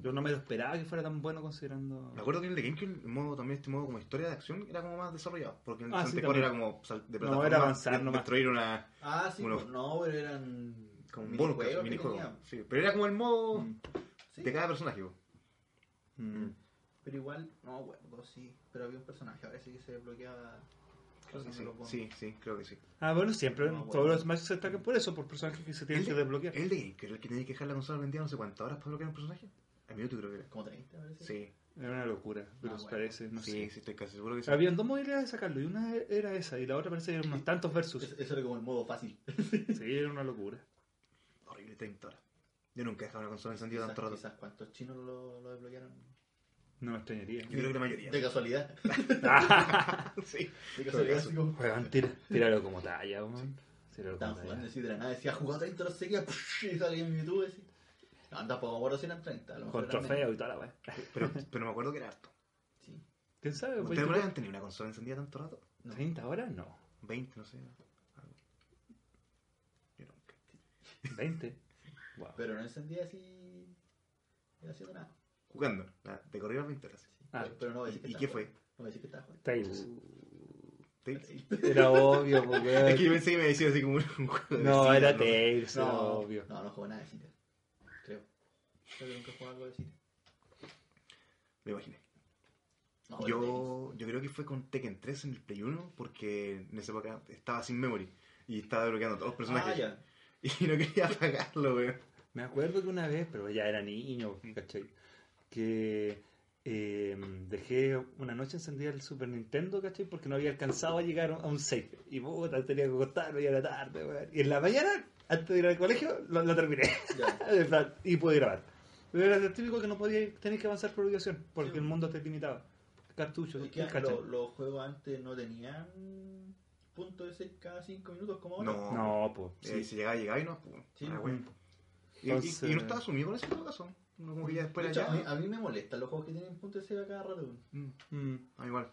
Speaker 3: yo no me lo esperaba que fuera tan bueno considerando.
Speaker 1: Me acuerdo que en el de GameCube, el modo, también este modo como historia de acción, era como más desarrollado. Porque en el
Speaker 3: Ah, sí,
Speaker 1: 64 era
Speaker 3: también.
Speaker 1: como sal- de
Speaker 3: No,
Speaker 1: plataforma.
Speaker 3: era avanzar
Speaker 1: de-
Speaker 3: nomás.
Speaker 1: Destruir una...
Speaker 2: Ah, sí,
Speaker 1: Uno-
Speaker 2: pues, no, pero eran
Speaker 1: Como un bonus,
Speaker 2: minijuegos
Speaker 1: casi,
Speaker 2: que
Speaker 1: minijuego.
Speaker 2: tenían.
Speaker 1: Sí, pero era como el modo
Speaker 3: Mm.
Speaker 2: Sí.
Speaker 1: de cada personaje. po.
Speaker 3: Mm.
Speaker 2: Pero igual, no, bueno, sí. Pero había un personaje, ahora sí que se desbloqueaba. Creo que
Speaker 1: Sí,
Speaker 2: me lo pongo.
Speaker 1: sí, sí, creo que sí.
Speaker 3: Ah, bueno, siempre.
Speaker 2: No, bueno.
Speaker 3: todos los Smash se atacan por eso, por personajes que se tienen que desbloquear.
Speaker 1: El de GameCube, el que tenía que dejar la consola vendida no sé cuántas horas para bloquear un personaje. A minuto creo que era.
Speaker 2: Como 30, parece.
Speaker 1: Sí,
Speaker 3: Era una locura, pero
Speaker 2: Ah,
Speaker 3: os
Speaker 2: bueno.
Speaker 3: parece, no
Speaker 1: sí,
Speaker 3: sé.
Speaker 1: sí, estoy casi seguro que sí.
Speaker 3: Habían dos modalidades de sacarlo, y una era esa, y la otra parece que eran unos tantos versus.
Speaker 2: Eso, eso era como el modo fácil.
Speaker 3: Sí, era una locura.
Speaker 1: Horrible 30 horas. Yo nunca he dejado una consola encendida
Speaker 2: Quizás,
Speaker 1: tanto rato.
Speaker 2: quizás cuántos chinos lo, lo desbloquearon.
Speaker 3: No me extrañaría.
Speaker 1: Yo creo que la mayoría.
Speaker 2: De casualidad.
Speaker 1: sí.
Speaker 2: De casualidad, así como.
Speaker 3: Juegan, tira- tíralo como talla, weón. Tíralo como
Speaker 2: Estaban jugando
Speaker 3: talla.
Speaker 2: así de la nada, decía jugado 30 horas seguidas, ¡push! y salía en YouTube. Así. No, tampoco me acuerdo si eran 30. A lo mejor
Speaker 3: Con
Speaker 2: eran
Speaker 3: trofeo y toda la weá.
Speaker 1: Pero, pero me acuerdo que era harto.
Speaker 2: menos. Sí.
Speaker 3: ¿Quién sabe?
Speaker 1: ¿Ustedes
Speaker 3: Pues,
Speaker 1: por ahí han tenido una consola encendida tanto rato?
Speaker 2: No.
Speaker 3: 30 horas no.
Speaker 1: 20, no sé. algo. Yo nunca.
Speaker 3: 20. Wow.
Speaker 2: Pero no encendía así. No haciendo nada.
Speaker 1: Jugando, la- de corrido a las 20 horas.
Speaker 2: Sí.
Speaker 3: Ah.
Speaker 2: pero, pero no voy a decir que
Speaker 1: ¿Y
Speaker 2: estaba
Speaker 1: qué fue?
Speaker 2: jugando. No voy a decir que estaba jugando.
Speaker 3: Tails.
Speaker 1: ¿Tails?
Speaker 3: Era obvio,
Speaker 1: Es que yo
Speaker 3: porque.
Speaker 1: pensé que me decía así como un un juego de
Speaker 3: No,
Speaker 1: silla,
Speaker 3: era
Speaker 1: no sé.
Speaker 3: Tails, era
Speaker 2: No,
Speaker 3: obvio.
Speaker 2: no, no juego nada de cine. Creo. Creo que nunca he jugado algo de cine.
Speaker 1: Me imaginé.
Speaker 2: No, bueno,
Speaker 1: Yo, yo creo que fue con Tekken 3 en el Play 1 porque en esa época estaba sin memory y estaba bloqueando a todos los
Speaker 2: tenis. Ah,
Speaker 1: personajes.
Speaker 2: ya.
Speaker 1: Y no quería apagarlo, weón.
Speaker 3: Me acuerdo que una vez, pero ya era niño, ¿cachai? Que eh, dejé una noche encendida el Super Nintendo, ¿cachai? Porque no había alcanzado a llegar a un safe. Y puta, tenía que acostarme ya era tarde, weón. Y en la mañana, antes de ir al colegio, lo, lo terminé.
Speaker 2: ya.
Speaker 3: En plan, y pude grabar. Pero era lo típico que no podía, tenés que avanzar por obligación, porque
Speaker 2: Sí.
Speaker 3: el mundo te limitaba. Cartuchos,
Speaker 2: Es que
Speaker 3: ¿cachai?
Speaker 2: lo- los juegos antes no tenían punto de ser cada 5 minutos como ahora.
Speaker 1: No,
Speaker 3: No, pues.
Speaker 1: Eh, Si llegaba, llegaba y no, pues.
Speaker 2: Sí.
Speaker 1: ah, weón. Y, y-
Speaker 3: Entonces-
Speaker 1: y no estaba sumido con eso en todo caso. No como que ya después
Speaker 2: De
Speaker 1: era
Speaker 2: hecho,
Speaker 1: ya.
Speaker 2: a, mí, a mí me molestan los juegos que tienen punto de ser a cada rato.
Speaker 1: Mm,
Speaker 3: Mm,
Speaker 1: a mí igual.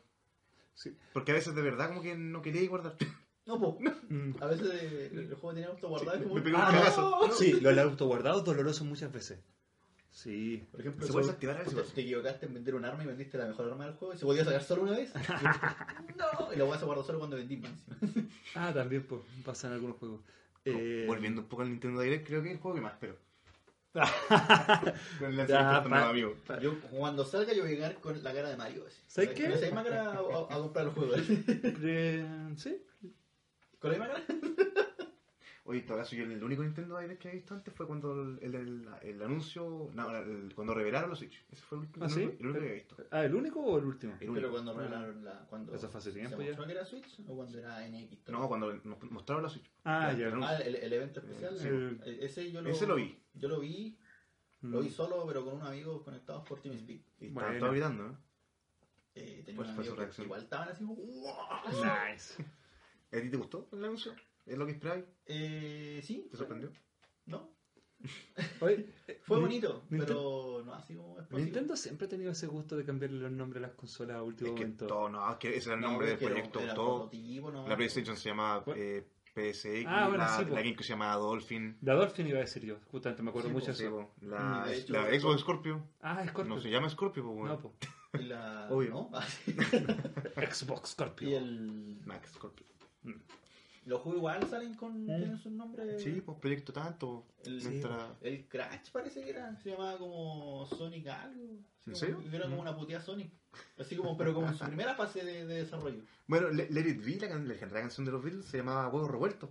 Speaker 3: Sí.
Speaker 1: Porque a veces de verdad como que no quería ir guardar.
Speaker 2: No, pues.
Speaker 3: mm.
Speaker 2: A veces eh, el juego tiene auto guardado.
Speaker 1: Sí,
Speaker 2: es como
Speaker 1: me
Speaker 2: un-
Speaker 1: pegó un
Speaker 2: ¡Ah,
Speaker 1: cagazo.
Speaker 2: no!
Speaker 3: Sí, los autos guardados dolorosos muchas veces. Sí.
Speaker 2: Por ejemplo,
Speaker 1: Se puede
Speaker 2: tú-
Speaker 1: desactivar a veces.
Speaker 2: te, te equivocaste en vender un arma y vendiste la mejor arma del juego y se podía sacar solo una vez. Y- no, y la weá se guardó solo cuando vendí más.
Speaker 3: Ah, también pues, pasa en algunos juegos. Eh,
Speaker 1: Volviendo un poco al Nintendo Direct, creo que es el juego que más espero. Con la
Speaker 3: Ya,
Speaker 1: con
Speaker 3: pa-
Speaker 1: los amigos.
Speaker 2: Yo cuando salga yo voy a llegar con la cara de Mario. así.
Speaker 3: ¿Sabes qué?
Speaker 2: Con esa misma cara a, a- a comprar los juegos. así.
Speaker 3: eh, sí.
Speaker 2: Con la misma cara.
Speaker 1: Oye, en todo caso, yo el único Nintendo Direct que he visto antes fue cuando el, el- el- el anuncio, no, el- cuando revelaron los Switch. Ese fue el último,
Speaker 3: ¿Ah, sí?
Speaker 1: el único que he visto.
Speaker 3: Ah, ¿el único o el último?
Speaker 1: El
Speaker 2: Pero
Speaker 1: único.
Speaker 2: cuando regalaron la. Cuando
Speaker 3: Eso fue hace
Speaker 2: se
Speaker 3: tiempo ya.
Speaker 2: mostró que era Switch o cuando era NX.
Speaker 1: No, cuando nos mostraron la Switch.
Speaker 3: Ah, ya.
Speaker 1: Claro.
Speaker 2: Ah, el, el evento especial.
Speaker 3: Sí.
Speaker 2: ¿no? E- Ese yo lo,
Speaker 1: Ese lo vi.
Speaker 2: Yo lo vi,
Speaker 3: Mm.
Speaker 2: lo vi solo, pero con un amigo conectados por TeamSpeak.
Speaker 1: Y
Speaker 3: Bueno.
Speaker 1: estaban todos gritando, ¿no?
Speaker 2: Eh, tenía
Speaker 1: Pues
Speaker 2: un
Speaker 1: fue su
Speaker 2: amigo que
Speaker 1: reacción.
Speaker 2: igual estaban así como, "Wow".
Speaker 3: Nice.
Speaker 1: ¿A ti te gustó el anuncio? ¿Es lo que esperabas?
Speaker 2: Eh, sí.
Speaker 1: ¿Te sorprendió?
Speaker 3: Ah,
Speaker 2: No.
Speaker 3: Oye,
Speaker 2: Fue
Speaker 3: Ni-
Speaker 2: bonito,
Speaker 3: Nintendo-
Speaker 2: pero no así como explosivo.
Speaker 3: Nintendo siempre ha tenido ese gusto de cambiarle los nombres a las consolas a último
Speaker 1: Es que
Speaker 3: momento.
Speaker 1: todo, no, es que ese era el
Speaker 2: No,
Speaker 1: nombre del
Speaker 2: porque era-
Speaker 1: proyecto.
Speaker 2: era
Speaker 1: todo.
Speaker 2: prototipo, no,
Speaker 1: La PlayStation se llamaba
Speaker 3: ¿Cuál?
Speaker 1: eh, PSX,
Speaker 3: Ah, bueno,
Speaker 1: la,
Speaker 3: sí, po.
Speaker 1: la GameCube se llamaba Dolphin,
Speaker 3: La Dolphin iba a decir yo, justamente me acuerdo
Speaker 2: Sí,
Speaker 3: mucho de
Speaker 2: pues,
Speaker 1: sí,
Speaker 3: eso.
Speaker 1: po. la,
Speaker 2: Mm, de hecho,
Speaker 1: la
Speaker 2: sí, po.
Speaker 1: Xbox Scorpio.
Speaker 3: Ah, Scorpio.
Speaker 1: No se llama Scorpio, pues, po, weón.
Speaker 3: No, po.
Speaker 2: y la-
Speaker 1: Obvio.
Speaker 2: ¿no?
Speaker 3: Xbox Scorpio.
Speaker 2: y
Speaker 3: pues.
Speaker 2: el...
Speaker 1: Max Scorpio.
Speaker 2: Los juegos igual salen con...
Speaker 3: Mm.
Speaker 2: Tienen sus nombres...
Speaker 1: Sí, pues proyecto tanto.
Speaker 2: El,
Speaker 1: Mientras-
Speaker 2: el Crash parece que era, se llamaba como Sonic algo. así
Speaker 1: ¿En
Speaker 2: como-
Speaker 1: serio? Mm.
Speaker 2: Era como una puteada Sonic. Así como, pero como en su primera fase de, de desarrollo.
Speaker 1: Bueno, Le- Let It Be, la, can- la legendaria canción de los Beatles, se llamaba Huevos Revueltos,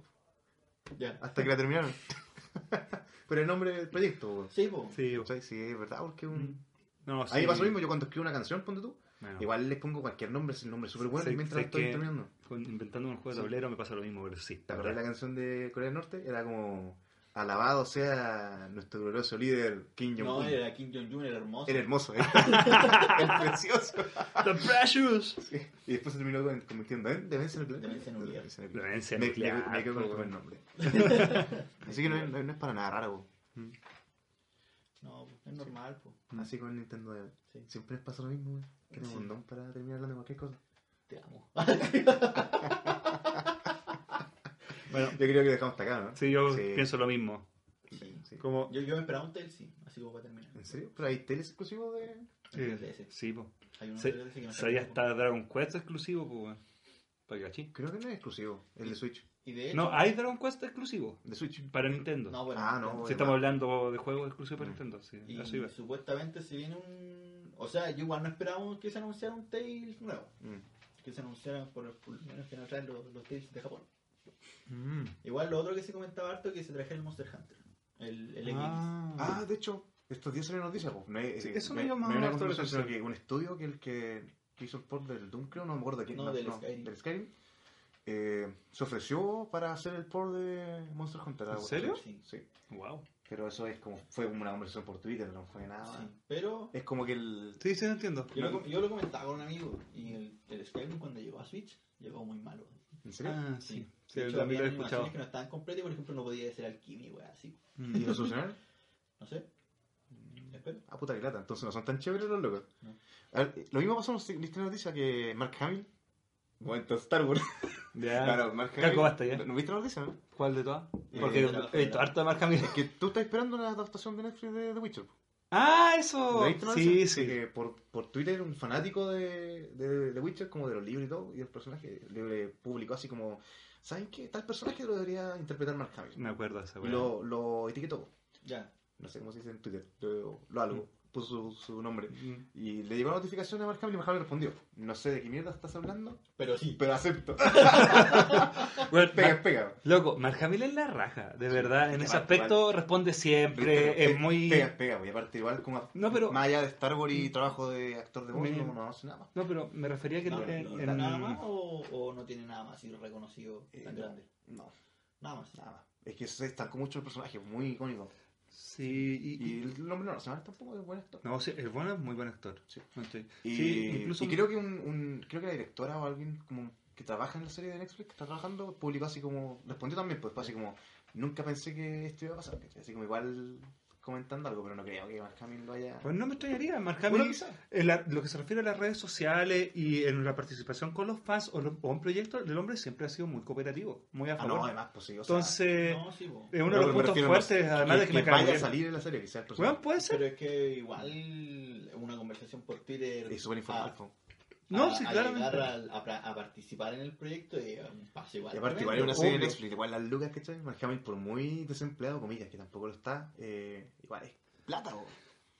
Speaker 2: Ya.
Speaker 1: hasta que la terminaron. Pero el nombre del proyecto, weón.
Speaker 2: Sí, po.
Speaker 3: Sí, po.
Speaker 1: ¿Cachai? Sí, es verdad, porque un...
Speaker 3: No,
Speaker 1: A mí
Speaker 3: Mm. sí. Ah.
Speaker 1: me pasa lo mismo, yo cuando escribo una canción, ponte tú,
Speaker 3: Bueno,
Speaker 1: igual les pongo cualquier nombre, es el nombre súper bueno,
Speaker 3: Sé-
Speaker 1: y mientras
Speaker 3: sé
Speaker 1: estoy
Speaker 3: que-
Speaker 1: terminando.
Speaker 3: con- inventando un juego de
Speaker 1: Sí.
Speaker 3: tablero me pasa lo mismo, pero sí.
Speaker 1: ¿Te acordás la canción de Corea del Norte? Era como, alabado sea nuestro glorioso líder, Kim
Speaker 2: No,
Speaker 1: Jong-un. era...
Speaker 2: era Kim Jong-un, era hermoso.
Speaker 1: hermoso, ¿eh? era precioso.
Speaker 3: The Precious.
Speaker 1: Sí. Y después se terminó con- convirtiendo en Demencia Nuclear.
Speaker 2: Demencia Nuclear.
Speaker 1: Demencia
Speaker 3: La herencia
Speaker 1: Me,
Speaker 3: nuclear,
Speaker 1: me- me quedo con el
Speaker 3: po,
Speaker 1: primer
Speaker 3: weón.
Speaker 1: nombre. Así que no, es- no es para nada raro, po.
Speaker 2: No, po, es normal, po.
Speaker 1: Así con el Nintendo de-
Speaker 2: Sí.
Speaker 1: Siempre les pasa lo mismo, güey. Que un montón para terminar hablando de cualquier cosa.
Speaker 2: Te amo.
Speaker 3: Bueno,
Speaker 1: Yo creo que dejamos hasta acá, ¿no?
Speaker 3: sí, yo pienso lo mismo.
Speaker 1: Sí, sí.
Speaker 3: Como...
Speaker 2: Yo, yo me esperaba un tel, sí, así como para terminar.
Speaker 1: ¿En serio? ¿Pero hay teles exclusivos de...?
Speaker 3: Eh, sí, po.
Speaker 2: Hay unos
Speaker 3: Se-
Speaker 2: teles que me
Speaker 3: Sería
Speaker 2: esperaba.
Speaker 3: hasta Dragon Quest exclusivo, pues, weón. Para que cachín.
Speaker 1: Creo que no es exclusivo. El de Switch.
Speaker 2: Y de hecho,
Speaker 3: No, hay Dragon Quest exclusivo
Speaker 1: De Switch.
Speaker 3: para Nintendo.
Speaker 2: No, bueno,
Speaker 1: Ah, no,
Speaker 3: si estamos hablando de juegos exclusivos para Nintendo, sí.
Speaker 2: Y
Speaker 3: Eso iba.
Speaker 2: supuestamente se viene un. O sea, yo igual no esperábamos que se anunciara un Tails nuevo.
Speaker 1: Mm.
Speaker 2: Que que se anunciaran por los pulmones que nos traen los, los tapes de Japón.
Speaker 3: Mm.
Speaker 2: Igual lo otro que se comentaba harto es que se traje el Monster Hunter. El, el X.
Speaker 1: Ah, de hecho, estos días salió noticia, pues. No es,
Speaker 3: Sí,
Speaker 1: eh,
Speaker 3: eso
Speaker 1: no
Speaker 3: me
Speaker 1: hay-
Speaker 3: llama
Speaker 1: no hay una
Speaker 3: harto la
Speaker 1: confirmación, sino
Speaker 3: atención.
Speaker 1: que un estudio que el que, que hizo el port del Doom, creo, no me acuerdo de quién,
Speaker 2: No, del Skyrim.
Speaker 1: del Skyrim, eh, se ofreció para hacer el port de Monster Hunter.
Speaker 3: ¿En
Speaker 1: algo así.
Speaker 3: serio?
Speaker 1: Sí. sí.
Speaker 3: Wow.
Speaker 1: Pero eso es como, fue como una conversación por Twitter, no fue nada.
Speaker 2: Sí, Pero
Speaker 1: Es como que el...
Speaker 3: Sí, sí, Eh, no entiendo.
Speaker 2: yo lo, Ah, com- yo lo comentaba con un amigo y el, el Skyrim cuando llegó a Switch llegó muy malo.
Speaker 1: ¿En serio?
Speaker 3: Ah, sí. Sí,
Speaker 2: De hecho,
Speaker 3: también
Speaker 2: había animaciones
Speaker 3: lo he escuchado.
Speaker 2: que no estaban completas y por ejemplo no podía ser alquimia, weá, así.
Speaker 1: ¿Y
Speaker 3: Mm.
Speaker 1: lo solucionaron?
Speaker 2: No sé. Espero.
Speaker 1: Ah, puta que lata, entonces no son tan chéveres los locos.
Speaker 2: No.
Speaker 1: A ver, lo mismo pasó en la noticia que Mark Hamill. Bueno, entonces Star Wars.
Speaker 3: Ya.
Speaker 1: Claro, Mark
Speaker 3: Caco, basta ya.
Speaker 1: ¿No, no viste la noticia? no?
Speaker 3: ¿Cuál de todas?
Speaker 1: Eh,
Speaker 3: Porque
Speaker 2: de la-
Speaker 3: he visto harto de Mark Hamill.
Speaker 1: Que tú estás esperando la adaptación de Netflix de The Witcher.
Speaker 3: ¡Ah,
Speaker 1: ¿No
Speaker 3: eso!
Speaker 1: viste la noticia?
Speaker 3: Sí,
Speaker 1: De
Speaker 3: sí.
Speaker 1: Que por, por Twitter un fanático de, de, de The Witcher, como de los libros y todo, y el personaje le, le publicó así como, ¿saben qué? Tal personaje lo debería interpretar Mark Hamill.
Speaker 3: Me acuerdo de esa
Speaker 1: Y
Speaker 3: weá.
Speaker 1: lo, lo etiquetó.
Speaker 2: Ya.
Speaker 1: No sé cómo se dice en Twitter. Lo, lo algo. Puso su, su nombre.
Speaker 3: Mm.
Speaker 1: Y le llegó la notificación a Mark Hamill y Mark Hamill respondió. No sé de qué mierda estás hablando,
Speaker 2: Pero sí.
Speaker 1: pero acepto.
Speaker 3: Bueno,
Speaker 1: pega,
Speaker 3: Mar-
Speaker 1: pega.
Speaker 3: Loco, Mark Hamill es la raja, de verdad. En ese
Speaker 1: Igual,
Speaker 3: aspecto responde siempre,
Speaker 1: Pero
Speaker 3: es muy...
Speaker 1: Pega, pega, y aparte igual como...
Speaker 3: No, pero- Mm.
Speaker 1: Más allá de Star Wars y trabajo de actor de voz,
Speaker 3: Me-
Speaker 1: no, no hace nada más.
Speaker 3: No, pero me refería que
Speaker 2: No,
Speaker 3: en-
Speaker 2: no,
Speaker 3: en-
Speaker 2: ¿está ¿Nada más o, o no tiene nada más y reconocido
Speaker 1: Eh,
Speaker 2: tan
Speaker 1: no.
Speaker 2: grande?
Speaker 1: No,
Speaker 2: Nada más.
Speaker 1: nada más. Es que se destacó mucho el personaje, muy icónico.
Speaker 3: Sí, y...
Speaker 1: Y el nombre no lo sabe tampoco es buen actor.
Speaker 3: No, sí, es bueno, es muy buen actor.
Speaker 1: Sí.
Speaker 3: Sí,
Speaker 1: Y,
Speaker 3: Sí, incluso...
Speaker 1: y creo que un, un- creo que la directora o alguien como que trabaja en la serie de Netflix, que está trabajando, publicó así como, respondió también, pues fue así como, nunca pensé que esto iba a pasar, ¿cachai? así como igual comentando algo, pero no creo que Mark Hamill lo haya...
Speaker 3: Pues no me extrañaría, Mark
Speaker 1: Bueno,
Speaker 3: Hamill,
Speaker 1: quizá.
Speaker 3: en la- lo que se refiere a las redes sociales y en la participación con los fans o, los- o un proyecto, el hombre siempre ha sido muy cooperativo, muy a
Speaker 1: Ah,
Speaker 3: favor.
Speaker 1: no, además, pues sí, o sea,
Speaker 3: Entonces,
Speaker 2: No, sí, po.
Speaker 1: no,
Speaker 3: es uno de
Speaker 1: pero me
Speaker 3: los puntos
Speaker 1: refiero, no sé,
Speaker 3: fuertes, además de que, me cae
Speaker 1: vaya a
Speaker 3: bien.
Speaker 1: salir en la serie, quizás el personaje.
Speaker 3: Bueno, puede ser.
Speaker 2: Pero es que igual una conversación por
Speaker 3: pues,
Speaker 2: Twitter.
Speaker 1: es
Speaker 3: ah,
Speaker 1: súper informal. pues.
Speaker 2: a-
Speaker 1: po.
Speaker 3: no,
Speaker 2: a-
Speaker 3: sí,
Speaker 2: a
Speaker 3: claramente.
Speaker 2: llegar al- a, pra- a participar en el proyecto es un paso igual.
Speaker 1: Y aparte, igual es
Speaker 2: tremendo.
Speaker 1: una serie de
Speaker 3: obvio.
Speaker 1: Netflix, igual las lucas, ¿cachai? Mark Hamill, por muy desempleado, comillas, que tampoco lo está, eh, igual es plata, po.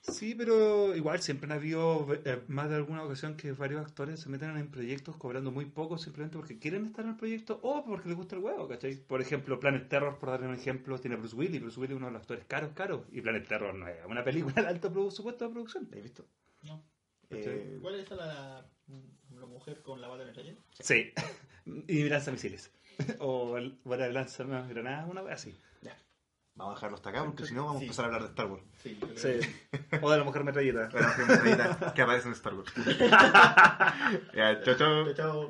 Speaker 3: Sí, pero igual siempre ha habido eh, más de alguna ocasión que varios actores se meten en proyectos cobrando muy poco simplemente porque quieren estar en el proyecto o porque les gusta el huevo, ¿cachai? Por ejemplo, Planet Terror, por darle un ejemplo, tiene a Bruce Willis. Bruce Willis es uno de los actores caros, caros. Y Planet Terror no es una película de alto produ- supuesto de producción.
Speaker 1: ¿La has visto?
Speaker 2: No.
Speaker 1: Eh,
Speaker 2: ¿Cuál es esa la, la mujer con la bata metralleta?
Speaker 3: Sí. y lanza misiles. o el- bueno, lanza unas granadas, una wea así.
Speaker 1: vamos a dejarlo hasta acá, porque si no, vamos a
Speaker 2: Sí.
Speaker 1: empezar a hablar de Star Wars.
Speaker 2: Sí, yo creo
Speaker 3: Sí.
Speaker 2: que-
Speaker 3: o de la mujer metralleta.
Speaker 1: Pero que, que aparece en Star Wars. ya, chao, chao.
Speaker 2: Chao, chao.